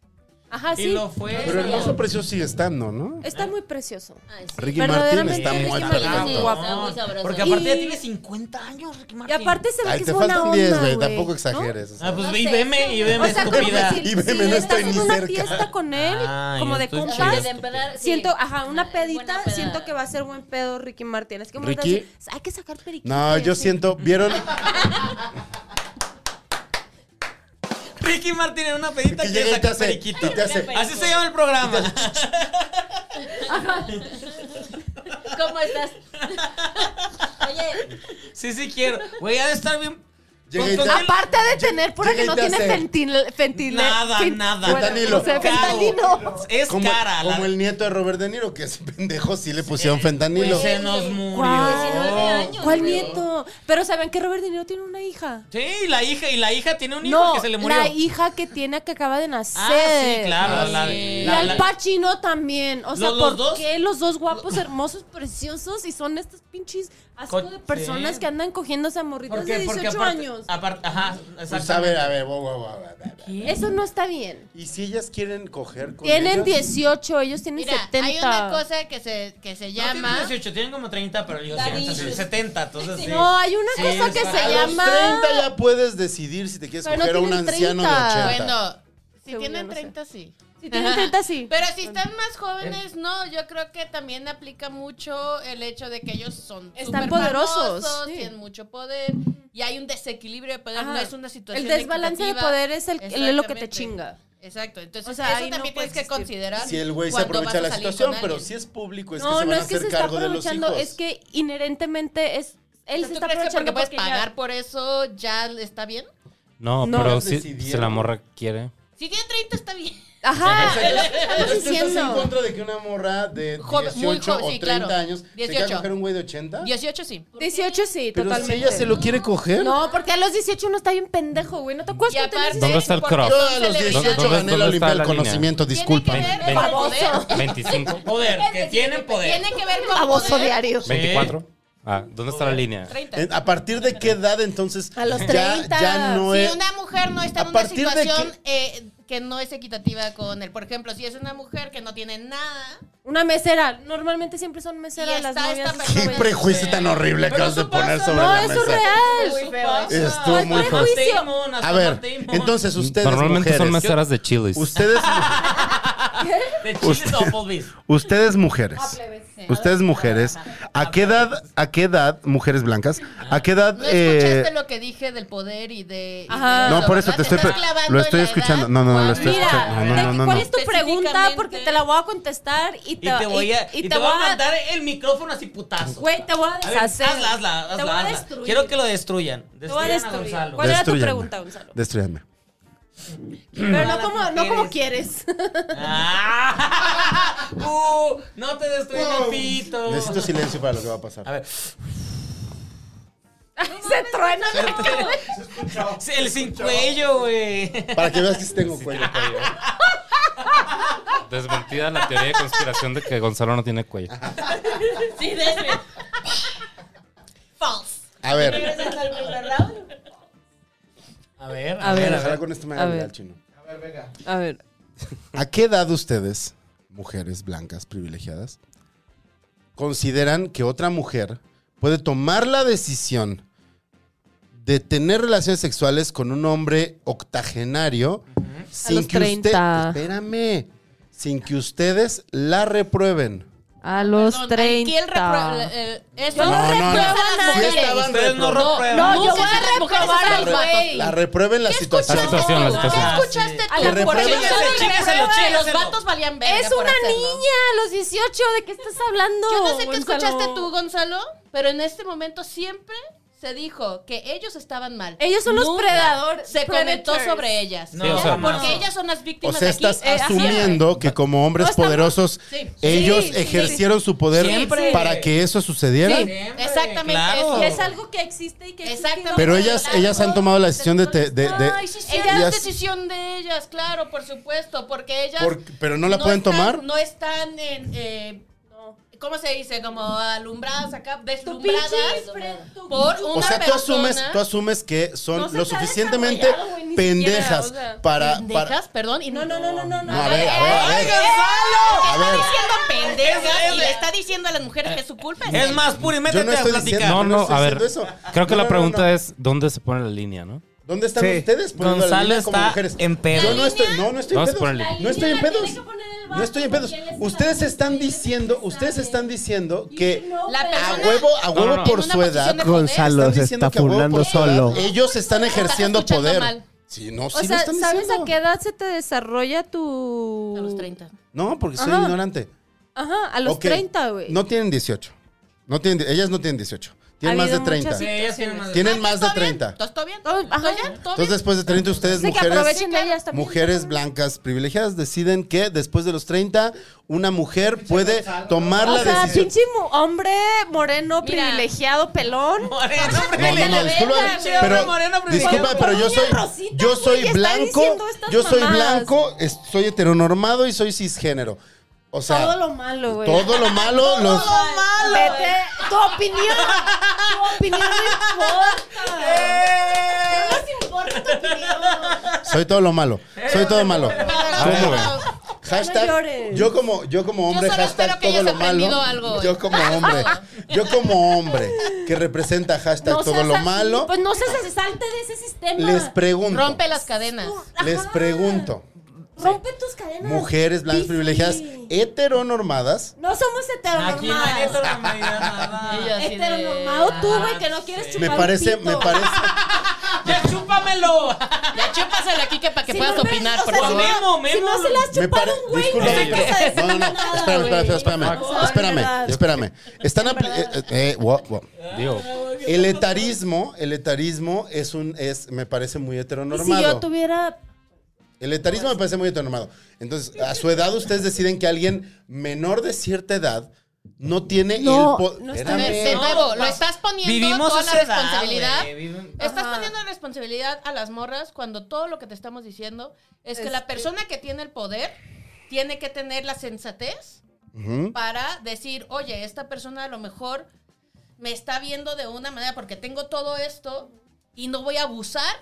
Ajá, y sí. lo fue. Pero el hermoso precio sigue estando, ¿no? Está muy precioso. Ay, sí. Ricky Martin Verdaderamente está Ricky muy Martin Martínez, pelado. sí, guapo. está muy sabroso. Porque aparte ya Y- tiene 50 años, Ricky Y Martin. aparte se ve Ay, que te es buena faltan 10, onda, güey. güey. Tampoco ¿no? exageres. o sea. Ah, pues No y sé, veme, sí. y veme, O sea, como estúpida. que si, Y veme, si no estás estoy en ni una cerca. fiesta con él, Ah, como yo de estoy O compas, sea, chido. de empedar, sí. siento, ajá, una Buena pedita, peda. siento que va a ser buen pedo Ricky Martin. Es que vamos a Ricky- decir, hay que sacar periquito. No, y yo así. siento, ¿vieron? Ricky Martin en una pedita Que que, llega y te saca hace, y periquito. te hace, Así se llama el programa. ¿Cómo estás? Oye, Sí, sí quiero. Güey, ha de estar bien. Llega y Con- te- con- Aparte de tener pura que Llega no y te tiene hace- fentil- fentil- Nada, fent- nada. bueno, Fentanilo. no sé, fentanilo. Es como, cara. la- como el nieto de Robert De Niro, que es pendejo, sí le pusieron pues, fentanilo. Güey, se nos murió. años, ¿Cuál creo. nieto? Pero saben que Robert De Niro tiene una hija. Sí, la hija, y la hija tiene un hijo No, que se le murió. la hija que tiene que acaba de nacer. Ah, sí, claro. la, Y la- al la- Pacino también. O sea, ¿Los- los ¿por dos? qué los dos guapos, hermosos, preciosos y son estas pinches asco Con- de personas sí. que andan cogiéndose a morritas porque, de porque 18 aparte, años? aparte- ajá, Pues a ver, exactamente. a ver, wow, wow, wow, wow, wow. Eso no está bien. ¿Y si ellas quieren coger con Tienen ellos? 18, ellos tienen Mira, 70. hay una cosa que se, que se No tienen llama. 18, tienen como 30, pero yo Daddy sí, issues. 70, entonces sí. No, hay una Sí, cosa que es- se A los llama. 30 pues, ya puedes decidir si te quieres Pero no coger a un tienen anciano 30. de 80. Bueno, si Según yo, tienen no sé. 30, sí. Si tienen 30, sí. Pero si están más jóvenes, no, yo creo que también aplica mucho el hecho de que ellos son Están súper poderosos, famosos, sí. tienen mucho poder y hay un desequilibrio de poder, Ajá. no es una situación El desbalance de equitativa. poder es el- el- lo que te Exactamente. chinga. Exacto, entonces O sea, eso ahí no también puede tienes que existir. considerar. si el güey se cuando aprovecha vas a la salir con situación, pero alguien. si es público, es que no, se van no a es que hacer se está cargo de los aprovechando, hijos. es que inherentemente es. Él ¿Tú se está crees que porque aprovechando puedes porque ya- pagar por eso ya está bien? No, No. pero si, Decidieron. si la morra quiere. Si tiene 30 está bien. Ajá, O sea, es lo que estamos Entonces, ¿tú estás en diciendo. contra de que una morra de Joven- 18 muy joven, o sí, 30 claro. años se quiera 18. coger un güey de 80? 18 sí. 18 sí, Pero totalmente. si ella se lo quiere coger. No, porque a los 18 uno está bien pendejo, güey. ¿No te acuerdas Y cuando aparte, tenías ¿Dónde está el porque crop? Yo son a los celebridades. 18 18 gané la ¿Dónde está Olimpiada la del conocimiento, disculpa. Tiene que ver Ven- con ven- poder. 25, Poder, que tienen poder. Tiene que ver con baboso poder. diario? 24. Ah, ¿dónde está la línea? 30. Eh, ¿A partir de qué edad entonces? A los ya- 30. Ya, no Si es. una mujer no está ¿A en una partir de situación eh, que no es equitativa con él, por ejemplo, si es una mujer que no tiene nada, Una mesera. Normalmente siempre son meseras Y las está novias. esta de los Qué persona- jóvenes. prejuicio tan horrible Pero acabas de eso poner pasa, sobre No, la es mesa. pues, surreal. Estuvo Pues, Hasta muy Matt feo. Damon, hasta A ver, Matt Damon. entonces ustedes Normalmente mujeres, son meseras de chilis. ustedes, De chiles o Applebee's. ustedes mujeres, Ah, ustedes mujeres, ¿a qué edad, a qué edad, mujeres blancas, a qué edad? no eh, escuchaste lo que dije del poder y de... y Ajá. de no, eso, por eso te ¿verdad? estoy, estás pre- clavando lo en estoy la escuchando. edad No, no, no, lo cuando- estoy Mira, escuchando. No, de- no, no, ¿cuál no. es tu pregunta? Específicamente. Porque te la voy a contestar y Y te voy a, y- y y te voy a mandar el micrófono así putazo. Güey, te voy a A ver, deshacer. hazla, hazla, hazla, te voy a hazla. destruir. Quiero que lo destruyan. Te voy a Destruyan a destruir. Gonzalo. ¿Cuál era tu Destrúyame. pregunta, Gonzalo? Destrúyanme. Pero no Malas como, no como mujeres. quieres. Ah, uh, no te destruyan el pito. Necesito silencio para lo que va a A pasar. ver, Se truena. el sin cuello, güey. Para que veas que sí tengo cuello. Desmentida la teoría de conspiración de que Gonzalo no tiene cuello. Sí, de ese. False. A ver, A ver, A a ver, ver. Mira, a ojalá con esto me haga a ver. viral, chino. A ver. ¿A qué edad ustedes, mujeres blancas privilegiadas, consideran que otra mujer puede tomar la decisión de tener relaciones sexuales con un hombre octogenario sin los que usted- 30. espérame, sin que ustedes la reprueben? A los Perdón, aquí el 30. repro- el- el- Eso no, No, no, no. reprueba a Sí las mujeres. estaban Ustedes no repro- reprueban. No, yo Nunca voy se a las mujeres reprobar hacen al los vatos. güey. la reprueben la situación. La situación, la ¿Qué situación. oh, escuchaste A tú? la Por Porque eso yo se chinga, se lo reprueba y chinga, los se lo- vatos valían verga Es por una hacerlo. niña a los 18. ¿De qué estás hablando? Yo no sé qué Gonzalo? escuchaste tú, Gonzalo, pero en este momento siempre se dijo que ellos estaban mal. Ellos son los Nunca predador- Se comentó predators. sobre ellas. No, Sí, o sea, no. porque ellas son las O víctimas sea, de aquí. Pues estás Eh, así es. asumiendo que como hombres No estamos- poderosos, Sí. ellos Sí, sí, ejercieron su poder Siempre. para que eso sucediera. Sí. Siempre, Exactamente claro. eso. Y es algo que existe y que existe y Exactamente. no Pero puede ellas, hablar. ellas han tomado la decisión de... te- de- de- Ay, sí, sí. Ella ellas- es decisión de ellas, claro, por supuesto, porque ellas... Por- pero no la pueden están- tomar. No están en... eh, ¿Cómo se dice? Como alumbradas acá, Tu pinche deslumbradas fre- tu- por una O sea, tú persona. asumes, tú asumes que son No se lo está suficientemente desarrollado, güey, ni pendejas siquiera, o sea. para... para- Pendejas, perdón. Y No, no, no, no, no. No, a ver, a ver, a ver. Gonzalo! A ver. Está diciendo pendejas y Es- le está diciendo a las mujeres que su culpa es. Es más, Puri, métete Yo no a estoy platicar. diciendo... No, yo no, estoy a ver. diciendo eso. Creo que No, la no, pregunta no. es ¿dónde se pone la línea, no? ¿Dónde están Sí. ustedes poniendo la Gonzalo línea como está mujeres? en pedo. Yo no estoy, no, no estoy en Vamos a pedos. ponerle. No estoy en Tiene pedos. que poner el No estoy en vato, pedos. porque él es Ustedes adulto, están él es diciendo, responsable. ustedes están diciendo You que should know La better. a persona- huevo, a No, no, huevo no. por En su una edad, posición de poder. Gonzalo Están se diciendo está que a huevo furlando por su edad, solo. Ellos están ejerciendo escuchando poder. mal. Sí, no, sí O lo sea, están ¿sabes diciendo. a qué edad se te desarrolla tu...? A los 30. No, porque soy Ajá. ignorante. Ajá, a los Ok, 30, güey. No tienen 18. No tienen, ellas no tienen 18. Tienen Ha más de habido 30. muchas Sí, ellas tienen más de- Tienen Ah, más de ¿todo bien? 30. ¿Todo está bien? Oh, ajá. ¿Todo bien? ¿Todo Entonces, bien? después de 30, ustedes, Sé que mujeres, aprovechen de ellas también. mujeres blancas privilegiadas, deciden que después de los 30, una mujer puede tomar O la sea, decisión. pinche mu- hombre moreno, Mira. privilegiado, pelón. Moreno, No, no, no, Vela, disculpa, vela, pero, hombre moreno privilegiado. disculpa, pero yo soy, Rosita, yo soy güey, está blanco, diciendo estas yo soy mamadas. blanco, es- soy heteronormado y soy cisgénero. O sea, todo lo malo, güey. todo lo malo, los, malo. Vete. Tu opinión. Tu opinión no importa. Eh. No nos importa tu opinión. soy todo lo malo, soy todo malo. ¿Cómo ven? No Hashtag, llores. yo como, yo como hombre, Yo solo hashtag espero que todo hayas lo malo. aprendido algo hoy. Yo como hombre, yo como hombre que representa hashtag No todo seas lo así. malo, Pues no seas así, salte de ese sistema. les pregunto, Rompe las cadenas. les Ajá. pregunto, Rompe tus cadenas. mujeres blancas Sí, privilegiadas, Eh. sí. heteronormadas, No somos Aquí no hay heteronormados. heteronormalidad, nada. Este así de- Heteronormado tú, güey, que no quieres chupar me un parece, pito. me parece. ¡Ya chúpamelo! Ya chúpasela aquí que para que Si puedas no me- opinar, o por sea, O favor. Memo, Si Memo. no se las has Me chupado pare- un güey, no disculpa, te vas a No, decir no, no. nada, Espérame, espérame, güey. espérame. No, Espérame, nada. espérame. Están apli- eh, eh, eh, wo- wo. Digo, El etarismo, el etarismo es un es me parece muy Y si yo heteronormado. tuviera El etarismo me parece muy atenuado. Entonces, a su edad ustedes deciden que alguien menor de cierta edad no tiene No, el po- no A Espérame. ver, de No, nuevo, lo vas- estás poniendo Vivimos toda la esa edad, responsabilidad. güey, viven- Estás Ajá. poniendo responsabilidad a las morras cuando todo lo que te estamos diciendo es que Es- la persona que tiene el poder tiene que tener la sensatez Ujú. para decir, oye, esta persona a lo mejor me está viendo de una manera porque tengo todo esto y no voy a abusar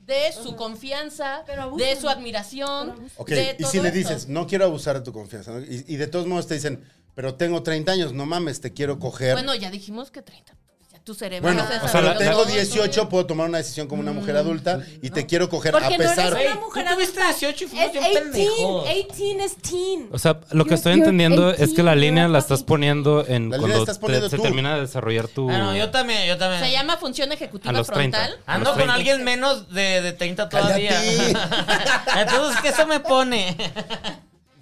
de su confianza, Pero abusan. de su admiración. Ok, de y todo si le esto. dices, no quiero abusar de tu confianza, ¿no? y, y de todos modos te dicen, pero tengo 30 años, no mames, te quiero coger. Bueno, ya dijimos que 30. Ya tu cerebro Bueno, no se o sea, desarrolló pero tengo todo eso. 18, puedo tomar una decisión como una mujer adulta y te quiero coger a Porque Mm. no eres pesar. una Güey, mujer tú tuviste adulta. 18 y fuimos Es bien 18, pendejos. 18 es teen. O sea, lo que You're- estoy you're entendiendo es que la 18, línea la you're estás fucking- poniendo en La línea cuando la estás poniendo te- se tú. termina de desarrollar tu. eh, Ah, no, yo también, yo también. Se llama función a ejecutiva los Ah, 30. frontal. a los Ando con 30. alguien menos de, de 30 Cállate. todavía. Entonces, ¿qué eso me pone?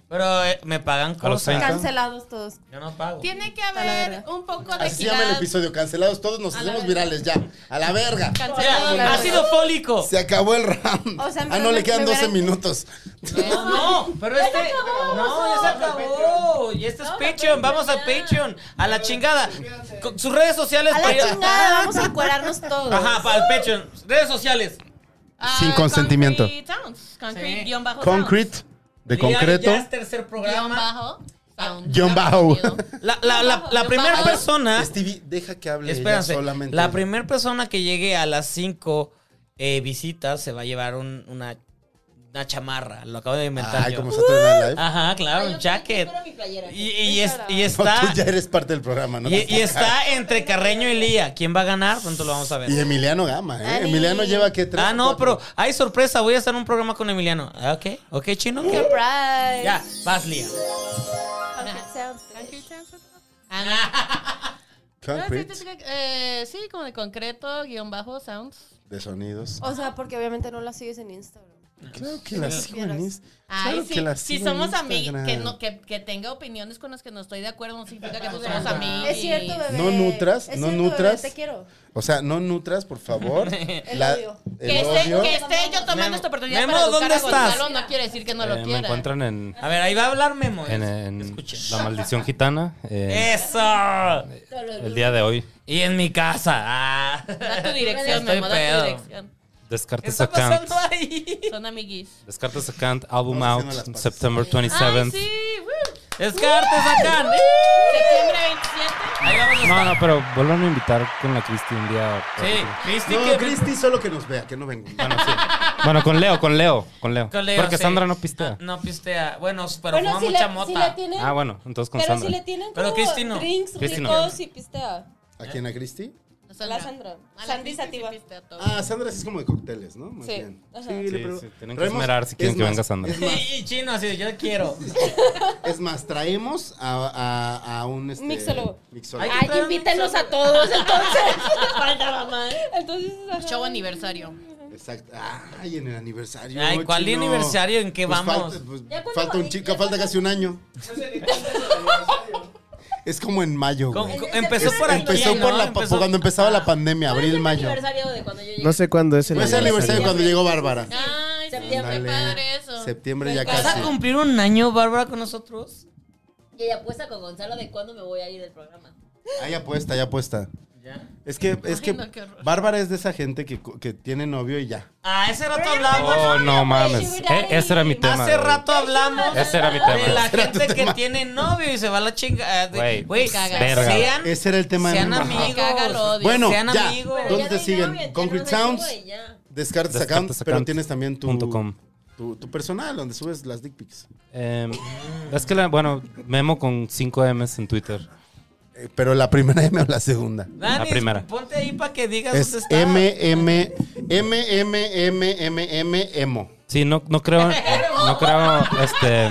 Pero eh, me pagan A los cosas. 30. Cancelados todos. Yo no pago. Tiene que la haber verga. un poco de Así se llama el equidad. episodio, cancelados todos, nos hacemos virales ya. A la verga. Cancelado. Mira, ácido fólico. Se acabó el round. O sea, ah, no, me- le quedan me 12 hubieran- minutos. No, no, pero este. no, ya se acabó. Y este es Patreon. Vamos a Patreon. A la chingada. Con sus redes sociales. A la para ir- chingada, vamos a encuadrarnos todos. Ajá, para el Patreon. Redes sociales. Ah, Sin consentimiento. Concrete Towns. Concrete Sí. guión bajo Concrete, de Ya- concreto. Ya es tercer Towns. Guión programa. bajo. Sound. Guión bajo. Ah, La, la, la, la Yo primera pago. persona. Stevie, deja que hable Espérense. ella solamente. La primera persona que llegue a las 5 visitas se va a llevar un- una, una chamarra. Lo acabo de inventar. Ay, yo. como Saturday Night Live. Ajá, claro, Ay, un Ah, yo jacket. espero mi playera. Y, y es- y No, está. tú ya eres parte del programa, ¿no? Y, y está entre Carreño y Lía. ¿Quién va a ganar? Pronto lo vamos a ver. Y Emiliano Gama, ¿eh? Ani. Emiliano lleva que tres. Ah, no, cuatro. pero hay sorpresa. Voy a hacer un programa con Emiliano. Ah, Ok, ok, chino. ¿qué? Surprise. Ya, vas, Lía. Concrete sounds. Ah, Concrete, Eh, sí, como de concreto, guión bajo, sounds. de sonidos. O sea, porque obviamente no la sigues en Instagram. Claro que la sigo en Inst- Ay, claro sí. que la si sigo en somos amigos, que, Instagram. no, que, que tenga opiniones con las que no estoy de acuerdo no significa que no somos amigos. Es cierto, bebé. No nutras, Es no cierto, nutras. bebé, te quiero. O sea, no nutras, por favor. La- odio. el Que esté, odio. que esté yo tomando Memo, esta oportunidad Memo, para educar ¿dónde a Gonzalo estás? no quiere decir que no Eh, lo me quiera. encuentran en, A ver, ahí va a hablar Memo. en, en La Maldición Gitana. eh, Eso. el día de hoy. Y en mi casa. Ah. Da tu dirección, Estoy Memo, da pedo. tu dirección. ¿Qué Descartes está a Kant. pasando ahí? Son amiguis. Descartes a Kant, album Vamos out, haciendo las paces. September 27th. Ay, sí, woo. Descartes a Kant. Septiembre 27. Ahí vamos a No, estar. no, pero vuelvan a invitar con la Cristi un día. por Sí, ejemplo. Cristi No, que- Cristi, solo que nos vea, que no venga. Bueno, sí. Bueno, con Leo, con Leo, con Leo. Con Leo, Porque sí. Sandra no Ah, pistea. No pistea. Bueno, pero Bueno, fuma si mucha le, si le mota. tienen, Ah, bueno, entonces con pero Sandra. si le tienen Pero como Cristi no. drinks Cristi no. ricos y pistea. ¿A quién, a Cristi? A la Sandra. Sandy Sativa. Ah, Sandra sí es como de cócteles, ¿no? Más Sí. bien. Ajá. le Sí, pregun- sí, tienen que traemos- esmerar si quieren es que más, venga Sandra. Es más, Sí, y chino, así, yo quiero. es más, traemos a, a, a un... Este, Mixólogo. mixólogo. Ay, invítenos a todos, entonces. Pues Falta mamá. Entonces, ajá. Show aniversario. Exacto. Ay, en el aniversario. Ay, ¿cuál chino. aniversario? ¿En qué Pues vamos? Falta, pues, ¿Ya cuándo falta un va- chico, ya falta casi un año. es como en mayo, Co- güey. co- empezó por aquí. Empezó por ¿no? la, Empezó- cuando empezaba la Ah. pandemia, abril, mayo. aniversario de cuando yo llegué. No sé cuándo es el No es el aniversario cuando llegó Bárbara. Ay, sí, Septiembre. qué Ándale. padre eso. Septiembre ya ¿Vas casi. a cumplir un año, Bárbara, con nosotros? Y ella apuesta con Gonzalo de cuándo me voy a ir del programa. Ahí apuesta, ya apuesta. Ya. Es que, es Ay, que no, qué horror. Bárbara es de esa gente que, cu- que tiene novio y ya. Ah, ese rato Oh, hablamos. no mames. Sugar Eh, Daddy. ese era mi tema. Hace güey. rato hablamos. Ese era mi De tema. la Ese era tu gente que tema. tiene novio y se va a la chingada. Güey, Güey, caga. sean, Ese era el tema. sean de- amigos. Me caga, lo odio. Bueno, sean ya. amigos. Pero ¿Dónde ya te no hay siguen? novio, ya no Concrete me sigo Sounds. y ya. Descartes account, Descartes pero account tienes también tu, punto com. tu, tu personal donde subes las dick pics. Eh, es que, la, bueno, Memo con 5 M's en Twitter. Eh, pero la primera M o la segunda. Dani, La primera. Ponte ahí para que digas dónde Es está. M, M, M, M, M, M, M, emo. Sí, no, no creo, no creo, este,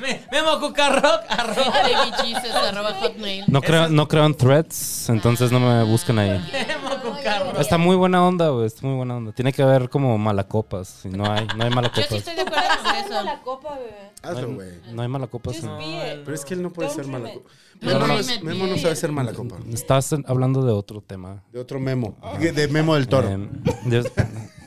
Me- Memo Cucarroc, arroba. babycheeses, arroba hotmail. no creo, no creo en threads, entonces no me busquen ahí. Memo Cucarroc. Está muy buena onda, güey, está muy buena onda. Tiene que haber como malacopas, si no hay, no hay Yo sí malacopas. estoy de acuerdo con Hazlo eso. la copa, bebé. Hazlo, güey. No hay malacopas. Just en- be it. Pero es que él no puede Don't ser dream mala it. copa. Memo, dream no es- it, Memo no baby. sabe ser mala copa. Estás hablando de otro tema. Ah. De otro Memo. De Memo del Toro. Eh, Dios-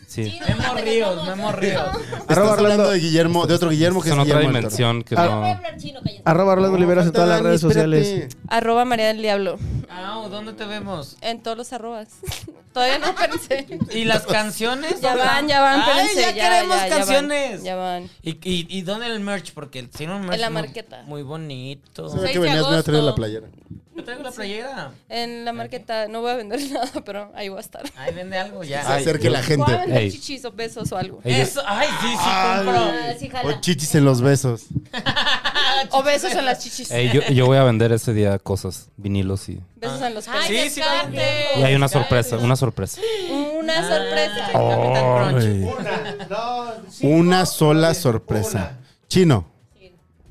Sí. Memo Ríos, Memo Ríos. Estás hablando de Guillermo, de otro Guillermo que Es en es otra Guillermo del dimensión que Ah. Voy a no. hablar chino, cállate. Arroba Toro. Orlando Oliveras en Falta todas las Dani, redes sociales. espérate. Arroba María del Diablo. Au, Ah, ¿dónde te vemos? En todos los arrobas. Todavía no pensé. ¿Y las canciones? Ya van, ya van, Ay, espérense, ya, queremos ya, ya van, canciones. Ya van. ¿Y, y, y dónde el merch? Porque tiene un merch. la muy- marqueta. Muy, bonito. Se ve 6 de que venías, me voy a traer la agosto. playera. Yo traigo la playera. En la marqueta no voy a vender nada, pero ahí voy a estar. Ahí vende algo ya. Se acerque la Voy a gente. vender Ey. chichis o besos o algo. Ella- Eso, ay, sí, sí, Ah, sí, jala. O Oh, chichis en los besos. O besos en las chichis. Ey, eh, yo, yo voy a vender ese día cosas, vinilos y. Besos en los compro. pelos. Sí, sí, va a vender. Y hay una sorpresa, una sorpresa. Una sorpresa. Capitán Crunch. Ay. Una sola sorpresa. Chino.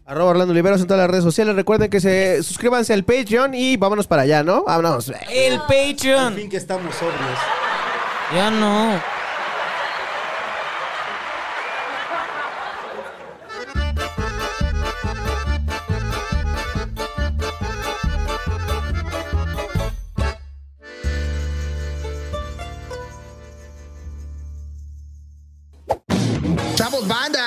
Arroba Orlando Oliveros en todas las redes sociales. Recuerden que se suscríbanse al Patreon y vámonos para allá, ¿no? Vámonos. El Al Patreon. fin que estamos sobrios. Ya no. ¡Chavos, banda!